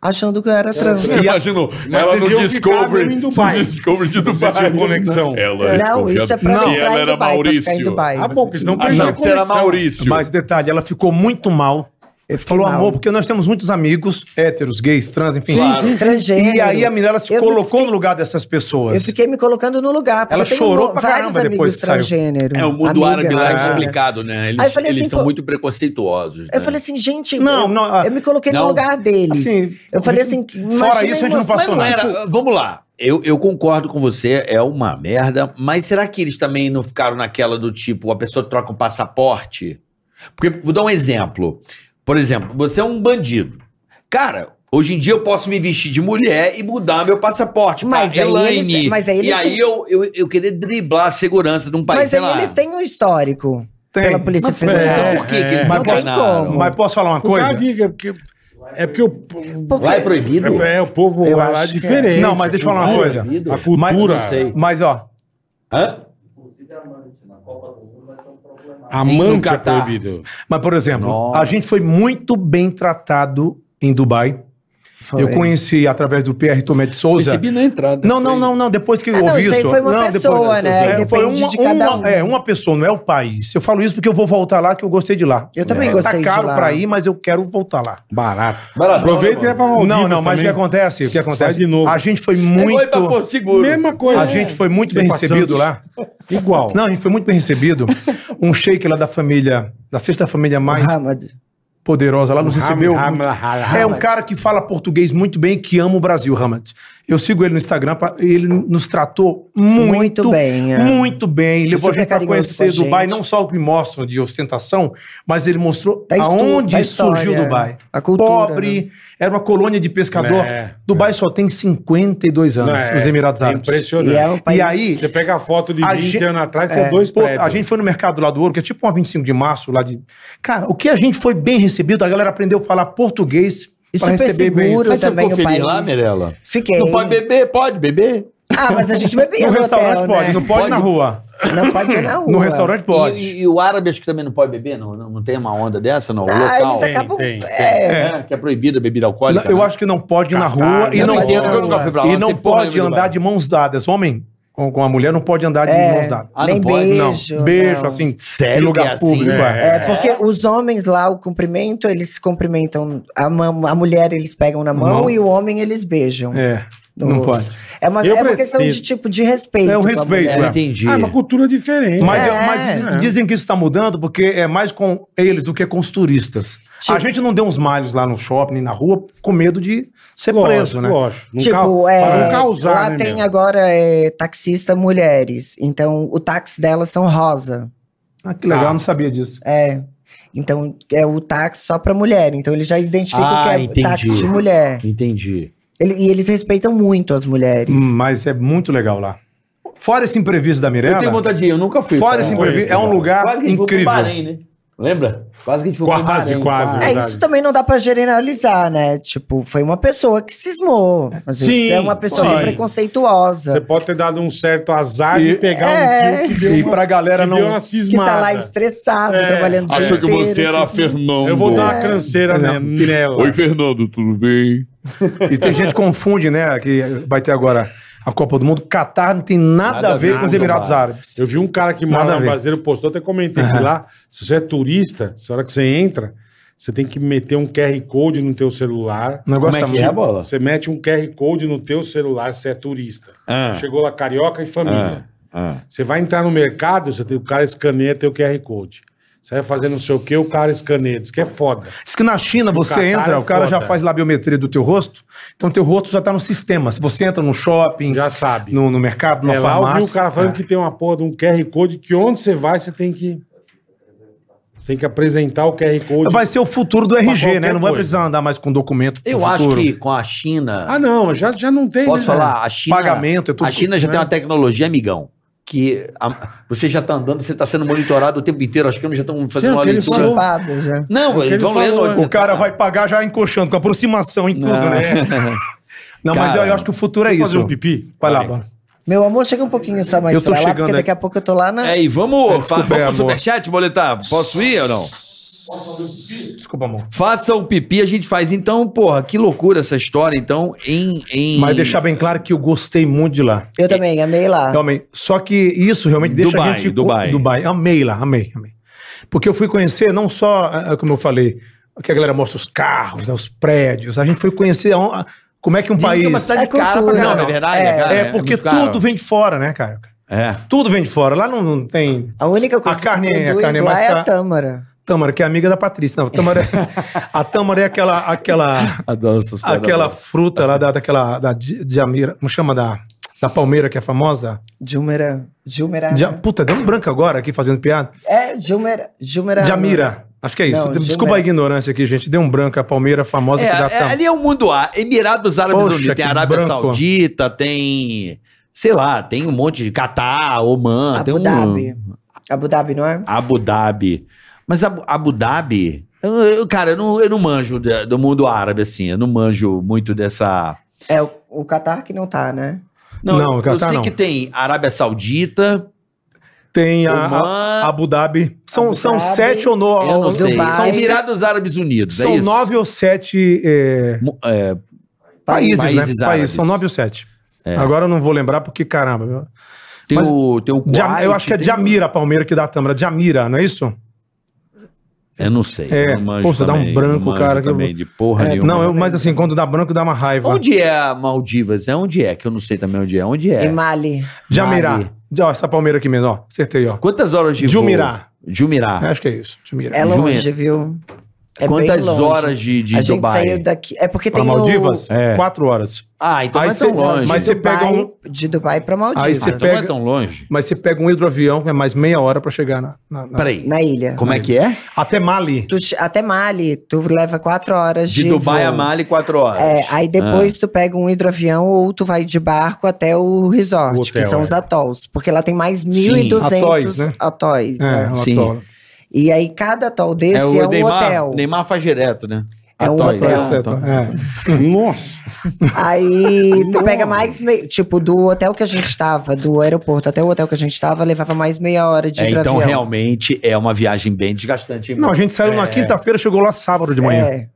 achando que eu É. era trans. Você imaginou? Mas ela vocês no iam ficar Discovery. mesmo em Dubai. no Discovery de Vocês Dubai. tinham conexão. Ela Não, isso é pra desconfiada. não, E entrar ela em era Dubai, pra ficar em Maurício. Dubai. Ah, bom, porque senão Achava perdia a que você era conexão. Maurício. Mas detalhe, ela ficou muito mal Eu fiquei Falou mal. amor, porque nós temos muitos amigos, héteros, gays, trans, enfim. Transgênero. E aí a Mirella se Eu colocou fiquei- no lugar dessas Eu pessoas. fiquei me colocando no lugar. porque Ela eu tenho chorou pra vários caramba depois amigos que saiu. transgênero, É, o mundo árabe amigas lá é transgênero. complicado, né? Eles, Aí eu falei eles assim, são pô- muito preconceituosos. Eu né? falei assim, gente, Não, eu, não, ah, eu me coloquei não. no lugar deles. Assim, eu falei assim, imagina fora isso, a gente não emoção, passou Não nada. era- vamos lá. Eu, eu concordo com você, é uma merda, mas será que eles também não ficaram naquela do tipo, a pessoa troca um passaporte? Porque, vou dar um exemplo. Por exemplo, você é um bandido. Cara, hoje em dia eu posso me vestir de mulher e mudar meu passaporte Mas pra aí Elaine. eles- mas aí eles e aí têm- eu, eu, eu querer driblar a segurança de um país, Mas sei aí lá. eles têm um histórico Tem. pela Polícia Mas, Federal. é, Então por que, que eles Mas não posso- enganaram? como? Mas posso falar uma coisa? Cuidado, Tá, diga, porque. É porque o. Porque- Lá é proibido? É, é, o povo Eu lá é acho que é. diferente. É Não, mas deixa eu falar uma A coisa. cultura- A cultura. Mas- Mas, ó, Hã? Amante é Nunca tá. proibido. mas por exemplo, Nossa. a gente foi muito bem tratado em Dubai. Foi. Eu conheci através do PR Tomé de Souza. Recebi na entrada. Não, não, não, não. Depois que eu Ah, não, ouvi isso aí isso. foi uma pessoa, né? Aí É, foi depende uma, de cada uma- um. É, uma pessoa, não é o país. Eu falo isso porque eu vou voltar lá, que eu gostei de lá. Eu também É, gostei Tá de caro lá. pra ir, mas eu quero voltar lá. Barato. Barato. Aproveita e é pra Maldivas não, não, mas o que também. acontece? O que acontece? Sai de novo. tá A gente foi Oi, pra muito. Porto É Seguro. Mesma coisa. A gente foi muito Sem bem pra recebido Santos. lá. Igual. Não, a gente foi muito bem recebido. Um sheik lá da família, da sexta família mais Muhammad. poderosa lá, nos recebeu. Ram- ram- ram- É um cara que fala português muito bem e que ama o Brasil, Hamad. Eu sigo ele no Instagram, pra- ele nos tratou muito, Muito bem, é. Muito bem. Levou a super gente pra carinhoso com conhecer a gente. Dubai, não só o que mostra de ostentação, mas ele mostrou Da estu- aonde da surgiu história, Dubai. a cultura, né? Pobre, era uma colônia de pescador. É, Dubai só tem 52 anos, É, os Emirados é Árabes. Impressionante. E é um país- E aí, Você pega a foto de A 20 gente- anos atrás, você é. é dois Pô, prédios. a gente foi no mercado lá do ouro, que é tipo uma 25 de março lá de. Cara, o que a gente foi bem recebido, a galera aprendeu a falar português E pra super receber bem. seguro Mas você também ficou o feliz país. lá, Mirella? Fiquei. Não pode beber? Pode beber? Ah, mas a gente bebia No no, restaurante hotel, pode, né? não pode, na rua. Não pode ir na rua. No restaurante pode. E, e- e o árabe acho que também não pode beber? Não, não, não tem uma onda dessa, não? O Ah, local eles acabam... Tem, tem, é, é, que é proibida a bebida Não, alcoólica. eu né? acho que não pode ir na rua e não, né? né? Eu não pode ir entendo, um na porque eu nunca fui pra lá, e não não sei porra pode nenhuma do andar bairro. de mãos dadas. Homem com, com a mulher não pode andar de mãos dadas. Ah, nem não pode? Não, beijo. beijo, não. assim, Sério em lugar que é assim? público. é. É, porque os homens lá, o cumprimento, eles se cumprimentam. A, ma- a mulher eles pegam na mão Mão. e o homem eles beijam. É, no não rosto. pode. É uma, Eu é uma questão preciso. de tipo de respeito. É um com a respeito, mulher. Eu é. entendi. Ah, uma cultura diferente. Mas, É. mas diz- dizem que isso está mudando porque é mais com eles do que com os turistas. Tipo- A gente não deu uns malhos lá no shopping, nem na rua, com medo de ser preso, né? Lógico. Não Tipo, cau- pra um é, não causar, lá né, tem meu? agora é, taxista mulheres. Então, o táxi delas são rosa. Ah, que legal, não sabia disso. É. Então, é o táxi só pra mulher. Então, eles já identificam Ah, que é entendi. táxi de mulher. Entendi. Ele- e eles respeitam muito as mulheres. Hum, Mas é muito legal lá. Fora esse imprevisto da Eu Mirella, tenho vontade de ir, eu nunca fui. fora pra- esse Conheço, imprevisto, é um cara. lugar Quase que a gente foi pro incrível. Bahrein, né? Lembra? Quase que a gente foi pro Quase, Bahrein, tá? quase. É, verdade. isso também não dá pra generalizar, né? Tipo, foi uma pessoa que cismou. Às vezes Sim, é uma pessoa sim. preconceituosa. Você pode ter dado um certo azar E- de pegar É. um tio que deu E uma, pra galera que deu não. uma Que cismada. tá lá estressado, É, trabalhando o dia Achou que inteiro, assim. você era cismou. Fernando. Eu vou dar uma canseira É. né, nela. Oi, Fernando, tudo bem? E tem gente que confunde, né? Que vai ter agora a Copa do Mundo. Catar não tem nada, Nada a ver com os nada, Emirados mano. Árabes. Eu vi um cara que Nada a mora no ver. brasileiro, postou, até comentei que lá, se você é turista, se a hora que você entra, você tem que meter um QR Code no teu celular. O Um negócio Como é que muito- é, bola? Você mete um QR Code no teu celular se é turista. Ah, Ah. Chegou lá carioca e família. Você vai entrar no mercado, você tem, o cara escaneia teu QR Code. Você vai fazer não sei o que, o cara escaneia. Diz que é foda. Diz que na China Diz que o você Catar entra, é o cara já foda. faz lá a biometria do teu rosto, então teu rosto já tá no sistema. Se você entra no shopping, Já sabe. no, no mercado, na é, lá eu vi farmácia. o cara falando que tem uma porra de um QR Code que onde você vai, você tem que. Você tem que apresentar o QR Code. é. Vai ser o futuro do RG, né? qualquer Não vai coisa. precisar andar mais com documento. pro Eu acho futuro. que com a China. Ah, não, já, já não tem. Posso né? falar? A China, Pagamento, é tudo- A China já tem uma tecnologia, amigão. Que a- você já tá andando, você tá sendo monitorado o tempo inteiro, as câmeras já estão fazendo Sim, uma aquele leitura. falou. Chipado já. Não, Aquele eles vão lendo. falou, onde né? você O cara tá. vai pagar já encoxando, com aproximação em tudo, Não. né? Não, mas eu, Cara, eu acho que o futuro é Deixa eu isso. fazer um pipi? Vai lá, Peraí. Bola. Meu amor, chega um pouquinho só mais Eu tô pra lá, chegando né? porque aí. daqui a pouco eu tô lá na. É, e vamos, fa- Desculpa, vamos pro amor. superchat, boletar? Posso ir ou não? Desculpa, amor. Faça o pipi, a gente faz. Então, porra, que loucura essa história. Então, em. em... Mas deixar bem claro que eu gostei muito de lá. Eu também, amei Ah. lá. Realmente. Então, Só que isso realmente deixa Dubai, a gente. Dubai. Dubai. Amei lá, amei, amei. Porque eu fui conhecer não só, ah, ah, como eu falei, que a galera mostra os carros, né, os prédios. A gente foi conhecer a on- a- como é que um Dizem que é uma país. cidade É cara pra cultura. caramba. Não, é verdade, é, cara, É, é porque muito caro. tudo vem de fora, né, cara? É. Tudo vem de fora. Lá não, não tem. A única coisa A carne- a que produz carne é lá mais é cara. a tâmara. Tâmara, que é amiga da Patrícia. Não, Tâmara é- a Tâmara é aquela. aquela Adoro essas piadas. aquela fruta lá da, daquela. Da, di- diamira, como chama? Da, da palmeira, que é famosa. Júmera. É. Júmera. Dia- puta, deu um branco agora aqui fazendo piada. É, Júmera. Júmera. Jamira. Acho que é isso. Não, Desculpa a Jumera. ignorância aqui, gente. Deu um branco, a palmeira famosa É, que dá é, ali é o mundo ar. Emirados Árabes um? Poxa, Unidos. Tem que Arábia branco. Saudita, tem. Sei lá, tem um monte de. Catar, Ah, Oman, tem Abu um. Dhabi. Abu Dhabi, não é? Abu Dhabi. Mas Abu, Abu Dhabi. Eu, eu- cara, eu não, eu não manjo da- do mundo árabe, assim. Eu não manjo muito dessa. É o, o Qatar que não tá, né? Não, Não, eu, eu Catar sei não. que tem Arábia Saudita, Tem a, a- Oman. Abu Dhabi. São, Abu são Dhabi. sete ou nove. eu não sei. Dubai. São Emirados Árabes Unidos. é São isso? nove ou sete é, Mu- é, países, Países né? árabes. É. Países. São nove ou sete. Agora eu não vou lembrar porque, caramba. meu. tem, Mas- o, tem o Jam- Kuwait, eu acho que é tem- um- Jamira, a Palmeira que dá a tâmara. Jamira, não é isso? Eu não sei. É, eu não manjo poxa, dá um também, branco, não manjo cara, que eu- Também, de porra É, nenhuma. não, eu- mas assim, quando dá branco dá uma raiva. um Onde é a Maldivas? É onde é? Que eu não sei também onde é. Onde E é? Mali. Jamirá. Mali. Ó, essa Palmeira aqui mesmo, ó. Acertei, ó. Quantas horas de voo? Jumirá. Jumirá. Acho que é isso. Jumirá. É Júmera. longe, viu? É bem Quantas longe. horas de, de a gente Dubai? saiu daqui. É porque Pra tem Maldivas, o... É. quatro horas. Ah, então Aí não é tão cê- longe. mas de você Dubai, pega um- De Dubai pra Aí Maldivas. cê Então não pega- é tão longe. Mas você pega um hidroavião, é mais meia hora pra chegar na. na- na- Peraí. Na ilha. Como é que é? Até Mali. Tu che- até Mali, tu leva quatro horas De de, Dubai voo. a Mali, Ah. quatro horas. É, aí depois tu pega um hidroavião ou tu vai de barco até o resort, O hotel, que são os é. atols. Porque lá tem mais Atóis, 1.200 né? atóis. É, né? uma Sim. tola. E aí cada atol desse é, um Neymar, hotel. Neymar faz direto, né? É um Atóis, Tá hotel. né? certo, Atóis. é. Nossa. Aí tu Nossa. pega mais meio. Tipo, do hotel que a gente tava, do aeroporto até o hotel que a gente tava, levava mais meia hora de É, hidroavião. então, realmente, é uma viagem bem desgastante. hein, Não, a mano? gente saiu na quinta-feira, chegou lá sábado de manhã. É,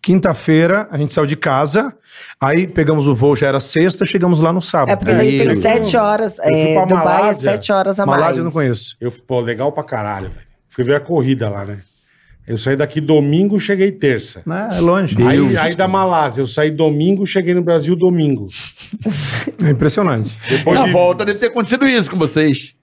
Quinta-feira, a gente saiu de casa, aí pegamos o voo, já era sexta, chegamos lá no sábado. é porque daí tem Isso. sete horas. fui É, pra Dubai é Malásia. sete horas a mais. Malásia eu não conheço. Eu, pô, legal pra caralho, velho. Fui ver a corrida lá, né? Eu saí daqui domingo, cheguei terça. Né, É longe. Aí, aí da Malásia, eu saí domingo, cheguei no Brasil domingo. É impressionante. Depois Na de- volta deve ter acontecido isso com vocês.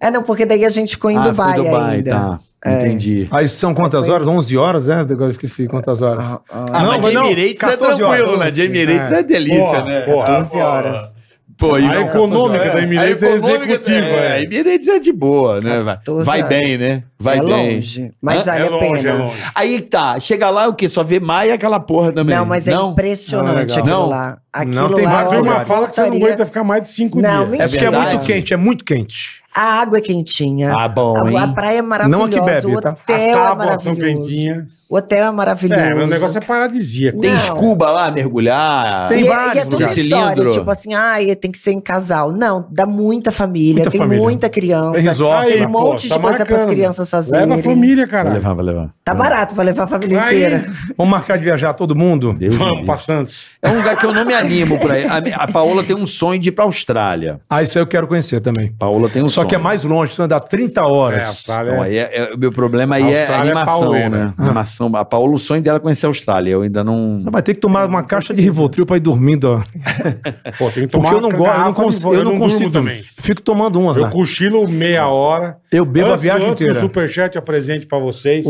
É, não, porque daí a gente ficou em Ah, Dubai, foi ainda. É. Tá. Entendi. Aí são quantas horas? 11 horas, é? Agora eu esqueci quantas horas. Ah, ah. Ah, Não, mas de mas não, Emirates é 14 horas, tranquilo, né? De Emirates é, delícia, Porra, né? porra. 12 horas. Pô, e- A econômica da Emirates é econômica- executiva. É, é. A Emirates é de boa, né? vai? 14 Vai horas. bem, né? Vai é bem. longe, mas Hã? vale É a longe, pena. é longe. Aí tá, chega lá o quê? Só vê Maia e aquela porra também. Não, mas é impressionante Não, é legal. aquilo Não. lá. Aquilo Não, tem lá é vários Ah, Tem Ah, uma olha, lugares. fala que você não estaria- aguenta ficar mais de cinco Não, dias. mentira. É É porque é verdade. muito quente, é muito quente. A água é quentinha. Ah, bom, a, a hein? praia é Não a maravilhosa. que bebe, o tá? As hotel é tábuas são maravilhoso. quentinhas. O hotel é maravilhoso. É, mas o negócio é paradisíaco. Tem Não. escuba lá, mergulhar. Tem e, vários e é toda lugares. história, Cilindro. tipo assim, ai, tem que ser em casal. Não, dá muita família, Muita tem família. muita criança. É resort, tem Aí, um pô, monte tá de coisa para as marcando. crianças Leva a fazerem. família, caralho. vai levar. Tá barato pra levar a família Aí. inteira. Vamos marcar de viajar todo mundo? Deus me Vamos livre. pra Santos. É um lugar que eu não me animo pra ir. A, mi- a Paola tem um sonho de ir pra Austrália. Ah, isso aí eu quero conhecer também. Paola tem um Só sonho. que é mais longe, isso dá 30 É, a horas. sala Então, é- aí é- é- o meu problema aí é Austrália é animação, pauleira. né? Animação. A Paola, o sonho dela é conhecer a Austrália. Eu ainda não. Vai ter que tomar uma caixa de Rivotril pra ir dormindo, ó. Pô, tem que tomar Porque eu não uma gosto, eu não, garrafa de consigo, vo- eu não durmo consigo também. também. Fico tomando umas Eu lá. cochilo meia hora. Eu bebo a Antes- viagem antes do inteira. Superchat é presente pra vocês.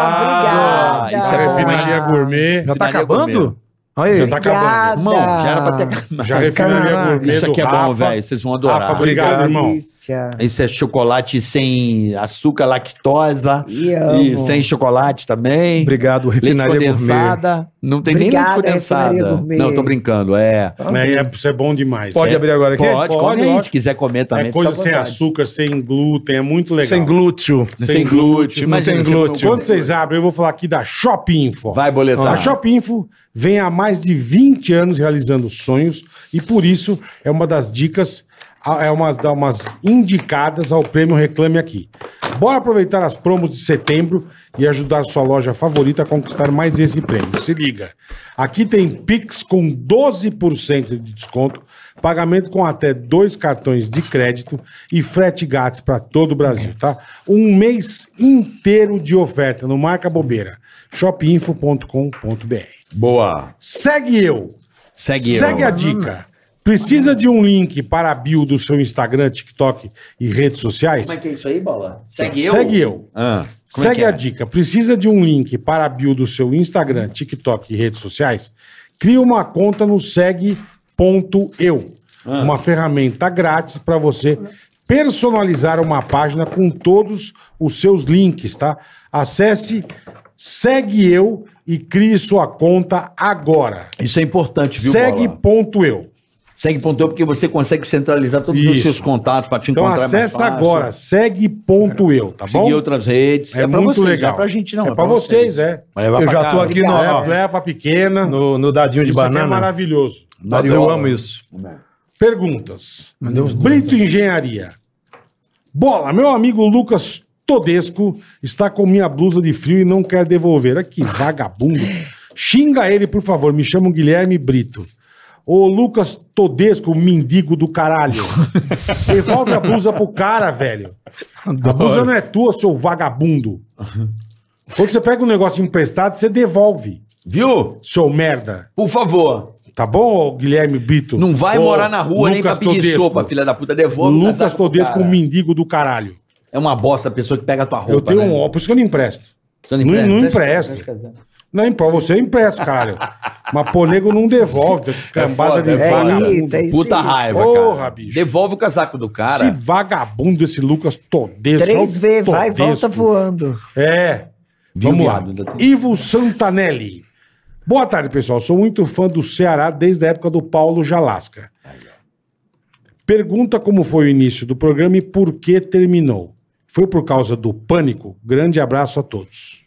Ah, Ah, obrigada. isso Isso é é bom, refinaria hein? gourmet. Já tá Finaria acabando? Já Aí. tá acabando. Obrigada. Irmão, já era pra ter acabado. Já refinaria Caraca, gourmet Isso do aqui é Rafa. bom, velho. Vocês vão adorar. Rafa, obrigado, irmão. Delícia. Isso é chocolate sem açúcar, lactosa. E E amo. sem chocolate também. Obrigado, Leite refinaria gourmet. condensada. Não tem Obrigada, nem leite refinaria condensada. gourmet. Não, tô brincando. É. É, é, isso é bom demais. Pode É- abrir agora aqui? Pode, Pode, come aí. lógico. Se quiser comer também. É coisa fica à sem vontade. açúcar, sem glúten, é muito legal. Sem glúteo. Sem, sem glúten. não tem Imagina, você glúten. come- Quando vocês abrem, eu vou falar aqui da Shop Info. Vai boletar. A Shop Info vem há mais de 20 anos realizando sonhos e por isso é uma das dicas, é uma das indicadas ao prêmio Reclame Aqui. Bora aproveitar as promos de setembro e ajudar sua loja favorita a conquistar mais esse prêmio. Se liga. Aqui tem Pix com 12% de desconto, pagamento com até dois cartões de crédito e frete grátis para todo o Brasil, tá? Um mês inteiro de oferta, não marca bobeira. shopinfo.com.br. Boa. Segue eu. Segue Segue, eu. a dica. Precisa de um link para a bio do seu Instagram, TikTok e redes sociais? Tá. Como é que é isso aí, bola? Segue eu? Segue eu. Ah, como é Segue que é? a dica. Precisa de um link para a bio do seu Instagram, TikTok e redes sociais? Cria uma conta no segue.eu. Ah. Uma ferramenta grátis para você personalizar uma página com todos os seus links, tá? Acesse segue eu e crie sua conta agora. Isso é importante, viu, Bola? Segue.eu. Segue ponto eu, porque você consegue centralizar todos os Isso. seus contatos para te Então encontrar é mais acessa fácil. agora, segue.eu, tá bom? Seguir outras redes. É, pra muito vocês, legal. Não é pra gente, não. É, pra vocês, é. Vai levar Eu pra já cá, tô né? aqui é no, é pra pequena. no, no dadinho de Isso aqui é banana. maravilhoso. eu amo isso. Perguntas. Brito Engenharia. Bola, meu amigo Lucas Todesco está com minha blusa de frio e não quer devolver. Ah, Que vagabundo. Xinga ele, por favor. Me chamo Guilherme Brito. Ô, Lucas Todesco, mendigo do caralho. Devolve a blusa pro cara, velho. A blusa não é tua, seu vagabundo. Quando você pega um negócio emprestado, você devolve, Viu? seu merda. Por favor. Tá bom, ô Guilherme Brito? Não vai Ô, morar na rua nem pra Lucas pedir Todesco. sopa, filha da puta. Devolve o Lucas casaco pro Todesco, cara. um mendigo do caralho. É uma bosta a pessoa que pega a tua roupa. eu tenho né? um ó, por isso que eu não empresto. Você Não, empresta? não Deixa- empresto. deixa eu casar. Não, pra você eu empresto, caralho. Mas pô, nego não devolve. Cambada foda, é de foda. vagabundo. É isso Puta aí. raiva, Porra, cara. bicho. Devolve o casaco do Esse cara. vagabundo, esse Lucas Todesco. Três é o v vai e volta Todesco. voando. É. Viu, Vamos lá. viado? Ainda tem- Ivo Santanelli. Boa tarde, pessoal. Sou muito fã do Ceará desde a época do Paulo Jalasca. Pergunta como foi o início do programa e por que terminou. Foi por causa do pânico? Grande abraço a todos.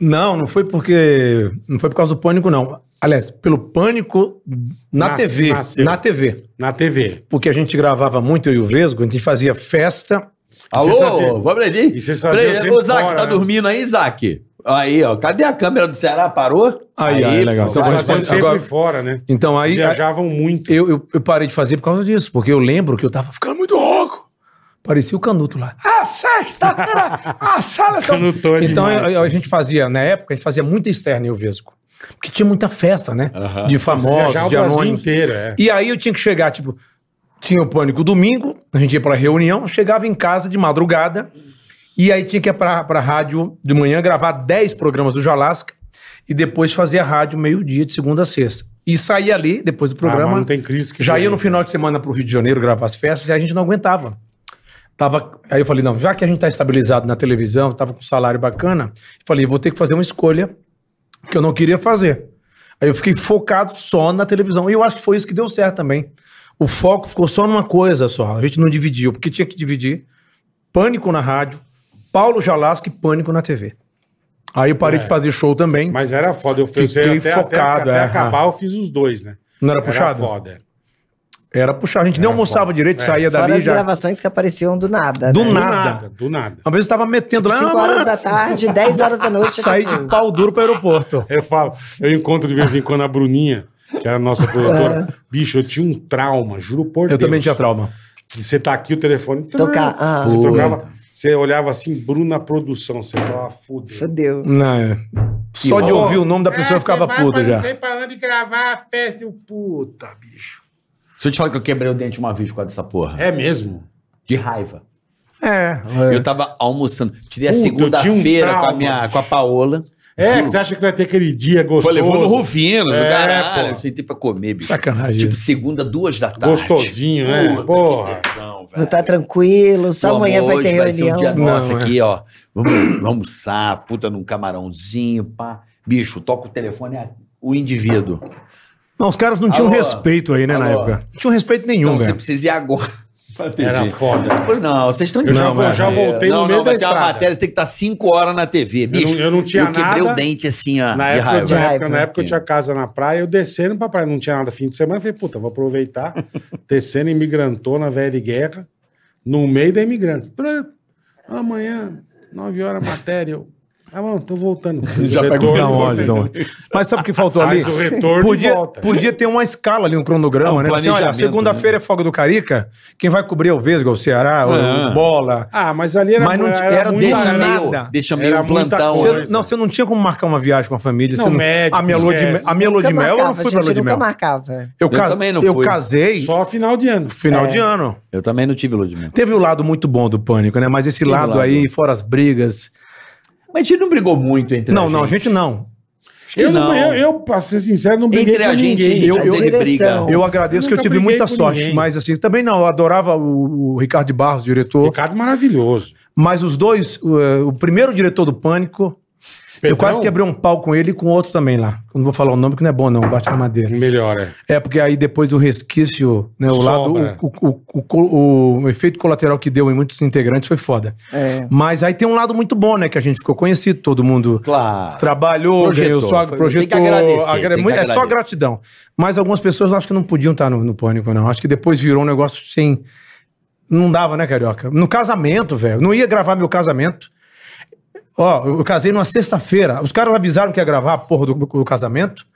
Não, não foi porque. Não foi por causa do pânico, não. Aliás, pelo pânico na Nasce- TV. nasceu. Na TV. Na TV. Porque a gente gravava muito, eu e o Vesgo, a gente fazia festa. Alô, vocês faziam- vamos ali. e vocês faziam Peraí, sempre Ô, Zac, fora, tá né? dormindo aí, Zac? Aí, ó. Cadê a câmera do Ceará? Parou? Aí, aí, legal. Então, pô, Você vai- Vocês vai- faziam responde- sempre agora- fora, né? Então Vocês aí. viajavam muito. Eu, eu, eu parei de fazer por causa disso, porque eu lembro que eu tava ficando muito rouco. Parecia o Canuto lá. Ah, sexta-feira! A sala são- Canutou é Então demais, eu- eu- a, gente fazia, na época, a gente fazia muita externa em Vesgo. Porque tinha muita festa, né? Aham. De Vocês famosos, viajavam de o Brasil anônimos. inteiro, é. E aí eu tinha que chegar, tipo, tinha o pânico domingo, a gente ia pra reunião, chegava em casa de madrugada, e aí tinha que ir pra, pra rádio de manhã gravar 10 programas do Jalasca, e depois fazer a rádio meio-dia, de segunda a sexta. E saía ali, depois do Ah, mas programa, não tem crise que já ia tem. no final de semana pro Rio de Janeiro gravar as festas, e a gente não aguentava. Tava, aí eu falei, não, já que a gente tá estabilizado na televisão, tava com um salário bacana, eu falei, vou ter que fazer uma escolha que eu não queria fazer. Aí eu fiquei focado só na televisão. E eu acho que foi isso que deu certo também. O foco ficou só numa coisa só. A gente não dividiu, porque tinha que dividir pânico na rádio, Paulo Jalasco e pânico na TV. Aí eu parei de fazer show também. Mas era foda. Eu fiz Fiquei até, focado, até, até é. acabar, eu fiz os dois, né? não era Era puxado? foda. Era puxado. A gente nem almoçava direito, saía Fora dali as já. gravações que apareciam do nada. Do né? nada. Do nada. Uma vez eu tava metendo lá. "Ah, 5 Tipo, horas da tarde, 10 horas da noite. Saí acabou. de pau duro pro aeroporto. Eu falo, eu encontro de vez em quando a Bruninha, que era a nossa produtora. Bicho, eu tinha um trauma, juro por Eu Deus. também tinha trauma. E você tá aqui o telefone. Tocar, ah. você Puta. trocava, você olhava assim, Bruna Produção. Você falava, "Ah, fudeu. Fudeu. Não, é. Só de horror. ouvir o nome da pessoa eu ficava puta já. parando de gravar a festa e o puta, bicho. Se eu te falar que eu quebrei o dente uma vez por causa dessa porra. É mesmo? De raiva. É. Eu tava almoçando. Tirei a Puta, eu tinha um segunda-feira com, a trauma, minha- bicho. com a Paola. É, que você acha que vai ter aquele dia Foi gostoso? levando o Rufino, É, do caralho. pô. Eu sentei pra comer, bicho. Sacanagem. Tipo, segunda, duas da tarde. Gostosinho, né? Puta, Porra. que tesão, velho. Vou estar Tá tranquilo, só Pô, amanhã amor, vai ter hoje ser um reunião. dia nosso Não, é. aqui, ó. Vamos, vamos almoçar, puta, num camarãozinho, pá. Bicho, toca o telefone, é o indivíduo. Não, os caras não tinham Alô? respeito aí, né, na Alô? época. Não tinham respeito Então nenhum, você velho. precisa ir agora. pra pedir. um Era foda. Eu falei, não, vocês estão Eu já Não, vou- mas- já voltei no não, meio não, da vai ter uma estrada. matéria, tem tá que estar 5 horas na TV. Bicho, não- eu não tinha quebrei nada. o dente assim, ó, Na de época, eu raiva. tinha, De época- raiva, na né? época eu tinha casa na praia, eu descendo pra praia, não tinha nada fim de semana, eu falei, puta, vou aproveitar, descendo imigrantona, velha e guerra, no meio da imigrante. Prã. Amanhã, 9 horas, matéria. Eu... Ah, mano, tô voltando. Já pegou da onde, então. Mas sabe o que faltou ali? Faz o retorno e Podia, volta. podia ter uma escala ali, um cronograma, Ah, um né? Assim, olha, planejamento, segunda-feira é folga do Carica, quem vai cobrir é o Vesga, o Ceará, o Bola. Ah, mas ali era... Mas não t- era muita- deixa era- nada. meio, deixa meio Era um muita plantão. coisa. Você- não, você não tinha como marcar uma viagem com a família. Não, você médico, a minha lua de, me- esquece. a minha lua de mel, eu não fui pra lua gente, de nunca mel. marcava. Eu, cas- também não eu fui. casei Só final de ano. no final de ano. Eu também não tive Ludmilla. Teve o lado muito bom do pânico, né? Mas esse lado, lado. aí, fora as brigas. Mas a gente não brigou muito entre não, a não, a gente. gente não. Eu, não. Não. eu, eu, pra ser sincero, não briguei Entre com a gente, ninguém. eu, A eu teve direção. briga. Eu agradeço que eu nunca tive briguei muita com sorte, ninguém. mas assim, também não. Eu adorava o, o Ricardo de Barros, diretor. Ricardo maravilhoso. Mas os dois, o, eh, o primeiro diretor do Pânico, eu Pedrão? quase quebrei um pau com ele e com outro também lá. Eu não vou falar o nome que não é bom, não, bate na madeira. Melhor, é. É, porque aí depois o resquício, né, o lado, Sobra. o, o, o, o- o efeito colateral que deu em muitos integrantes foi foda. É. Mas aí tem um lado muito bom, né, que a gente ficou conhecido, todo mundo Claro. trabalhou, Projetou, ganhou só foi- projetou. tem que agradecer, agra- tem que é só agradecer. gratidão. Mas algumas pessoas eu acho que não podiam estar no, no pânico, não. Acho que depois virou um negócio sem. Não dava, né, Carioca? No casamento, velho. Não ia gravar meu casamento. Ó, eu eu casei numa sexta-feira. Os caras avisaram que ia gravar a porra do, do casamento.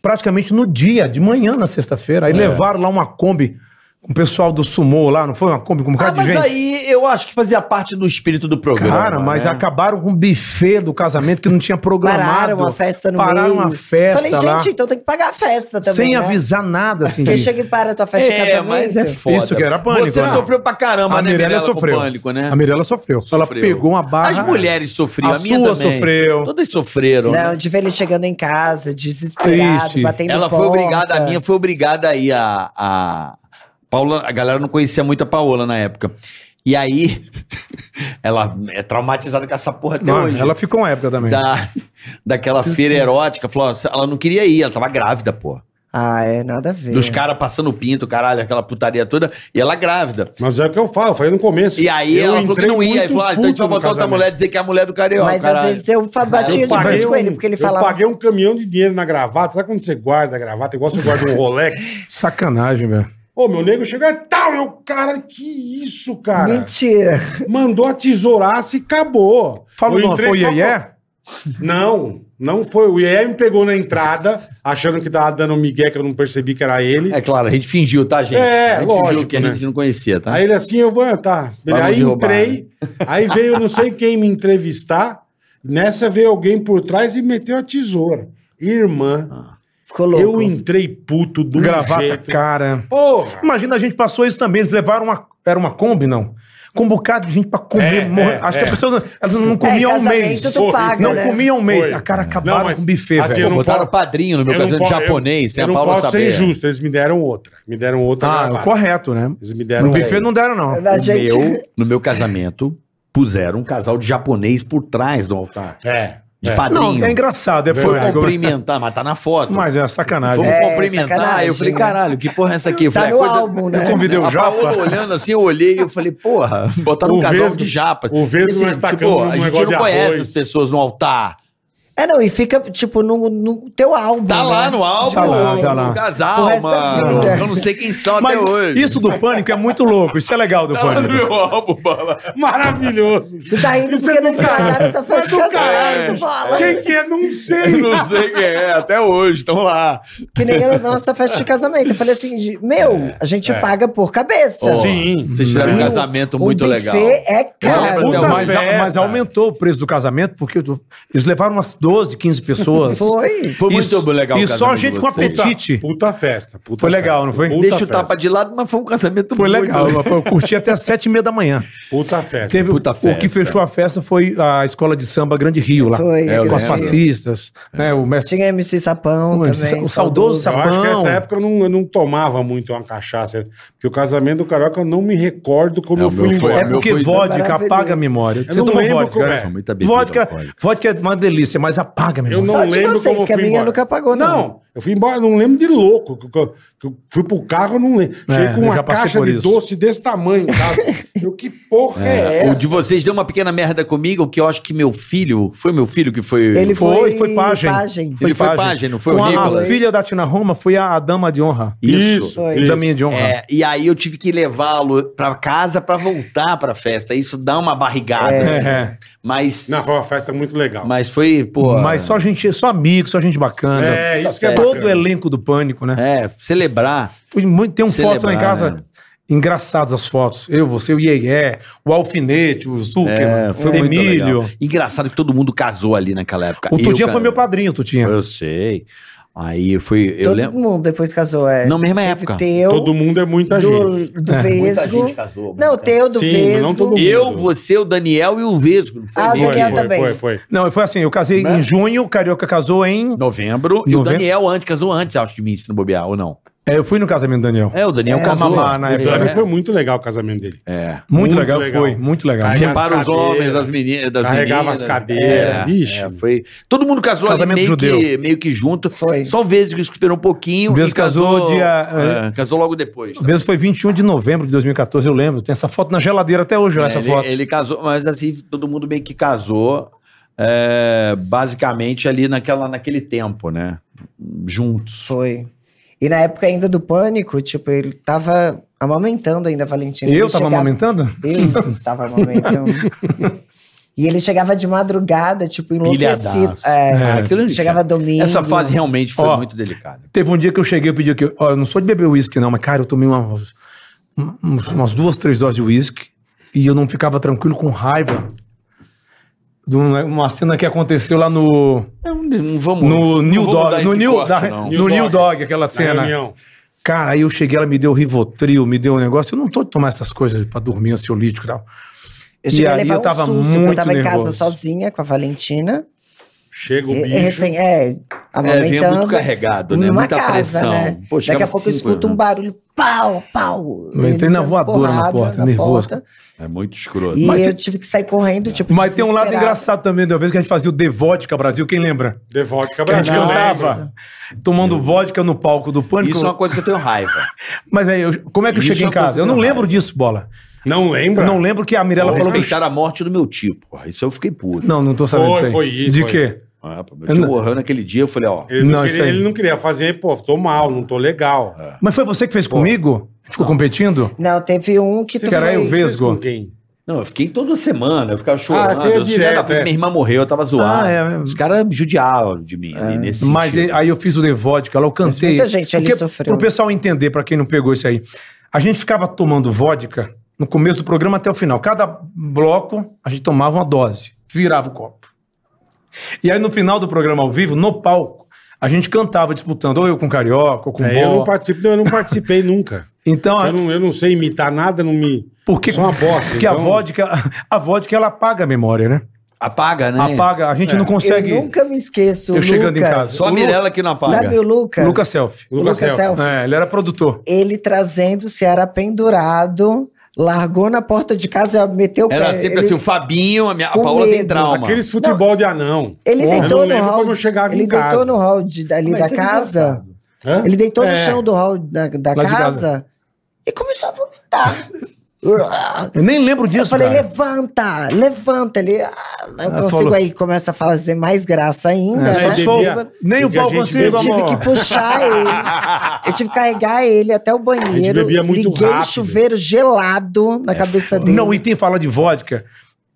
Praticamente no dia, de manhã na sexta-feira. É. Aí levaram lá uma Kombi com o pessoal do Sumô lá, não foi uma Kombi com um Ah, bocado de mas gente. aí eu acho que fazia parte do espírito do programa. Cara, mas né? acabaram com o buffet do casamento que não tinha programado. Pararam uma festa no Pararam meio. uma festa Falei, lá. gente, então tem que pagar a festa também, Sem né? avisar nada, assim. Porque de- chega e para a tua festa de É, casamento. mas é foda. Isso que era pânico, Você né? sofreu pra caramba, a né, Mirella Mirella, com sofreu. pânico, né? A Mirella sofreu. Ela Sofreu. pegou uma barra. Ah, As mulheres sofriam, A a, minha sua também. sofreu. Todas sofreram. né? Não, de ver ele chegando em casa, desesperado, Triste. batendo Ela foi porta. obrigada, a minha foi obrigada aí a, a Paula, a galera não conhecia muito a Paola na época. E aí ela é traumatizada com essa porra até Ah, Mano, hoje. Ah, ela ficou uma época também. da, daquela feira erótica, falou, ó, ela não queria ir, ela tava grávida, pô. Ah, é, nada a ver. Dos caras passando pinto, caralho, aquela putaria toda, e ela grávida. Mas é o que eu falo, falei no começo. E aí Eu ela falou que entrei não ia, e muito falou, ah, então a gente vai puto no botar outra casamento. mulher e dizer que é a mulher do carioca, Mas às caralho. vezes eu fa- Eu batia de paguei, frente com ele, um, porque ele eu falava... paguei um caminhão de dinheiro na gravata. Sabe quando você guarda a gravata? Igual você guarda um Rolex. Sacanagem, velho. Ô, meu nego chegou e tal. Eu, cara, que isso, cara? Mentira. Mandou a tesouraça e acabou. Fala Eu não, entrei foi e falou, Ié? Não, não foi. O Ié me pegou na entrada, achando que tava dando um migué que eu não percebi que era ele. É claro, a gente fingiu, tá, gente? É, a gente lógico, que a né? gente não conhecia, tá? Aí ele assim, eu vou, tá. Ele, Vamos aí derrubar, entrei, né? aí veio não sei quem me entrevistar. Nessa veio alguém por trás e meteu a tesoura. Irmã, Ficou eu louco. entrei puto do Gravata, jeito. cara. Porra! Imagina, a gente passou isso também. Eles levaram uma. Era uma Kombi, não? Com um bocado de gente pra comer. É, morrer. é, Acho que é. as pessoas não- elas não comiam há um casamento mês. tu Foi. paga, não né? comiam um mês. Foi. A cara Não, acabaram mas, com o buffet, assim, velho. eu não Botaram posso- padrinho no meu Eu não casamento posso- japonês, sem eu a não Paula posso ser saber. justo, um eles me deram outra. Me deram outra. Ah, gravata. correto, né? Eles me No deram um outra. buffet não deram, não. A No gente... meu- no meu casamento, puseram um casal de japonês por trás do altar. É. De é. padrinho. Não, é engraçado. É Foi pânico, né? cumprimentar, mas tá na foto. Mas é sacanagem. Fomos É, cumprimentar. Ah, sacanagem, eu falei, né? caralho, que porra é essa aqui? Eu Tá falei, no álbum, né? Eu convidei o a Japa. Paola olhando assim, eu olhei e eu falei, porra, botaram um O casal Vesgo- de japa. o Vesgo E, assim, nós tacamos tipo, num a gente negócio não de conhece arroz. as pessoas no altar. É, não, e fica, tipo, no, no teu álbum, Tá lá né? no álbum, Tá lá, tá lá. um O casal, resto é assim, né? da mano. vida. Eu não sei quem são Mas até hoje. isso do pânico é muito louco. Isso é legal do Tá lá no pânico. meu álbum, bala. Maravilhoso. Tu tá rindo Isso porque é do não estragaram a tua festa de Mas do casamento, caralho. fala. Quem que é? Não Eu sei. não sei quem é, até hoje, estão lá. Que nem a nossa festa de casamento. Eu falei assim, de- meu, É, a gente paga por cabeça. Ó, Sim. Vocês fizeram um E o- casamento muito o buffet legal. é lembro caro. até hoje. Mas, a- mas aumentou o preço do casamento, porque eu- eles levaram umas 12, 15 pessoas. Foi. Foi muito Isso- legal. o E só casamento gente de com vocês. apetite. Puta festa. puta Foi legal, festa, não foi? Puta Deixa o festa, tapa de lado, mas foi um casamento Foi muito legal. Eu curti até as 7 e meia da manhã. Puta festa. Teve, Puta o que festa. fechou a festa foi a escola de samba Grande Rio lá. Foi, É, eu com as lembro. assim. passistas, né? O mestre. Tinha MC Sapão O MC também. o saudoso Eu acho que Sabão. nessa época eu não, eu não tomava muito uma cachaça. Porque o casamento do Carioca eu não me recordo como É, eu o meu fui foi- embora. É O meu porque foi vodka maravilhoso. apaga a memória. Eu Você não toma lembro vodka. como né? é. Muita bebida Vodka, alcoólica. vodka é uma delícia, mas apaga a Eu memória. não Só de lembro vocês, como eu que a fui minha embora. nunca pagou, não. Não, Eu fui embora, não lembro de louco. que eu- que eu fui pro carro, eu não lembro. É, Cheguei com eu uma já passei caixa por de isso. doce desse tamanho em casa. eu, que porra é, É, o essa? de vocês deu uma pequena merda comigo, que eu acho que meu filho. Foi meu filho que foi. Ele Foi, foi, foi pajem. Ele foi pajem, não foi Com o a, Nicolas? a filha da Tina Roma foi a, a dama de honra. Isso. Foi. Daminha de honra. É, e aí eu tive que levá-lo pra casa pra voltar pra festa. Isso dá uma barrigada. assim. É. Mas, Não, foi uma festa muito legal. mas foi, pô. Mas só gente, só amigo, só gente bacana. é, isso que é Todo o bacana. elenco do pânico, né? É, celebrar. Foi muito- tem um Celebrar, foto lá em casa. né? Engraçadas as fotos. Eu, você, o Iê, o Alfinete, o Zucker, É, foi o muito Emílio. legal. Engraçado que todo mundo casou ali naquela época. O Tutinha Eu, foi cara, meu padrinho, Tutinha. Eu sei. Aí foi. Eu Todo lembro. mundo depois casou, é. Não, mesma Teve época. Teu, Todo mundo é muita gente. É, do, do Vesgo. casou. Não, teu, do Sim, mas Vesgo. não todo mundo. Eu, você, o Daniel e o Vesgo. não foi Ah, o mesmo? Daniel foi, também. Foi, foi. Não, foi assim, eu casei Né? em junho, o Carioca casou em... Novembro. E o Novembro. Daniel antes, casou antes, acho de mim, se não bobear, ou não? É, eu fui no casamento do Daniel. É, o Daniel É, casou. mamá na Pra mim época. foi muito legal o casamento dele. É. Muito, Muito legal, legal. foi, muito legal. Aí, Muito- Separa as os homens cadeiras. das meninas. Das Carregava meninas. as cadeiras, É, vixe. é, foi. Todo mundo casou Casamento ali meio, judeu. que, meio que junto. Foi. Só o Vesgo que esperou um pouquinho. O Vesgo e casou, casou dia- é, casou logo depois. O mesmo foi 21 de novembro de 2014, eu lembro. Tem essa foto na geladeira até hoje, ó, É, essa ele, foto. ele casou, mas assim, todo mundo meio que casou, é, basicamente ali naquela, naquele tempo, né? Juntos. Foi. E na época ainda do pânico, tipo, ele tava amamentando ainda a Valentina. Eu Ele tava chegava- amamentando? Eu estava amamentando. e ele chegava de madrugada, tipo, enlouquecido. Pilhadaço. É, É. Aquilo ali- Chegava domingo. Essa fase realmente foi Ó. muito delicada. Teve um dia que eu cheguei e pedi aqui, ó, eu não sou de beber uísque não, mas cara, eu tomei uma- um- umas duas, três doses de uísque e eu não ficava tranquilo com raiva de uma, uma cena que aconteceu lá no Não vamos. no New vamos dar Dog, no esse New, corte, da- não. no New Dog, aquela Na cena. reunião. Cara, aí eu cheguei, ela me deu Rivotril, me deu um negócio, eu não tô de tomar essas coisas pra dormir ansiolítico e tal. Eu cheguei E a aí levar eu um tava susto, porque muito eu tava em casa nervoso. sozinha com a Valentina. Chega o E- e bicho. recém, é, É, vinha amamentando. muito carregado, né? numa Muita casa, pressão. né? Pô, Daqui chegava a pouco eu cinco, escuto um né? barulho, pau, pau. Eu entrei na voadora na porta, nervoso. É muito escroto. e Mas eu se- tive que sair correndo, tipo, Mas tem um lado desesperada. engraçado também, de uma vez que a gente fazia o The Vodka Brasil, quem lembra? De vodka Que a gente Brasil. cantava tomando vodka no palco do Pânico. né? Isso é uma coisa que eu tenho raiva. Mas aí, eu- como é que eu Isso cheguei é em uma coisa casa? Eu não que eu lembro disso, bola. Não Eu lembra? não lembro que a Mirella Ela falou. falou que- a morte do meu tio, porra. Isso eu fiquei puto. Não, não tô sabendo Foi, disso aí. foi isso, De foi. quê? Ah, pô, meu tio Eu não- morreu naquele dia, eu falei, ó. Ele não, Não, isso aí. queria, É. ele não queria fazer, pô, tô mal, não tô legal. Mas foi você que fez comigo? Ficou competindo? Não, teve um que tu Cara, foi- eu Com Tá vesgo. quem? Não, eu fiquei toda semana, eu ficava chorando. Ah, você ia eu filho da direto, puta, é. Minha irmã morreu, eu tava zoado. Ah, é. Os caras judiavam de mim É. ali nesse Mas sentido. aí eu fiz o The Vodka, lá eu cantei. muita gente ali Porque, sofreu. né? Pro pessoal entender, pra quem não pegou isso aí. A gente ficava tomando vodka no começo do programa até o final. Cada bloco, a gente tomava uma dose, virava o copo. E aí no final do programa ao vivo, no palco, a gente cantava disputando, ou eu com Carioca, ou com É, eu Bola. não participo, não, eu não participei nunca. Então, a- Eu não, eu não sei imitar nada, não me. Porque, Só uma bosta, porque a então. vodka, a vodka ela apaga a memória, né? Apaga, É. né? Apaga, a gente não consegue. Eu nunca me esqueço. Eu o chegando em Lucas. casa. Só a Mirella que não apaga. Sabe o Lucas? Lucas Selfie. O Lucas Lucas Self. É, ele era produtor. Ele trazendo o Ceará pendurado, largou na porta de casa e meteu o pé. Era sempre ele, assim, o Fabinho, a, minha, a Com Paola tem medo. trauma. Aqueles futebol de anão. Ele Porra, deitou eu não no lembro hall. como eu chegava ele em deitou casa. no hall de- dali da casa. Hã? Ele deitou no É. chão do hall da, da Lá de casa e começou a vomitar. Eu nem lembro Eu disso, falei, cara. levanta, levanta. Ele, ah, não Ah, consigo falou. aí, começa a fazer mais graça ainda, É, Ele só né? de- sou- bebia- nem o porque a pau gente consigo, Eu bebia- tive amor. que puxar ele. Eu tive que carregar ele até o banheiro. bebia muito liguei o rápido. chuveiro gelado na cabeça dele. Não, e tem fala de vodka.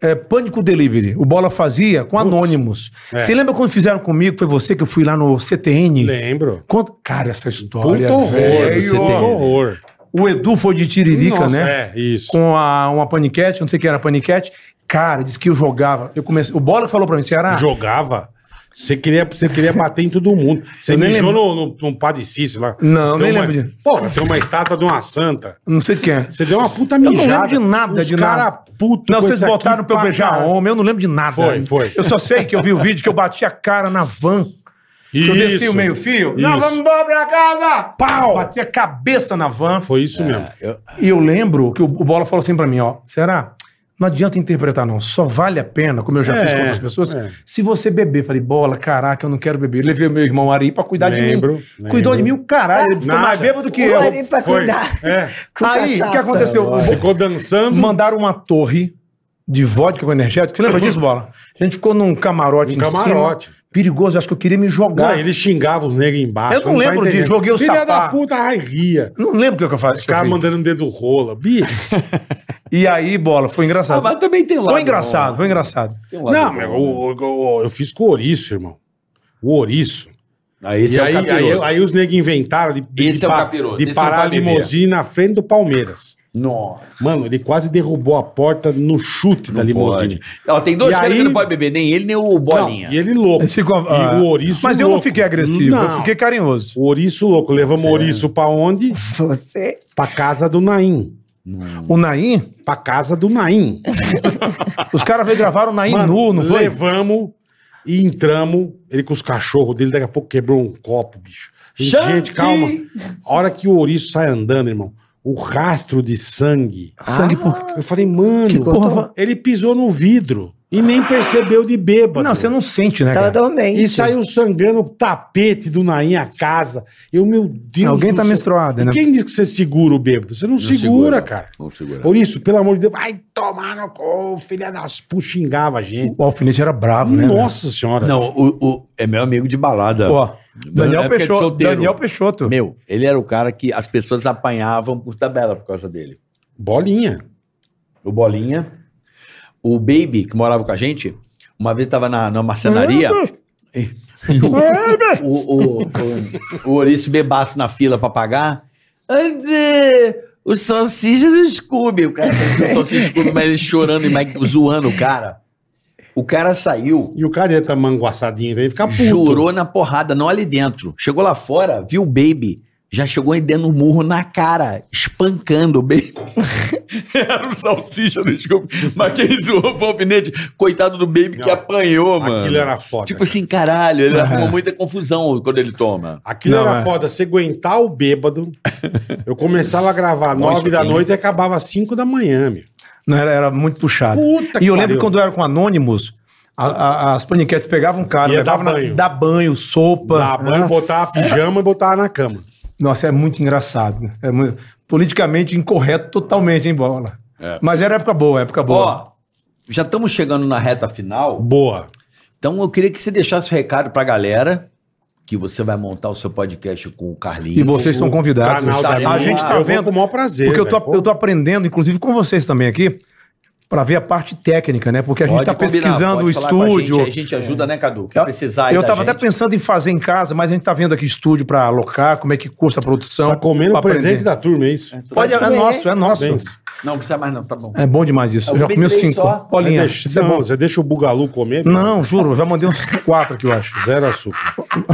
É, Pânico Delivery. O Bola fazia com Anônimos. É. Você lembra quando fizeram comigo? Foi você que eu fui lá no CTN? Lembro. Conta- Cara, essa Puta história, horror. velho. Puta horror. O Edu foi de tiririca, Nossa, né? É, isso. Com a- uma paniquete, não sei o que era paniquete. Cara, disse que eu jogava. Eu comecei... O Bola falou pra mim, Ceará... Jogava. Você queria, você queria bater em todo mundo. Você Eu nem mijou lembro. no, no, no padecício lá. Não, nem uma, lembro disso. Porra, tem uma estátua de uma santa. Não sei quem é. Você deu uma puta não mijada. lembro de nada, Os de cara nada. puto Não, com vocês esse aqui botaram pra eu pra beijar caralho. homem, eu não lembro de nada. Foi, foi. Eu só sei que eu vi o vídeo que eu bati a cara na van. Que Isso. eu desci o meio-fio. Isso. Não, vamos embora pra casa! Pau! Bati a cabeça na van. Foi isso mesmo. É. E eu lembro que o, o Bola falou assim pra mim, ó. Será? Não adianta interpretar, não. Só vale a pena, como eu já fiz É, com outras pessoas, é. se você beber. Falei, bola, caraca, eu não quero beber. Eu levei o meu irmão Ari pra cuidar Lembro, de mim. Cuidou lembro. de mim o caralho. Ele ficou Nada. mais bêbado que o eu. Ari pra Foi. cuidar. É. com Aí, o que cachaça. aconteceu? Ficou dançando. Mandaram uma torre de vodka com energético. Você lembra disso, bola? A gente ficou num camarote Um em cima. camarote. Perigoso, eu acho que eu queria me jogar. Não, ele xingava os negros embaixo. tá Eu não lembro entendendo. disso, joguei o Filha da sapá. puta, ai, ria. Não lembro o que eu, que eu faço. Os caras mandando um dedo rola. Bicho. E aí, bola, foi engraçado. Ah, mas também tem um foi engraçado, foi engraçado. não, né? meu, o- o- o- eu fiz com o ouriço, irmão. O ouriço. Ah, esse e é aí, o capiroto. aí, aí os negros inventaram de, de, Esse de é o pa- capiroto, de esse é o parar a pra beber. limusine na frente do Palmeiras. Tá Nossa. Mano, ele quase derrubou a porta no chute da limusine. Ó, tem dois E caras aí- que não pode beber, nem ele, nem o Bolinha. Não, e ele louco. Eles ficam, E ah, o ouriço Mas eu não louco. fiquei agressivo, eu Não. fiquei carinhoso. O ouriço louco. Levamos o é. ouriço pra onde? Você. Pra casa do Naim. O Naim, Pra casa do Naim. os caras veio gravaram o Naim nu, não foi? Levamos e entramos. Ele com os cachorros dele, daqui a pouco quebrou um copo, bicho. Gente, gente, calma. A hora que o ouriço sai andando, irmão, o rastro de sangue. Ah! Sangue por. Eu falei, mano, Se cortou. porra, ele pisou no vidro e nem percebeu de bêbado. Não, você não sente, né? Tava Cara? dormente. E saiu sangrando o tapete do Nain a casa. Eu, meu Deus Alguém do tá céu. menstruado, E né? quem diz que você segura o bêbado? Você não, segura, cara. Não segura. Por isso, pelo amor de Deus, vai tomar no cu, filha das putas, xingava a gente. O alfinete era Tá bravo, né? Nossa senhora. Não, o, o- é meu amigo de balada. velho? Ó, Na Daniel época de Peixoto. solteiro. Daniel Peixoto. Meu, ele era o cara que as pessoas apanhavam por tabela por causa dele. Bolinha. O Bolinha. O Baby, que morava com a gente, uma vez tava na, na marcenaria. e- É, o, o, o, o Ouriço bebaço na fila pra pagar. Andê, o salsicha do Scooby. O cara o salsicha do Scooby, mas ele chorando e mais zoando o cara. O cara saiu, E o careta manguaçadinho veio ficar puto. jurou na porrada, não ali dentro. Chegou lá fora, viu o Baby. Já chegou aí dando um murro na cara, espancando o Baby. Era o salsicha do Scooby. Mas quem zoou foi o alfinete. Coitado do Baby que Não, apanhou, mano. Aquilo era foda. Tipo cara. assim, caralho, ele arruma muita confusão quando ele toma. Aquilo Não, era é. foda. Você aguentar o bêbado. Eu começava a gravar às Bom, isso nove da aqui. noite e acabava às cinco da manhã, meu. Não, era, era muito puxado. Puta e eu lembro que pariu. que quando eu era com Anonymous, a- a- as paniquetes pegavam o cara, Ia levavam dar na- banho. dar banho, sopa. Dá banho, Nossa. botava pijama e botava na cama. Nossa, é muito engraçado. né? É muito- politicamente incorreto totalmente, hein, Bola? Mas era época boa, época boa. É. Ó, já estamos chegando na reta final, Boa. então eu queria que você deixasse o recado pra galera que você vai montar o seu podcast com o Carlinhos. e vocês estão convidados. Canal da estarei a lá. gente eu tá vou vendo. com o maior prazer. Porque eu tô, velho. eu tô aprendendo, inclusive com vocês também aqui, pra ver a parte técnica, né? Porque a gente Pode tá combinar, pesquisando pode o falar com a estúdio. gente, aí A gente, ajuda, né, Cadu? Que precisar aí eu da tava até gente. pensando em fazer em casa, mas a gente tá vendo aqui estúdio pra alocar, como é que custa a produção. Você tá comendo pra o presente aprender. da turma, é isso? Pode, é nosso, é nosso. Parabéns. Não, precisa mais não, tá bom. É bom demais isso. Eu já Eu comi comi três cinco. só. Paulinha, Você deixa- isso é não, bom. você deixa o bugalu comer? Não, juro, eu já mandei uns quatro aqui, eu acho. Zero açúcar.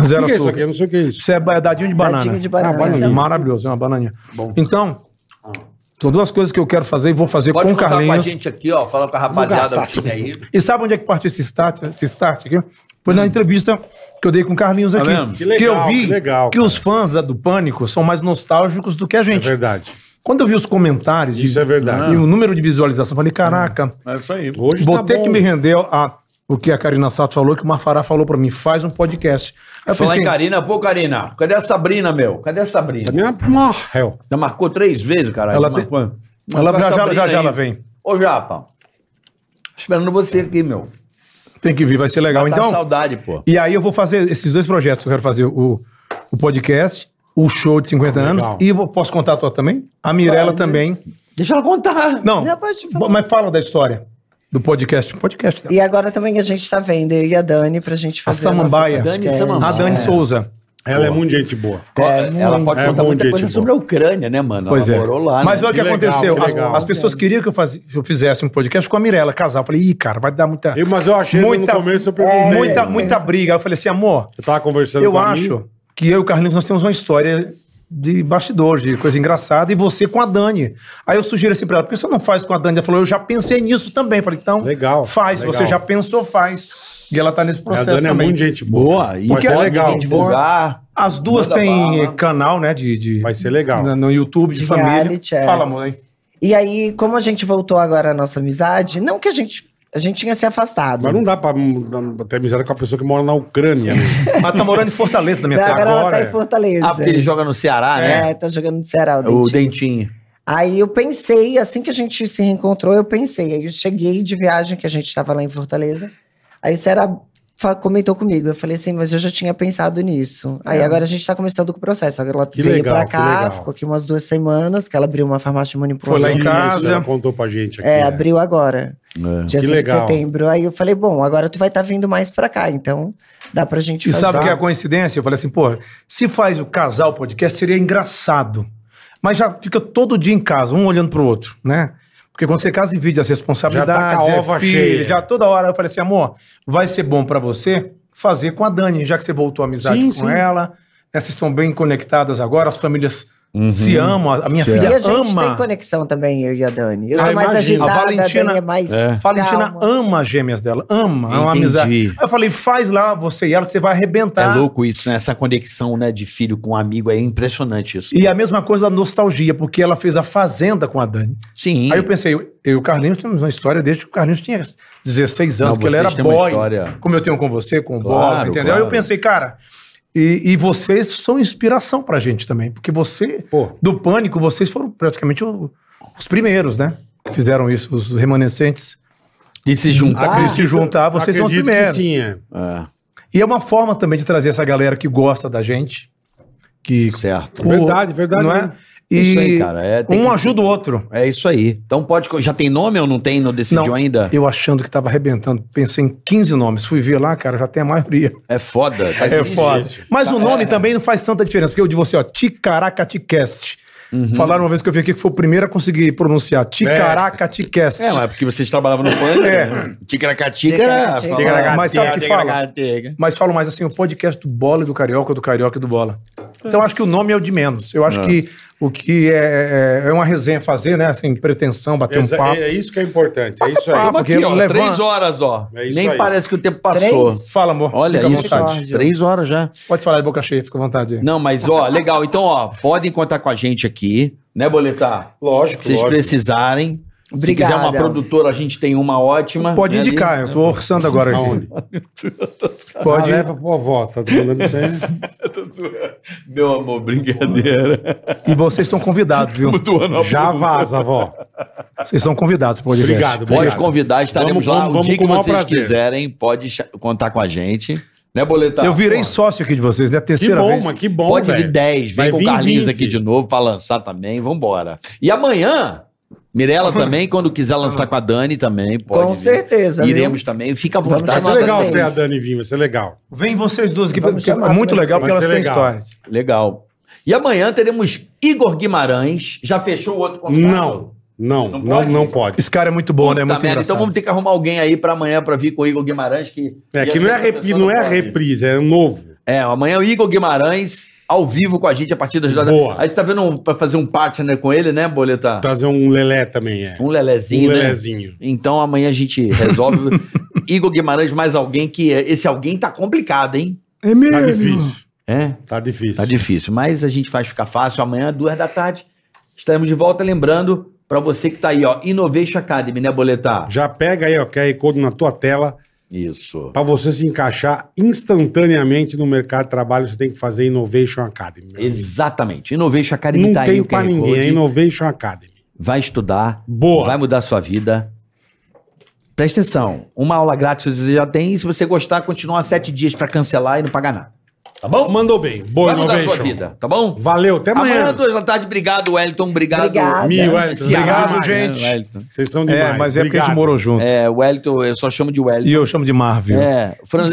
Zero O que que é isso aqui? açúcar. Eu não sei o que é isso. Isso é ba- dadinho de banana. Dadinho de banana. um Ah, bananinha. Maravilhoso, é uma bananinha. Então, são duas coisas que eu quero fazer e vou fazer Pode com o contar com a Carlinhos. gente aqui, ó, falar com a rapaziada do time aí. E sabe onde é que partiu esse start, esse start aqui? Foi na entrevista que eu dei com o Carlinhos aqui. vendo? que, Que legal, eu vi que legal, que cara. os fãs da- do Pânico são mais nostálgicos do que a É gente. verdade. Quando eu vi os comentários Isso é verdade. e o número de visualização, eu falei, caraca, É isso aí. Hoje vou tá ter bom. que me render a o que a Karina Sato falou, que o Marfará falou pra mim, faz um podcast. Aí eu Falar em pensei, Karina, pô, Karina, cadê a Sabrina, meu? Cadê a Sabrina? Também é uma hell. Já marcou três vezes, caralho. Ela marcou. ela Marcou já, já, a já, Sabrina já aí. ela vem. Ô, Japa, esperando você aqui, meu. Tem que vir, vai ser legal. tá então, saudade, pô. E aí eu vou fazer esses dois projetos. Eu quero fazer o, o podcast, o show de 50 anos. Legal. E vou- posso contar a tua também? A Mirella também. Deixa ela contar. Não, Não, pode falar. bo- mas fala da história do podcast. Podcast. né? E agora também a gente tá vendo, eu e a Dani, pra gente fazer. nosso Samambaia. podcast. Dani A Samambaia. Dani Souza. Ela é muito gente boa. ela pode é contar bom muita gente coisa boa. sobre a Ucrânia, né, mano? Pois ela é. morou lá, Mas né? olha o que, Que legal, aconteceu. que As- legal. As, pessoas queriam que eu, faz- que eu fizesse um podcast com a Mirella casal. Eu falei, ih, cara, vai dar muita. Eu, mas eu achei Muita- é, no começo, eu perguntei. É. muita, muita briga. Aí Eu falei assim, amor, Eu tava conversando eu com a acho Mim, que eu e o Carlinhos nós temos uma história de bastidores, de coisa engraçada, e você com a Dani. Aí eu sugiro assim pra ela, por que você não faz com a Dani? Ela falou, eu já pensei nisso também. Eu Falei, então, Legal, faz, legal. você já pensou, faz. E ela tá nesse a processo Dani é também. muito gente boa. Boa, e é Vai ser é pode é, legal. vir divulgar. As duas Manda têm bala. canal, né, de, de Vai ser legal. na- no YouTube de, De família. reality, é. Fala, amor, hein? E aí, como a gente voltou agora à nossa amizade, não que a gente. A gente tinha se afastado. Mas não dá pra dar- ter amizade com a pessoa que mora na Ucrânia. né? Mas tá morando em Fortaleza na minha agora, casa. ela tá em Fortaleza. Ah, porque é. ele joga no Ceará, né? É, tá jogando no Ceará. O O Dentinho. Dentinho. Aí eu pensei, assim que a gente se reencontrou, eu pensei. Aí eu cheguei de viagem, que a gente estava lá em Fortaleza. Aí o Ceará fa- comentou comigo. Eu falei assim, mas eu já tinha pensado nisso. É. Aí agora a gente está começando com o processo. Ela Que veio legal, para que cá, legal. ficou aqui umas duas semanas, que ela abriu uma farmácia de Foi manipulação. lá em É. Isso, casa. Ela contou pra gente aqui. É, né? abriu agora, dia Que 5 de legal. setembro. Aí eu falei, bom, agora tu vai estar vindo mais para cá, então dá pra gente E fazer. sabe o que é a coincidência? Eu falei assim, pô, se faz o casal podcast, seria engraçado. Mas já fica todo dia em casa, um olhando pro outro, né? Porque quando você casa e vive as Já tá responsabilidades, com a ova é filho, cheia. já toda hora eu falei assim, amor, vai ser bom pra você fazer com a Dani, já que você voltou a amizade Sim, com sim. ela, né? vocês estão bem conectadas agora, as famílias se amam, a minha Certo. E filha a gente tem é ama. conexão também, eu e a Dani. Eu sou Ah, mais imagino. agitada, A a, Valentina- Dani é mais É. Valentina calma. ama as gêmeas dela, ama, é uma Entendi. amizade. Aí eu falei, faz lá você e ela que você vai É arrebentar. louco isso, né? Essa conexão né, de filho com amigo é impressionante isso. E a mesma coisa da nostalgia, porque ela fez a Fazenda com a Dani. Sim. Aí eu pensei, eu e o Carlinhos temos uma história desde que o Carlinhos tinha 16 Não, anos, que ele vocês era têm uma boy. história- Como eu tenho com você, com o Claro, Bob, entendeu? claro. Aí eu pensei, cara, e, e vocês são inspiração pra gente também, porque você, Pô. do Pânico, vocês foram praticamente o- os primeiros, né? Que fizeram isso, os remanescentes. de se A juntar. Cris Ah, se juntar, vocês são os Acredito primeiros. que sim, é. Ah, E é uma forma também de trazer essa galera que gosta da gente, que... É, certo. Verdade, verdade Não é? mesmo. E Isso aí, cara, é, tem um que- ajuda o outro. É isso aí. Então pode. co- Já tem nome ou não tem? Não decidiu Não. ainda? Eu achando que tava arrebentando, pensei em 15 nomes. Fui ver lá, cara, já tem a maioria. É foda. Tá É difícil. foda. Mas o nome também não faz tanta diferença, porque eu de você, ó, Ticaracaticast. Uhum. Falaram uma vez que eu vi aqui que foi o primeiro a conseguir pronunciar Ticaracaticast. É, mas porque vocês trabalhavam no pânico. né? Ticaracatica. era- Ticaracatica. falava- É. Mas sabe o que fala? Ticaracatica. Mas falo mais assim, o podcast do Bola e do Carioca, do Carioca e do Bola. Então acho que o nome é o de menos. Eu acho que o que é, é- é uma resenha fazer, né? Sem pretensão, bater Exa- um papo. É isso que é importante. É isso aí. Papo, Aqui, ó, Ah, levanta- três horas, ó. É isso Nem aí. parece que o tempo passou. Três? Fala, amor. Olha Fica à isso. vontade. Três horas já. Pode falar de boca cheia, fica à vontade. Não, mas ó, legal. Então, ó, podem contar com a gente aqui, né, Boletar? Lógico, Se vocês lógico. precisarem. Se Obrigada. quiser uma produtora, a gente tem uma ótima. Pode né, ali. indicar, eu tô orçando agora. aqui. Aonde? Ah, Pode. leva pra avó, tá mandando isso aí. Meu amor, brincadeira. E vocês estão convidados, viu? Já vaza, avó. Vocês são convidados pro podcast. Obrigado, Pode obrigado. convidar, estaremos Vamos, lá. vamos, o vamos dia com que o maior vocês prazer. quiserem, pode cha- contar com a gente. Né, Boletar? Eu virei Pô, sócio aqui de vocês, né? A Tá, Que terceira bom, vez. mas que bom, Pode vir velho. 10, vem Vai com o vir Carlinhos 20. aqui de novo pra lançar também, vambora. E amanhã, Mirella também, quando quiser lançar com a Dani também, pode Com vir. certeza. viu? Iremos também, fica à Vai Vamos vontade. ser chamar legal vocês. você e a Dani vir, vai ser legal. Vem vocês duas aqui, Vamos porque é chamar, muito né? legal, Vai porque elas ser têm legal. histórias. Legal. E amanhã teremos Igor Guimarães. Já fechou o outro convidado? Não, não, Não não, pode? não, pode. Esse cara é muito bom, Puta né? É Muito merda, engraçado. Então vamos ter que arrumar alguém aí pra amanhã pra vir com o Igor Guimarães. Que É E que essa não é, outra repi- pessoa não é pode. reprise, é novo. É, amanhã o Igor Guimarães ao vivo com a gente a partir das duas da Boa. A gente tá vendo um, pra fazer um partner com ele, né, Boleta? Trazer um lelé também, é. Um Um lelezinho, né? lelezinho. Então amanhã a gente resolve. Igor Guimarães mais alguém que... Esse alguém tá complicado, hein? Tá difícil, É, tá difícil. Tá difícil, mas a gente faz ficar fácil. Amanhã, duas da tarde, estaremos de volta. Lembrando, pra você que tá aí, ó, Innovation Academy, né, Boletar? Já pega aí, ó, QR Code na tua tela, Isso. pra você se encaixar instantaneamente no mercado de trabalho, você tem que fazer Innovation Academy. meu amigo. Exatamente. Innovation Academy Não tá aí tem o pra QR ninguém, é Code. Innovation Academy. Vai estudar, Boa. vai mudar a sua vida. Presta atenção, uma aula grátis você já tem, e se você gostar, continuar sete dias pra cancelar e não pagar nada. Tá bom? Mandou bem. Boa vai mudar a sua Innovation. vida, tá bom? Valeu, até amanhã. Amanhã, duas da tarde, obrigado, Wellington. Obrigado. Obrigada. Mil, Wellington. Ceará. Obrigado, gente. É, Wellington. Vocês são demais. É, mas é porque a gente Obrigado. morou junto. É, Wellington, eu só chamo de Wellington. E eu chamo de Marvel. É, Fran, ah,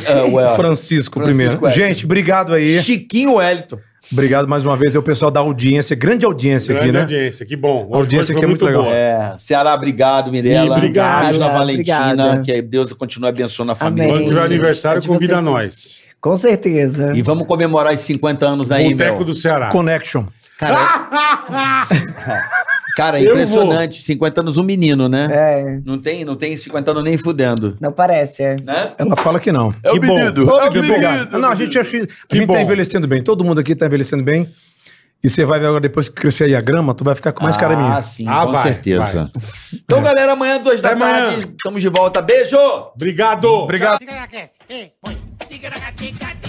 Francisco, well, Francisco primeiro. é. Gente, obrigado aí. Chiquinho Wellington. Obrigado mais uma vez ao pessoal da audiência, grande audiência Grande aqui, né? audiência, que bom. Hoje Audiência foi que é muito legal. É, Ceará, obrigado, Mirella. Ih, obrigado. Beijo na Obrigada, Valentina, obrigada. que Deus continue abençoando a família. Quando Amém. tiver Gente, aniversário, é de convida vocês nós. Com certeza. E vamos comemorar os 50 anos aí, Boteco meu. do Ceará. Connection. Cara, cara, é Eu impressionante. 50 anos um menino, né? É, Não tem, não tem 50 anos nem fudendo. não parece, é. Né? Ela fala que não. É o menino. Que bom. Não, a gente, acha- a gente bom. tá envelhecendo bem. Todo mundo aqui tá envelhecendo bem. E você vai ver agora, depois que crescer aí a grama, tu vai ficar com mais cara minha. sim, Ah, com vai, certeza. Então, galera, amanhã, duas da Até amanhã. tarde, estamos de volta. Beijo! Obrigado! Obrigado. Obrigado.